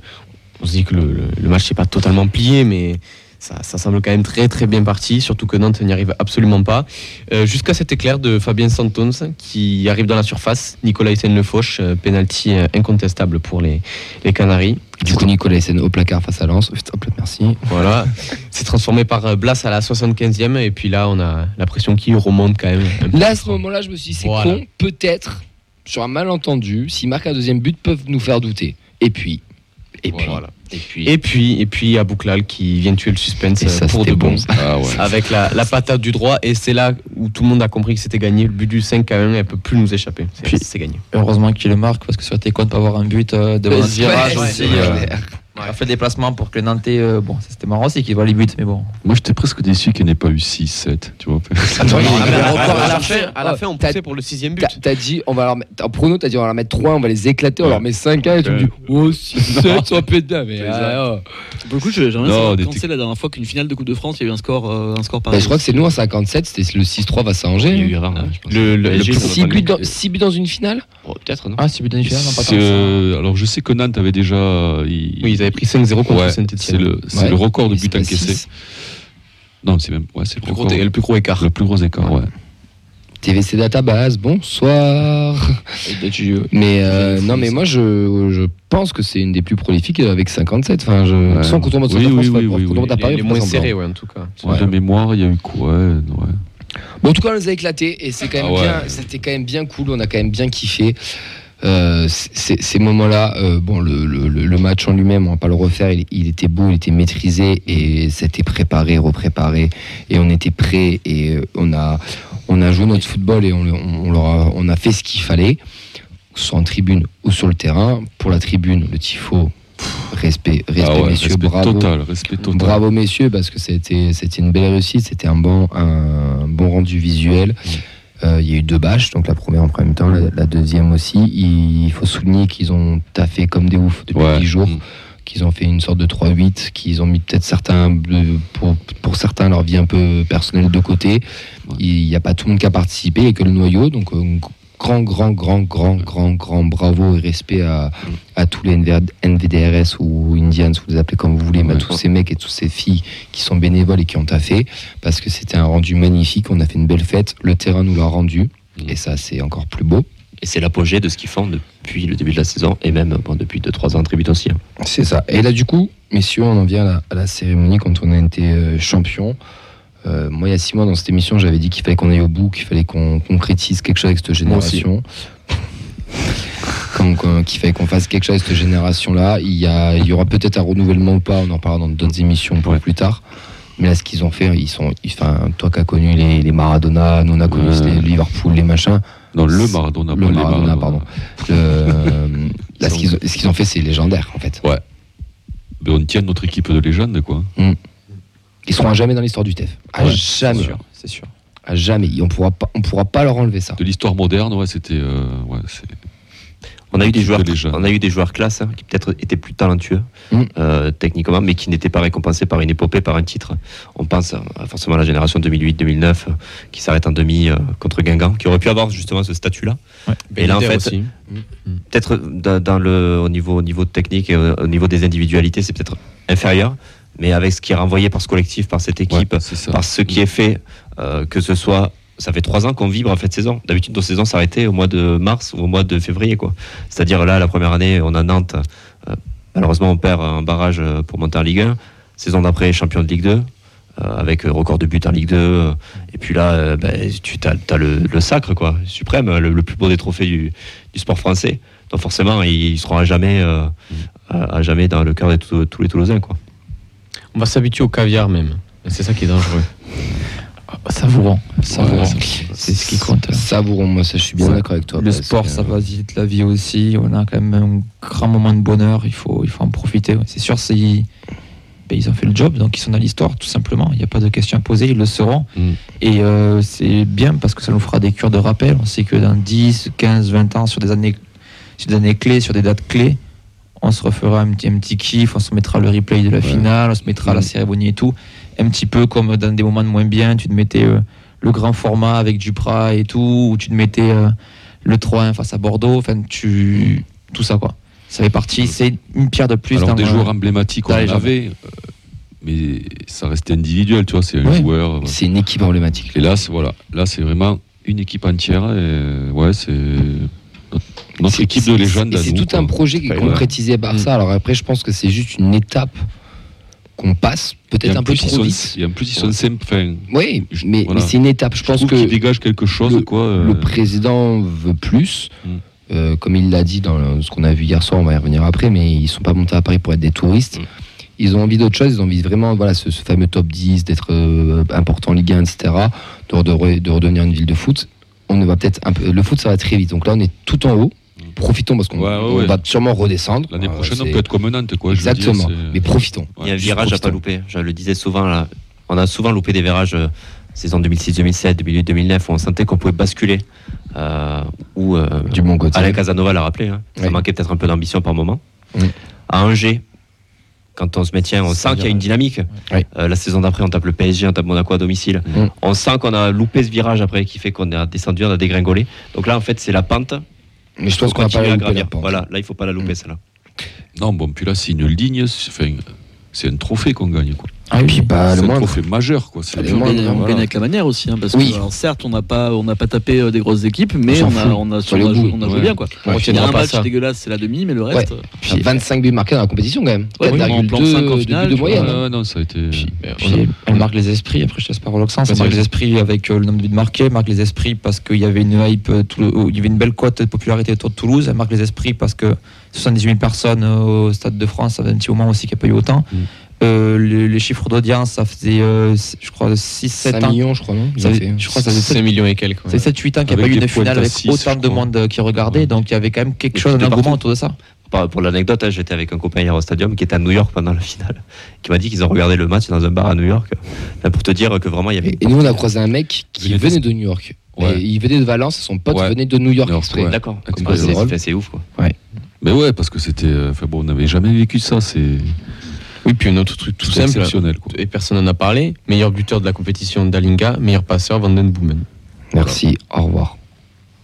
D: on se dit que le, le- le match n'est pas totalement plié, mais ça, ça semble quand même très très bien parti, surtout que Nantes n'y arrive absolument pas. Euh, Jusqu'à cet éclair de Fabien Santons qui arrive dans la surface, Nicolas Hyssen Le Fauche, euh, penalty euh, incontestable pour les, les Canaries.
A: Du coup, Nicolas Essène au placard face à Lens. Putain, hop là, merci.
D: Voilà, [laughs] c'est transformé par euh, Blas à la 75e, et puis là on a la pression qui remonte quand même. un peu.
A: Là, à ce moment-là, je me suis dit, c'est
D: Voilà.
A: con, peut-être, sur un malentendu, s'ils marquent un deuxième but, peuvent nous faire douter. Et puis, et puis,
D: Voilà.
A: et puis,
D: Et puis, et puis Abouklal qui vient tuer le suspense
A: Et ça,
D: euh, pour de
A: c'était
D: bon.
A: bon.
C: Ah ouais.
D: Avec la, la patate du droit, et c'est là où tout le monde a compris que c'était gagné. Le but du 5 à 1, elle peut plus nous échapper. C'est-
B: Puis-
D: C'est gagné.
B: Heureusement qu'il le marque parce que ça aurait été con de pas avoir un but euh, devant
A: Ouais,
B: un virage
A: ouais,
B: aussi.
A: ouais.
B: euh, Il a fait le déplacement pour que les Nantais. euh, bon, ça, c'était marrant aussi qu'ils voient les buts, mais bon.
C: Moi, j'étais presque déçu qu'il n'y ait pas eu 6-7. Tu vois.
A: Attends, il y a-
D: Ah, mais
A: Ah,
D: encore à la
A: ouais.
D: fin, à la fin, on
A: T'as-
D: poussait pour le sixième but.
A: T'as- T'as dit, on va leur mettre, en prono, t'as dit, on va leur mettre 3, on va les éclater, on
C: Ouais.
A: leur met 5 1 et tu me dis, oh,
C: [laughs]
A: 6, 7, ça peut être dingue, mais. ah, oh.
F: Pour le coup, j'ai- j'aimerais
C: Non,
F: savoir
C: on était-
F: quand c'est la dernière fois qu'une finale de Coupe de France, il y a eu un score, euh, un score
A: Bah,
F: pareil.
A: je crois que c'est nous en 57, c'était le 6-3 face à
E: Il y a
A: Angers.
E: eu erreur, hein, je pense.
D: Le- le- le
E: PSG, ça
A: 6
E: doit pas
A: buts,
E: manquer.
A: dans, six buts dans une finale
E: Oh, Peut-être, non
B: Ah, c'est but de demi-finale, non pas
C: C'est,
B: tant que ça.
C: euh, alors, je sais que Nantes avait déjà. euh, il-
D: Oui, ils avaient pris 5-0 contre
C: Ouais, C'est
D: Saint-Etienne.
C: le, c'est
A: Ouais.
C: le record de
A: Mais c'est
C: buts
A: pas
C: encaissés.
A: six.
C: Non, c'est même. Ouais, c'est le,
D: plus gros,
C: record.
D: le plus gros écart.
C: Le plus gros écart, ouais.
A: TVC Database, bonsoir. Mais euh, non, mais moi je, je pense que c'est une des plus prolifiques euh, avec 57. Enfin, je...
C: Ouais.
A: Sans qu'on tombe en
C: Oui, oui,
A: France,
C: oui, oui,
A: quand on
C: oui.
A: tombe à
D: Il est-
A: Paris,
D: il est
A: on fait
D: moins
A: semblant.
D: serré, ouais, en tout cas.
A: Ouais.
C: De mémoire, il y a eu quoi ouais, ouais.
A: Bon, en tout cas, on les a éclatés et c'est quand même
C: Ah ouais.
A: bien. C'était quand même bien cool. On a quand même bien kiffé. Euh, c- c- ces moments-là, euh, bon, le, le- le- le match en lui-même, on va pas le refaire. Il, il était beau, il était maîtrisé et c'était préparé, repréparé et on était prêt et euh, on a on a joué notre football et on, le- on- on leur a, on a fait ce qu'il fallait, que ce soit en tribune ou sur le terrain. Pour la tribune, le tifo, pff, respect, respect
C: Ah ouais,
A: messieurs,
C: respect
A: bravo.
C: total, respect total.
A: Bravo messieurs parce que c'était c'était une belle réussite, c'était un bon un bon rendu visuel.
C: Mm.
A: Euh, Il y a eu deux bâches, donc la première en premier temps, la, la deuxième aussi. Il faut souligner qu'ils ont taffé comme des oufs depuis
C: Ouais.
A: 10 jours,
C: Mm.
A: qu'ils ont fait une sorte de 3-8, qu'ils ont mis peut-être certains, euh, pour, pour certains, leur vie un peu personnelle de côté.
C: Ouais.
A: Il n'y a pas tout le monde qui a participé, il y a que le noyau. Donc, euh, grand, grand, grand, grand, grand, grand bravo et respect à, à tous les NVR NVDRS ou Indians, vous les appelez comme vous voulez, mais à
C: Ouais.
A: tous ces mecs et toutes ces filles qui sont bénévoles et qui ont taffé, parce que c'était un rendu magnifique, on a fait une belle fête, le terrain nous l'a rendu,
E: Mm.
A: et ça c'est encore plus beau.
E: Et c'est l'apogée de ce qu'ils font depuis le début de la saison et même bon, depuis 2-3 ans en tribune aussi. hein.
A: C'est ça. Et là du coup, messieurs, on en vient à la, à la cérémonie quand on a été euh, champion. Euh, moi, il y a six mois, dans cette émission, j'avais dit qu'il fallait qu'on aille au bout, qu'il fallait qu'on concrétise quelque chose avec cette génération. [laughs] Comme qu'on- qu'il fallait qu'on fasse quelque chose avec cette génération-là. Il y, a- il y aura peut-être un renouvellement ou pas, on en parlera dans d'autres émissions pour
C: Ouais.
A: plus tard. Mais là, ce qu'ils ont fait, ils sont. ils- Enfin, toi qui as connu les, les Maradona, nous on a connu
C: Ouais.
A: les Liverpool, les machins.
C: Non, le Maradona,
A: Le
C: pas les
A: Maradona,
C: Maradona.
A: pardon. Euh,
C: [laughs]
A: là, ce
C: Ils
A: qu'ils ont, ce qu'ils ont fait, c'est légendaire, en fait.
C: Mais on tient notre équipe de légende, quoi.
A: Ils seront à jamais dans l'histoire du TEF. À
C: Ouais,
A: jamais.
B: sûr, c'est sûr.
A: À jamais. Et On pourra pas, on pourra pas leur enlever ça.
C: De l'histoire moderne, ouais, c'était. euh, ouais, c'est-
E: On a eu des
C: Que
E: joueurs,
C: les jeunes.
E: on a eu des joueurs classe hein, qui peut-être étaient plus talentueux
A: Mm.
E: euh, techniquement, mais qui n'étaient pas récompensés par une épopée, par un titre. On pense euh, forcément à la génération 2008-2009 euh, qui s'arrête en demi euh, contre Guingamp, qui aurait pu avoir justement ce statut-là. Et là, en fait,
D: aussi.
E: peut-être dans, dans le au niveau au niveau technique et au, au niveau des individualités, c'est peut-être inférieur, mais avec ce qui est renvoyé par ce collectif, par cette
C: ouais,
E: équipe,
C: c'est ça.
E: par ce qui est fait, euh, que ce soit. Ça fait trois ans qu'on vibre en fait saison. D'habitude, nos saisons s'arrêtaient au mois de mars ou au mois de février. quoi. C'est-à-dire là, la première année, on a Nantes. Euh, malheureusement, on perd un barrage euh, pour monter en Ligue 1. Saison d'après, champion de Ligue 2, euh, avec euh, record de but en Ligue 2. Et puis là, euh, ben, tu as, le, le sacre quoi, suprême, le, le plus beau des trophées du, du sport français. Donc forcément, ils, ils seront à jamais, euh, à, à jamais dans le cœur de tous- tous les Toulousains. Quoi.
D: On va s'habituer au caviar même. Et C'est ça qui est dangereux.
B: Savourant. Savourant.
C: Ouais,
B: c'est ce qui compte. hein. là.
A: Savourons, moi, ça, je suis bien
B: Ouais.
A: d'accord avec toi.
B: Le
A: parce
B: sport,
A: que-
B: ça va vite, la vie aussi. On a quand même un grand moment de bonheur. Il faut, il faut en profiter. ouais. C'est sûr, c'est- ben, ils ont fait le job, donc ils sont dans l'histoire, tout simplement. Il n'y a pas de questions à poser, ils le seront.
C: Mm.
B: Et euh, c'est bien parce que ça nous fera des cures de rappel. On sait que dans 10, 15, 20 ans, sur des années, sur des années clés, sur des dates clés, on se refera un petit, un petit kiff, on se mettra le replay de la finale, on se mettra
A: Mm.
B: la cérémonie et tout. Un petit peu comme dans des moments de moins bien, tu te mettais euh, le grand format avec Duprat et tout, ou tu te mettais euh, le 3-1 face à Bordeaux, enfin, tu. Tout ça, quoi. Ça fait partie, c'est une pierre de plus
C: Alors,
B: dans
A: euh,
C: des
B: le-
C: joueurs emblématiques, on
B: dans les
C: en
B: gens.
C: avait, euh, mais ça restait individuel, tu vois, c'est un
A: Ouais.
C: joueur. euh,
A: C'est une équipe emblématique.
C: Et là, c'est voilà, là, c'est vraiment une équipe entière. Et euh, ouais, c'est notre- notre
A: C'est-
C: équipe
A: c'est-
C: de légende.
A: et
C: à
A: C'est
C: nous,
A: tout
C: quoi.
A: un projet qui est
C: Ouais.
A: concrétisé par
B: Mm.
A: ça. Alors après, je pense que c'est juste une étape qu'on passe,
C: Et
A: peut-être
C: en
A: un peu
C: plus, ils
A: trop
C: sont-
A: vite.
C: Et en plus, ils sont simples. Enfin,
A: Oui, mais,
C: Voilà.
A: mais c'est une étape. Je
C: je
A: pense
C: trouve
A: que
C: qu'ils dégagent quelque chose, quoi. euh,
A: le président veut plus.
C: Mm.
A: Euh, comme il l'a dit dans le- ce qu'on a vu hier soir, on va y revenir après, mais ils sont pas montés à Paris pour être des touristes.
E: Mm.
A: Ils ont envie d'autre chose, ils ont envie vraiment voilà, ce, ce fameux top 10, d'être euh, important en Ligue 1, etc., de, re- de re- de redevenir une ville de foot. On ne va peut-être un peu, le foot, ça va très vite. Donc là, on est tout en haut.
C: Mm.
A: Profitons parce qu'on
C: Ouais, ouais,
A: on
C: ouais.
A: va sûrement redescendre.
C: L'année
A: Euh,
C: prochaine, on
A: c'est-
C: peut être comme Nantes, quoi. je veux dire,
A: Exactement.
C: c'est- euh,
A: mais profitons.
E: Il y a un
A: Juste
E: virage à pas
A: profitons.
E: louper. Je le disais souvent là. On a souvent loupé des virages euh, saison 2006, 2007, 2008, 2009 où on sentait qu'on pouvait basculer. Euh, où, euh,
A: Du bon côté.
E: Alain Casanova l'a rappelé. hein. Ça
A: Ouais.
E: manquait peut-être un peu d'ambition par moment.
A: Oui.
E: À Angers, quand on se maintient, on
B: Ça
E: sent qu'il y a une dynamique.
A: Ouais.
E: Euh, la saison d'après, on tape le PSG, on tape Monaco à domicile.
A: Mm.
E: On sent qu'on a loupé ce virage après qui fait qu'on est descendu, on a dégringolé. Donc là, en fait, c'est la pente.
A: Mais je
E: Faut
A: pense qu'on va pas
E: continuer à
A: la louper
E: gravir.
A: la pente.
E: Voilà, là, il faut pas la louper,
A: Mm.
E: celle-là.
C: Non, bon, puis là, c'est une ligne. c'est- enfin, C'est un trophée qu'on gagne, quoi.
B: Ah oui,
A: Puis
B: oui.
A: pas
D: bah,
A: Bah,
C: C'est
A: le
C: un
A: moindre.
C: trophée majeur, quoi. C'est
A: Pas le
F: On
A: moindre.
F: gagne, on
A: Voilà.
F: gagne avec la manière aussi, hein, parce
A: Oui.
F: que alors, certes, on n'a pas, on n'a pas tapé euh, des grosses équipes, mais
A: s'en
F: on a,
A: fout.
F: on a,
A: Sur
F: on
A: le
F: a
A: goût.
F: joué, on a joué
C: Ouais.
F: bien quoi.
D: On
F: Il y a
D: retiendra
F: un
D: pas
F: match
D: ça.
F: dégueulasse, c'est la demi, mais le reste. euh,
A: Enfin, 25 buts marqués dans la compétition quand même.
F: Ouais,
A: 4,2
F: on plante cinq en
A: de
F: finale,
A: buts de
F: tu vois,
A: moyenne. hein.
C: Ouais, non, ça a été. euh,
B: Puis elle marque les esprits, après je te laisse la parole au sens.
D: Vas-y,
B: Elle marque
D: vas-y.
B: les esprits avec euh, le nombre de buts marqués, elle marque les esprits parce qu'il y avait une hype, euh, tout le- il y avait une belle cote de popularité autour de Toulouse, elle marque les esprits parce que 78 000 personnes euh, au Stade de France, ça fait un petit moment aussi qu'il n'y a pas eu autant.
C: Mm.
B: Euh, le- les chiffres d'audience, ça faisait, euh, je crois, 6-7
A: 5
B: ans.
A: millions, je crois, non
B: Ça
A: Ils ont
B: faisait-
A: fait- hein.
B: je crois que ça faisait
D: 5 millions et quelques. ouais.
B: C'est 7-8 ans qu'il n'y a
C: Avec
B: pas eu
C: des
B: une finale
C: pointes à
B: avec
C: six,
B: autant
C: je
B: de
C: crois.
B: monde euh, qui regardait,
C: Ouais.
B: donc il y avait quand même quelque
E: Et
B: chose
E: puis de
B: d'engouement
E: partout.
B: autour de ça.
E: Par- Pour l'anecdote, hein, j'étais avec un copain hier au stadium qui était à New York pendant la finale, qui m'a dit qu'ils ont regardé le match dans un bar à New York. Enfin, pour te dire que vraiment, il y avait.
A: Et et nous, on a croisé un mec qui
C: Venait
A: venait de New York.
C: Ouais.
A: Et il venait de Valence, son pote
C: Ouais.
A: venait de New York
C: New York,
A: exprès.
C: ouais.
E: D'accord.
C: Comme
E: C'est-
C: quoi,
A: c'est
E: c'est-
A: drôle.
E: c'est- C'est ouf, quoi.
C: Mais ouais, parce que c'était. euh, Enfin bon, on n'avait jamais vécu ça. C'est
D: Oui, puis un autre truc tout
C: c'est
D: simple.
C: exceptionnel, quoi.
D: Et personne n'en a parlé. Meilleur buteur de la compétition, Dalinga. Meilleur passeur, Vandenboomen.
A: Merci, au revoir.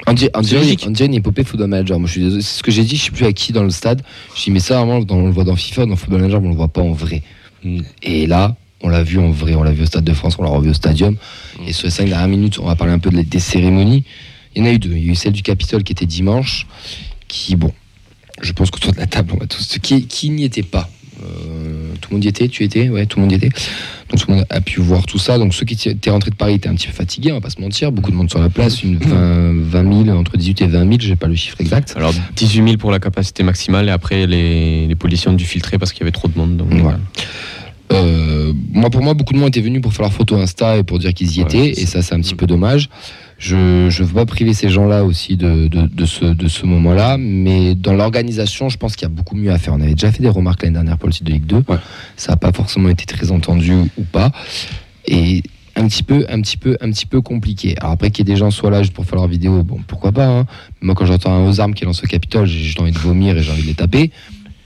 A: On dirait- on
D: C'est
A: dirait
D: logique.
A: on dirait une épopée football manager. Moi, je suis désolé. C'est ce que j'ai dit, je sais plus à qui dans le stade. Je dis, mais ça, vraiment, dans- on le voit dans FIFA, dans football manager, mais on le voit pas en vrai.
C: Mm.
A: Et là, on l'a vu en vrai, on l'a vu au Stade de France, on l'a revu au Stadium. Et sur les cinq dernières minutes, on va parler un peu de- des cérémonies. Il y en a eu deux. Il y a eu celle du Capitole qui était dimanche, qui, bon, je pense qu'autour de la table, on va tous. Qui, qui n'y était pas Euh, tout le monde y était, tu y étais, ouais, tout le monde y était. Donc tout le monde a pu voir tout ça. Donc ceux qui étaient rentrés de Paris étaient un petit peu fatigués, on va pas se mentir. Beaucoup de monde sur la place, une 20, 20 000, entre 18 et 20 000, j'ai pas le chiffre exact.
D: Alors 18 000 pour la capacité maximale et après les, les policiers ont dû filtrer parce qu'il y avait trop de monde. Donc,
A: Voilà. Euh, moi, pour moi, beaucoup de monde était venu pour faire leur photo Insta et pour dire qu'ils y
C: Ouais,
A: étaient.
C: c'est
A: et ça, c'est un petit peu dommage. Je ne veux pas priver ces gens-là aussi de, de- de ce, de ce moment-là. Mais dans l'organisation, je pense qu'il y a beaucoup mieux à faire. On avait déjà fait des remarques l'année dernière pour le site de Ligue 2. Ça n'a pas forcément été très entendu ou pas. Et un petit peu, un petit peu, un petit peu compliqué. Alors après qu'il y ait des gens soient là juste pour faire leur vidéo, bon, pourquoi pas. hein. Moi, quand j'entends un aux armes qui lance au Capitole, j'ai juste envie de vomir et j'ai envie de les taper.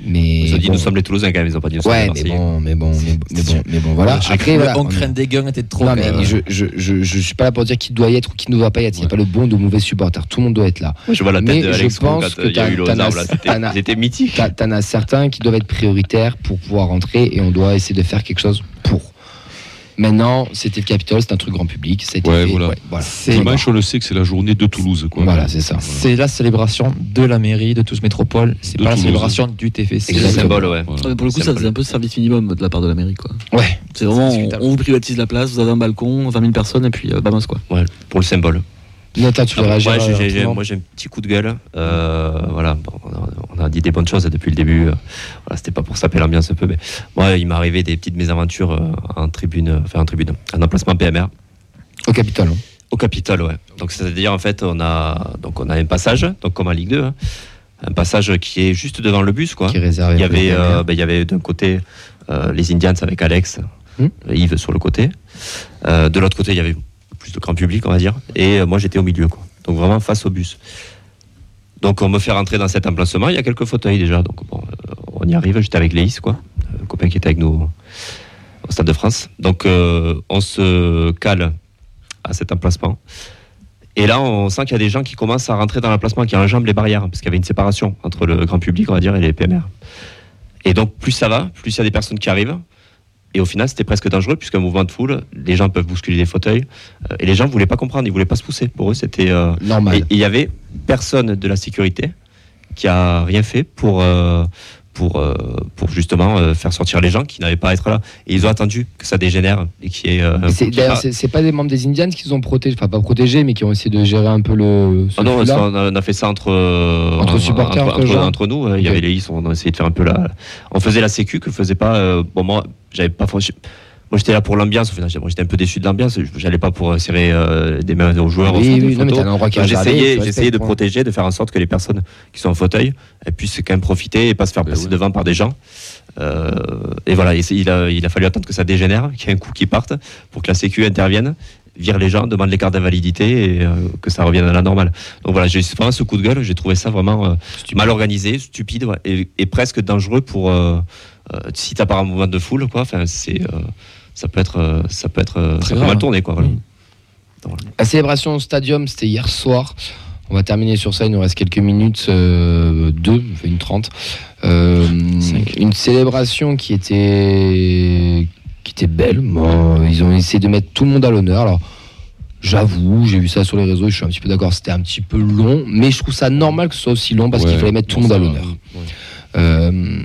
A: Mais
E: Ils ont dit
A: bon.
E: nous sommes les Toulousains quand même, ils ont pas dit nous sommes les
A: Ouais, mais
E: Marseillais.
A: bon, mais bon, mais bon, mais bon, mais bon, voilà.
B: Je
A: Après,
B: crois
A: voilà.
B: On craint des guns, était trop.
A: Non,
B: quand
A: mais euh,
B: même.
A: je, je, je, je suis pas là pour dire qui doit y être ou qui ne doit pas y être. Il n'y a pas le bon ou le mauvais supporter. Tout le monde doit être là.
E: Je vois la
A: mais
E: tête de
A: je
E: Alex Roux
A: pense
E: quand
A: que
E: euh, il y a
A: t'as-
E: eu le
A: t'as
E: hasard,
A: nas-
E: là,
A: t'as nas-
E: c'était- C'était mythique.
A: T'as- T'en as certains qui doivent être prioritaires pour pouvoir rentrer et on doit essayer de faire quelque chose pour. Maintenant, c'était le Capitole, c'est un truc grand public. Ça a été
C: Ouais,
A: fait,
C: voilà.
A: voilà.
B: C'est-
C: Dimanche, on le sait que c'est la journée de Toulouse. Quoi.
A: Voilà, c'est ça.
B: C'est la célébration de la mairie, de tous métropole. C'est
C: De
B: pas la
C: Toulouse.
B: célébration du TFC.
E: C'est le symbole, ouais.
C: Voilà.
F: Ah, mais pour le coup,
E: C'est
F: ça
E: le
F: faisait un peu service minimum de la part de la mairie. Quoi.
A: Ouais.
F: C'est vraiment, on,
B: discutable.
F: on vous privatise la place, vous avez un balcon, 20 000 personnes, et puis euh, vamos quoi.
E: Ouais, Pour le symbole.
A: Nathan, tu veux
E: Ah,
A: réagir
E: ouais, j'ai-
A: euh,
E: j'ai- j'ai-
A: rapidement
E: moi j'ai un petit coup de gueule. Euh, voilà, bon, on, a, on a dit des bonnes choses depuis le début. euh, voilà, c'était pas pour saper l'ambiance un peu, mais moi il m'est arrivé des petites mésaventures euh, en tribune, enfin en tribune, un emplacement PMR.
A: Au Capitole. hein.
E: Au Capitole, ouais. Donc c'est-à-dire en fait on a donc on a un passage, donc comme en Ligue 2, hein, un passage qui est juste devant le bus, quoi.
A: Qui est réservé.
E: Ah, Il y
A: pour les
E: avait,
A: gamins.
E: euh, ben, il y avait d'un côté euh, les Indians avec Alex,
A: Hmm.
E: et Yves sur le côté. Euh, de l'autre côté, il y avait plus de grand public, on va dire. Et euh, moi, j'étais au milieu, quoi. Donc vraiment face au bus. Donc on me fait rentrer dans cet emplacement. Il y a quelques fauteuils déjà. Donc bon, euh, on y arrive. J'étais avec Léis, quoi, un copain qui était avec nous au Stade de France. Donc euh, on se cale à cet emplacement. Et là, on sent qu'il y a des gens qui commencent à rentrer dans l'emplacement, qui enjambent les barrières, parce qu'il y avait une séparation entre le grand public, on va dire, et les PMR. Et donc, plus ça va, plus il y a des personnes qui arrivent. Et au final, c'était presque dangereux, puisqu'un mouvement de foule, les gens peuvent bousculer des fauteuils. euh, et les gens ne voulaient pas comprendre, ils ne voulaient pas se pousser. Pour eux, c'était. euh, et-
A: Normal.
E: et il y avait personne de la sécurité qui a rien fait pour, euh, pour, euh, pour justement euh, faire sortir les gens qui n'avaient pas à être là. Et ils ont attendu que ça dégénère et qu'il y ait. euh,
A: Et c'est-
E: qu'il y ait
A: D'ailleurs,
E: pas-
A: c'est c'est pas des membres des Indians qui ont protégé, enfin pas protégé, mais qui ont essayé de gérer un peu le. ce
E: Ah non,
A: flux-là.
E: ça, on, a, on a fait ça entre euh,
A: Entre supporters,
E: entre,
A: entre
E: entre-
A: gens.
E: entre nous. euh, Il y
A: Ok.
E: avait les is, on a essayé de faire un peu la. On faisait la sécu que faisait pas. euh, bon moi, j'avais pas. franchi- Moi j'étais là pour l'ambiance. Au final, moi, j'étais un peu déçu de l'ambiance. J'allais pas pour euh, serrer euh, des mains aux joueurs.
A: Oui,
E: faire des
A: oui, non, mais
E: photos.
A: t'as un endroit qui est
E: Enfin,
A: réservé,
E: J'essayais,
A: Bah, tu
E: j'essayais de
A: respectes,
E: protéger, de faire en sorte que les personnes qui sont en fauteuil elles puissent quand même profiter et pas se faire
A: Bah
C: Ben
E: passer
C: ouais.
E: devant par des gens. Euh, et voilà, et c'est- il, a, il a fallu attendre que ça dégénère, qu'il y ait un coup qui parte pour que la Sécu intervienne, vire les gens, demande les cartes d'invalidité et euh, que ça revienne à la normale. Donc voilà, j'ai eu vraiment ce coup de gueule, j'ai trouvé ça vraiment euh, mal organisé, stupide ouais, et, et presque dangereux pour euh, euh, si t'as pas un mouvement de foule quoi. Enfin c'est euh, ça peut être euh, ça peut être euh,
B: Très
E: ça peut
B: grave,
E: mal
B: hein.
E: tourner quoi. Voilà.
B: Mm.
A: La célébration au stadium, c'était hier soir. On va terminer sur ça, il nous reste quelques minutes, euh, deux, enfin une trente. Euh,
B: Cinq.
A: une célébration qui était, qui était belle. Moi, ils ont essayé de mettre tout le monde à l'honneur. Alors, j'avoue, j'ai vu ça sur les réseaux, je suis un petit peu d'accord, c'était un petit peu long, mais je trouve ça normal que ce soit aussi long parce qu'il
C: Ouais,
A: fallait mettre tout le
C: bon,
A: monde à
C: ça va.
A: l'honneur. Euh,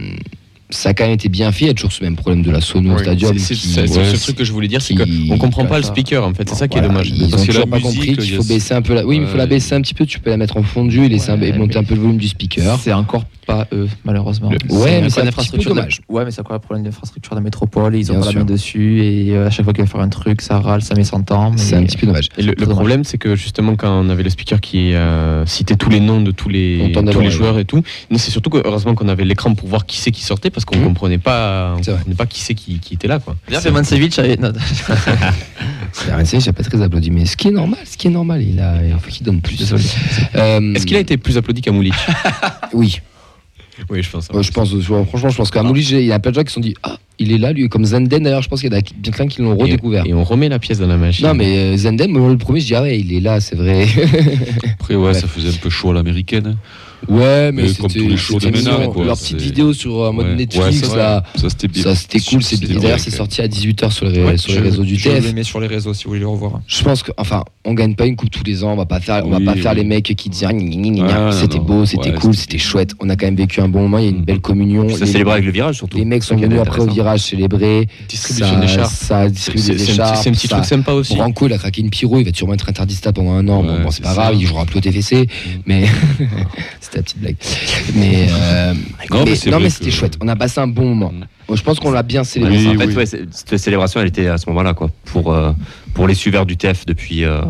A: ça a quand même été bien fait, il y a toujours ce même problème de la sono au
D: Ouais,
A: stadium.
D: C'est
A: qui-
D: c'est- c'est
C: ouais,
D: ce
C: c'est-
D: truc que je voulais dire, c'est
A: qui-
D: qu'on comprend
A: qui
D: pas le
A: va-
D: speaker en fait, c'est ça qui est
A: Voilà,
D: dommage.
A: Ils ont
C: Parce que la
A: toujours pas
C: musique,
A: compris qu'il
C: il y a
A: faut
C: ce-
A: baisser un peu la. Oui, mais il faut la
C: Ouais.
A: baisser un petit peu. Tu peux la mettre en fondue et laisser un- et
B: Ouais,
A: monter
B: mais-
A: un peu le volume du speaker.
B: C'est encore pas eux, malheureusement.
A: Le- Ouais, mais c'est un
B: l'infrastructure
A: petit peu
B: de-
A: dommage.
B: Ouais, mais c'est encore le problème d'infrastructure de la métropole. Ils ont
A: Bien
B: pas
A: sûr.
B: la main dessus. Et euh, à chaque fois qu'il va faire un truc, ça râle, ça met 100 ans. mais-
A: C'est un petit peu dommage.
D: Et le, le
B: Dommage.
D: problème, c'est que justement, quand on avait le speaker qui euh, citait tous les noms de tous
A: On
D: les,
A: t'en a
D: tous les
A: l'oreille.
D: joueurs et tout, non, c'est surtout que heureusement qu'on avait l'écran pour voir qui c'est qui sortait parce qu'on
A: Mhm.
D: comprenait pas, on
A: C'est vrai.
D: comprenait pas qui c'est qui, qui était là quoi.
B: C'est Mancevic. allez, non,
A: C'est vrai, c'est- J'ai pas très applaudi, mais ce qui est normal, ce qui est normal, il a, il faut qu'il donne plus. Euh,
D: Est-ce qu'il a été plus applaudi qu'à Moulich
A: Oui,
D: Oui, je pense.
A: Euh, je pense. euh, Franchement, je pense qu'à Moulis, il y a plein de gens qui se sont dit ah, il est là, lui, comme Zenden. D'ailleurs, je pense qu'il y en a quelqu'un qui l'ont redécouvert.
D: Et on remet la pièce dans la machine.
A: Non, mais euh, Zenden, moi, le premier, je dis ah ouais, il est là, c'est vrai.
C: Après, ouais, ça faisait un peu chaud à l'américaine. hein.
A: Ouais, mais
C: Mais comme tous
A: c'était
C: les shows de
A: c'était
C: Ménard,
A: mignon.
C: quoi,
A: leur petite
C: c'est-
A: vidéo sur un mode
C: Ouais.
A: Netflix
C: Ouais, ça,
A: là.
C: Ça, c'était bien.
A: Ça c'était cool, c'est
C: C'était
A: et d'ailleurs
C: vrai
A: c'est
C: que-
A: sorti à 18h sur les,
B: Ouais,
A: sur les
B: je-
A: réseaux du
B: je
A: TF.
B: le mets sur les réseaux si vous voulez le revoir.
A: Je pense que enfin, on gagne pas une coupe tous les ans, on va pas faire on
C: Oui,
A: va pas faire
C: oui.
A: les mecs qui disent gna, gna, gna,
C: Ouais,
A: gna.
C: non,
A: c'était
C: non.
A: beau, c'était
C: Ouais,
A: cool,
C: c'était-
A: c'était chouette. On a quand même vécu un bon moment, il y a une
C: Mm.
A: belle communion.
E: Ça
A: Les-
E: célébrait avec le virage surtout.
A: les mecs sont
E: Ça qui est
A: venus après au
E: intéressant.
A: virage célébrer.
D: Distribution
A: ça,
D: d'écharpes.
A: Ça a distribué
D: C'est
A: des
D: c'est un, petit-
A: écharpes.
D: c'est un petit
A: ça-
D: truc sympa aussi.
A: Branco, il a craqué une pyro, il va sûrement être interdistat pendant un an. bon,
C: Ouais,
A: bon, c'est
C: c'est
A: pas
C: ça.
A: grave, il jouera plus au TFC, mais [laughs] c'était la petite blague. Mais, euh,
C: Non, mais
A: mais-
C: c'est
A: non,
C: vrai
A: mais
C: que-
A: c'était chouette. On a passé un bon moment.
C: Mm.
A: Bon, Je pense qu'on l'a bien
E: Ouais,
A: célébré.
C: Oui,
E: en fait,
C: oui.
E: ouais, c'est- cette célébration, elle était à ce moment-là, quoi, pour, euh, pour les suiveurs du TF depuis, euh,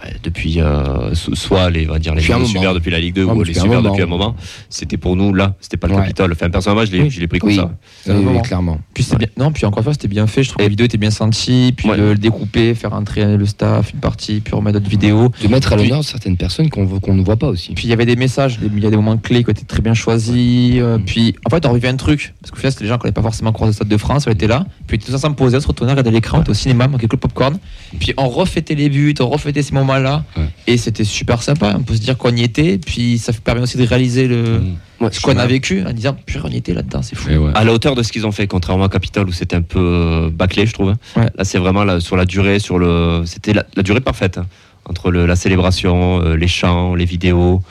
E: bah, depuis euh, so- soit les, on va dire, les
A: Depuis un
E: nouveaux
A: moment.
E: suiveurs depuis la Ligue 2
A: Ah,
E: ou
A: mais
E: les
A: depuis un
E: suiveurs
A: moment.
E: depuis un moment. C'était pour nous là, c'était pas le
A: Ouais.
E: Capitole. Enfin, personnellement, je l'ai
B: Oui.
E: je l'ai pris comme
A: Oui.
E: ça.
A: Oui,
B: un
A: oui,
B: moment.
A: clairement.
B: Puis c'était bien. Non, puis encore une fois, c'était bien fait. Je trouve que
E: Et-
B: la vidéo était bien sentie. Puis
E: Ouais.
B: le, le découper, faire entrer le staff, une partie, puis remettre d'autres vidéos.
A: De mettre à
B: Puis-
A: l'honneur certaines personnes qu'on vo- qu'on ne voit pas aussi.
B: Puis il y avait des messages, des- il y a des moments clés qui ont été très bien choisis. euh, Puis en fait, on revivait un truc. Parce qu'au final, c'était des gens qui n'avaient pas forcément croisé le Stade de France. On était là. Puis tous ensemble posés, on se retournait, regarder l'écran, on était au cinéma, manquait que le popcorn. Puis on refêtait les buts, on refêtait ces moments-là.
C: Ouais.
B: Et c'était super sympa. On peut se dire qu'on y était. Puis ça permet aussi de réaliser le,
C: Mm.
B: ce qu'on a vécu en disant, purée, on y était là-dedans, c'est fou.
C: Et ouais.
E: À la hauteur de ce qu'ils ont fait, contrairement à Capitole où c'était un peu euh, bâclé, je trouve.
B: Ouais.
E: Là, c'est vraiment là, sur la durée, sur le, c'était la, la durée parfaite hein, entre le- la célébration, euh, les chants, les vidéos,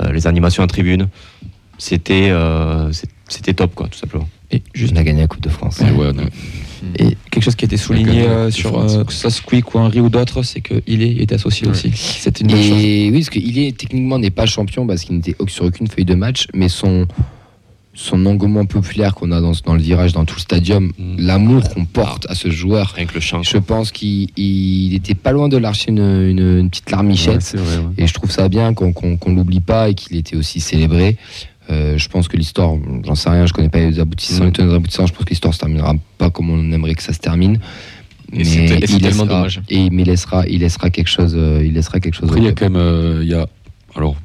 E: euh, les animations en tribune. C'était, euh, c'est- c'était top, quoi, tout simplement.
B: Et juste
A: on a gagné la Coupe de France.
C: Et ouais, non.
B: Et quelque chose qui a été souligné
C: Avec, euh,
B: euh,
C: de
B: sur
C: France.
B: euh, que ce soit Squeak ou Henry ou d'autres, c'est que il est, il est associé aussi. C'était une bonne chose.
A: Et oui, parce qu'il est techniquement n'est pas champion parce qu'il n'était sur aucune feuille de match, mais son son engouement populaire qu'on a dans, ce- dans le virage, dans tout le stadium,
C: Mm.
A: l'amour qu'on porte à ce joueur,
E: Rien que le chant.
A: je pense qu'il il était pas loin de lâcher une, une- une petite larmichette.
D: Ouais, c'est vrai, ouais.
A: Et je trouve ça bien qu'on qu'on qu'on l'oublie pas et qu'il était aussi célébré. Euh, je pense que l'histoire, j'en sais rien, je connais pas les
D: Mm.
A: aboutissants, les tenants et les aboutissants. Je pense que l'histoire se terminera pas comme on aimerait que ça se termine. Mais
D: c'est- et c'est
A: il
D: tellement
A: laissera-
D: dommage.
A: Et il- mais il laissera, il laissera quelque chose, euh, il laissera quelque chose.
C: Après, il y a
A: au-
C: quand même. euh, il y a... Alors,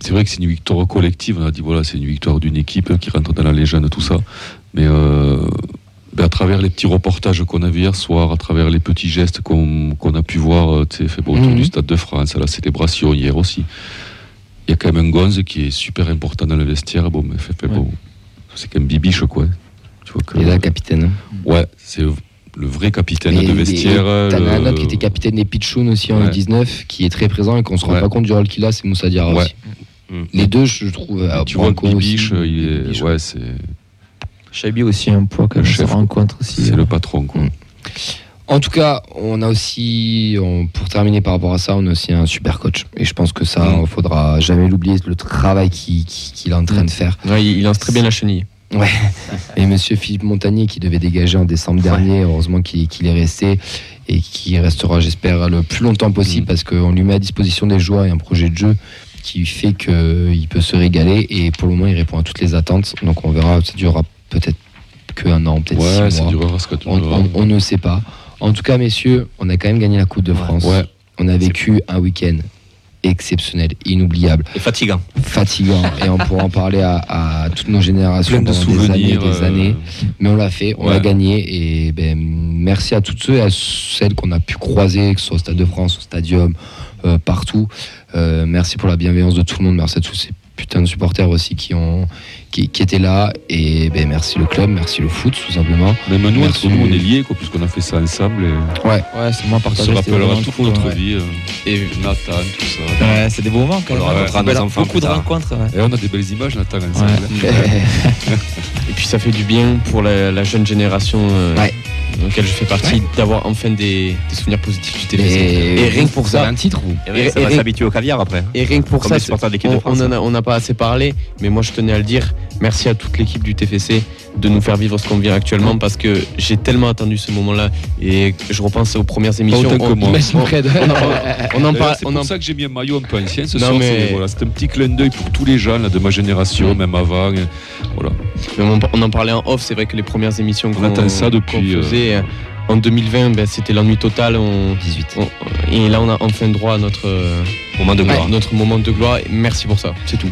C: c'est vrai que c'est une victoire collective. On a dit, voilà, c'est une victoire d'une équipe hein, qui rentre dans la légende, tout ça. Mais euh, ben, à travers les petits reportages qu'on a vu hier soir, à travers les petits gestes qu'on qu'on a pu voir, euh, tu sais, fait bon, autour
A: Mhm.
C: du Stade de France, à la célébration hier aussi, il y a quand même un gonze qui est super important dans le vestiaire. Bon, mais fait, fait
B: Ouais.
C: bon. C'est quand même bibiche, quoi. hein. Tu vois que.
A: Il est là, capitaine.
C: ouais, c'est le vrai capitaine
A: Mais
C: de
A: il est-
C: vestiaire.
A: T'en as un
C: le-
A: autre qui était capitaine des Pichounes aussi en
C: Ouais.
A: 19, qui est très présent et qu'on se rend
C: Ouais.
A: pas compte du rôle qu'il a, c'est Moussa Diarra
C: Ouais.
A: aussi.
E: Mm.
A: Les deux, je trouve. euh,
C: Tu vois,
A: Branco aussi. euh,
C: Bibiche, euh, il est-
B: Bibiche.
C: ouais, c'est
B: Chabi aussi un poids quand
C: Le
B: même, se
C: chef.
B: rencontre aussi.
C: c'est le patron, quoi.
A: En tout cas, on a aussi, on- pour terminer par rapport à ça, on a aussi un super coach. Et je pense que ça,
C: Mm.
A: on faudra jamais l'oublier, le travail qu'il qui- qu'il est en
C: Mm.
A: train de faire.
D: Ouais, il il lance très bien la chenille.
A: Et monsieur Philippe Montagnier, qui devait dégager en décembre dernier, heureusement qu'il qu'il est resté et qui restera, j'espère, le plus longtemps possible
C: Mm.
A: parce qu'on lui met à disposition des joueurs et un projet de jeu qui fait qu'il peut se régaler. Et pour le moment, il répond à toutes les attentes. Donc on verra, ça durera peut-être qu'un an, peut-être
C: Ouais,
A: six
C: c'est
A: mois.
C: dur à ce que tu
A: On,
C: veux.
A: on- on ne sait pas. En tout cas, messieurs, on a quand même gagné la Coupe de France.
C: Ouais.
A: On a vécu un week-end exceptionnel, inoubliable,
E: Et fatigant.
A: fatigant, et on pourra en parler à, à toutes nos générations
C: Plein de
A: pendant
C: souvenirs.
A: des années, et des
C: euh,
A: années. Mais on l'a fait, on l'a
C: Ouais.
A: gagné, et ben, merci à toutes ceux et à celles qu'on a pu croiser, que ce soit au Stade de France, au Stadium, euh, partout. Euh, merci pour la bienveillance de tout le monde, merci à tous ces putains de supporters aussi qui ont qui, qui étaient là, et ben, merci le club, merci le foot tout simplement.
C: Même nous, entre
A: Merci.
C: nous, on est liés, quoi, puisqu'on a fait ça ensemble. Et
B: Ouais, c'est moins
C: on se
B: partagé. c'était
C: rappellera
B: vraiment
C: toute
B: cool,
C: notre
B: ouais.
C: vie. euh,
D: Et
C: Nathan, tout ça.
B: Ouais, c'est des beaux moments quand
E: On
B: même.
E: le racontera à nos
B: Beaucoup de-
E: enfants
B: Beaucoup
E: plus
B: de
E: tard.
B: rencontres. ouais.
C: Et on a des belles images, Nathan, ensemble. [laughs]
D: Et puis ça fait du bien pour la, la jeune génération euh,
A: Ouais.
D: dans laquelle je fais partie d'avoir enfin des, des souvenirs positifs du
A: [laughs]
D: TFC.
A: Et,
D: Et rien que pour
A: vous avez
D: ça.
A: un titre, vous
E: Et ouais,
D: Et-
E: ça
D: et-
E: va s'habituer au caviar après. hein.
D: Et rien que pour
E: Comme les
D: ça,
E: supporters de l'équipe de
D: on
E: France.
D: on en a- on n'a pas assez parlé, mais moi je tenais à le dire. Merci à toute l'équipe du TFC de nous faire vivre ce qu'on vit actuellement parce que j'ai tellement attendu ce moment-là et je repense aux premières émissions.
C: autant que moi.
D: [laughs] on- on- on [laughs] en parle.
C: D'ailleurs, C'est
D: on
C: pour
D: en-
C: ça que j'ai mis un maillot un peu ancien ce
D: Non,
C: soir.
D: mais-
C: C'est voilà, c'est un petit clin d'œil pour tous les jeunes là, de ma génération, même avant. et Voilà.
D: Mais on, on en parlait en off, c'est vrai que les premières émissions
C: On
D: qu'on
C: attend ça depuis,
D: qu'on faisait euh, en 2020, ben, c'était l'ennui total. On,
A: 18.
D: on- et là, on a enfin droit à notre, euh,
E: Moment de gloire.
D: Ouais, notre moment de gloire. et Merci pour ça, c'est tout.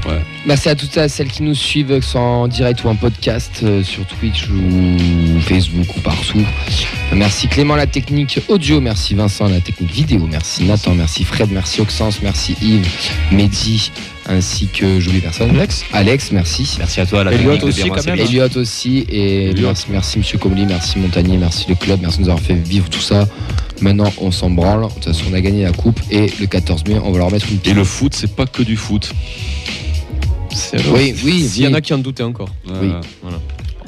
A: Merci à toutes celles qui nous suivent, que ce soit en direct ou en podcast, euh, sur Twitch ou Facebook ou partout. Merci Clément la technique audio, merci Vincent la technique vidéo, merci Nathan, merci Fred, merci Oxens, merci Yves, Mehdi, ainsi que j'oublie personne. Alex Alex, merci.
E: Merci à toi, la
B: Elliot
E: technique de
B: aussi,
E: bien
B: quand
E: renseigner.
B: même.
A: Elliot aussi, et
C: Elliot.
A: merci, merci Monsieur Comli, merci Montagnier, merci le club, merci de nous avoir fait vivre tout ça. Maintenant, on s'en branle. De toute façon, on a gagné la coupe et le 14 mai, on va leur mettre une
C: Et
A: petite.
C: le foot, c'est pas que du foot.
A: Oui, oui,
D: S'il y en
A: oui.
D: a qui en doutaient encore.
A: Oui.
C: Euh,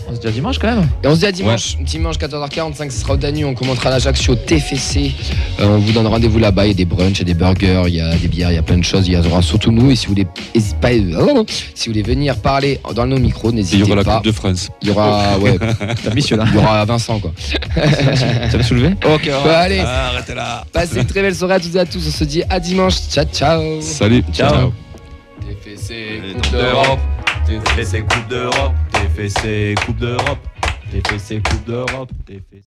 B: On se dit à dimanche quand même.
A: Et on se dit à dimanche, dimanche 14h45, ce sera au Danube, on commentera l'Ajaccio TFC. Euh, on vous donne rendez-vous là-bas, il y a des brunchs, il y a des burgers, il y a des bières, il y a plein de choses, il y aura surtout nous. Et si vous voulez, hésite pas, euh, [laughs] si vous voulez venir parler dans nos micros,
C: Et il y
A: n'hésitez
C: aura la
A: pas.
C: Coupe de France.
A: Il y aura, ouais,
B: T'as mis celui-là.
A: il y aura Vincent
C: [laughs]
A: quoi.
B: Ça me soulevait Ok,
A: Bon, allez,
C: Ah,
B: arrêtez là.
A: passez une très belle soirée à toutes et à tous. On se dit à dimanche, ciao ciao.
C: Salut.
B: Ciao.
D: TFC,
E: TFC Coupe d'Europe, TFC Coupe d'Europe, TFC Coupe d'Europe, TFC.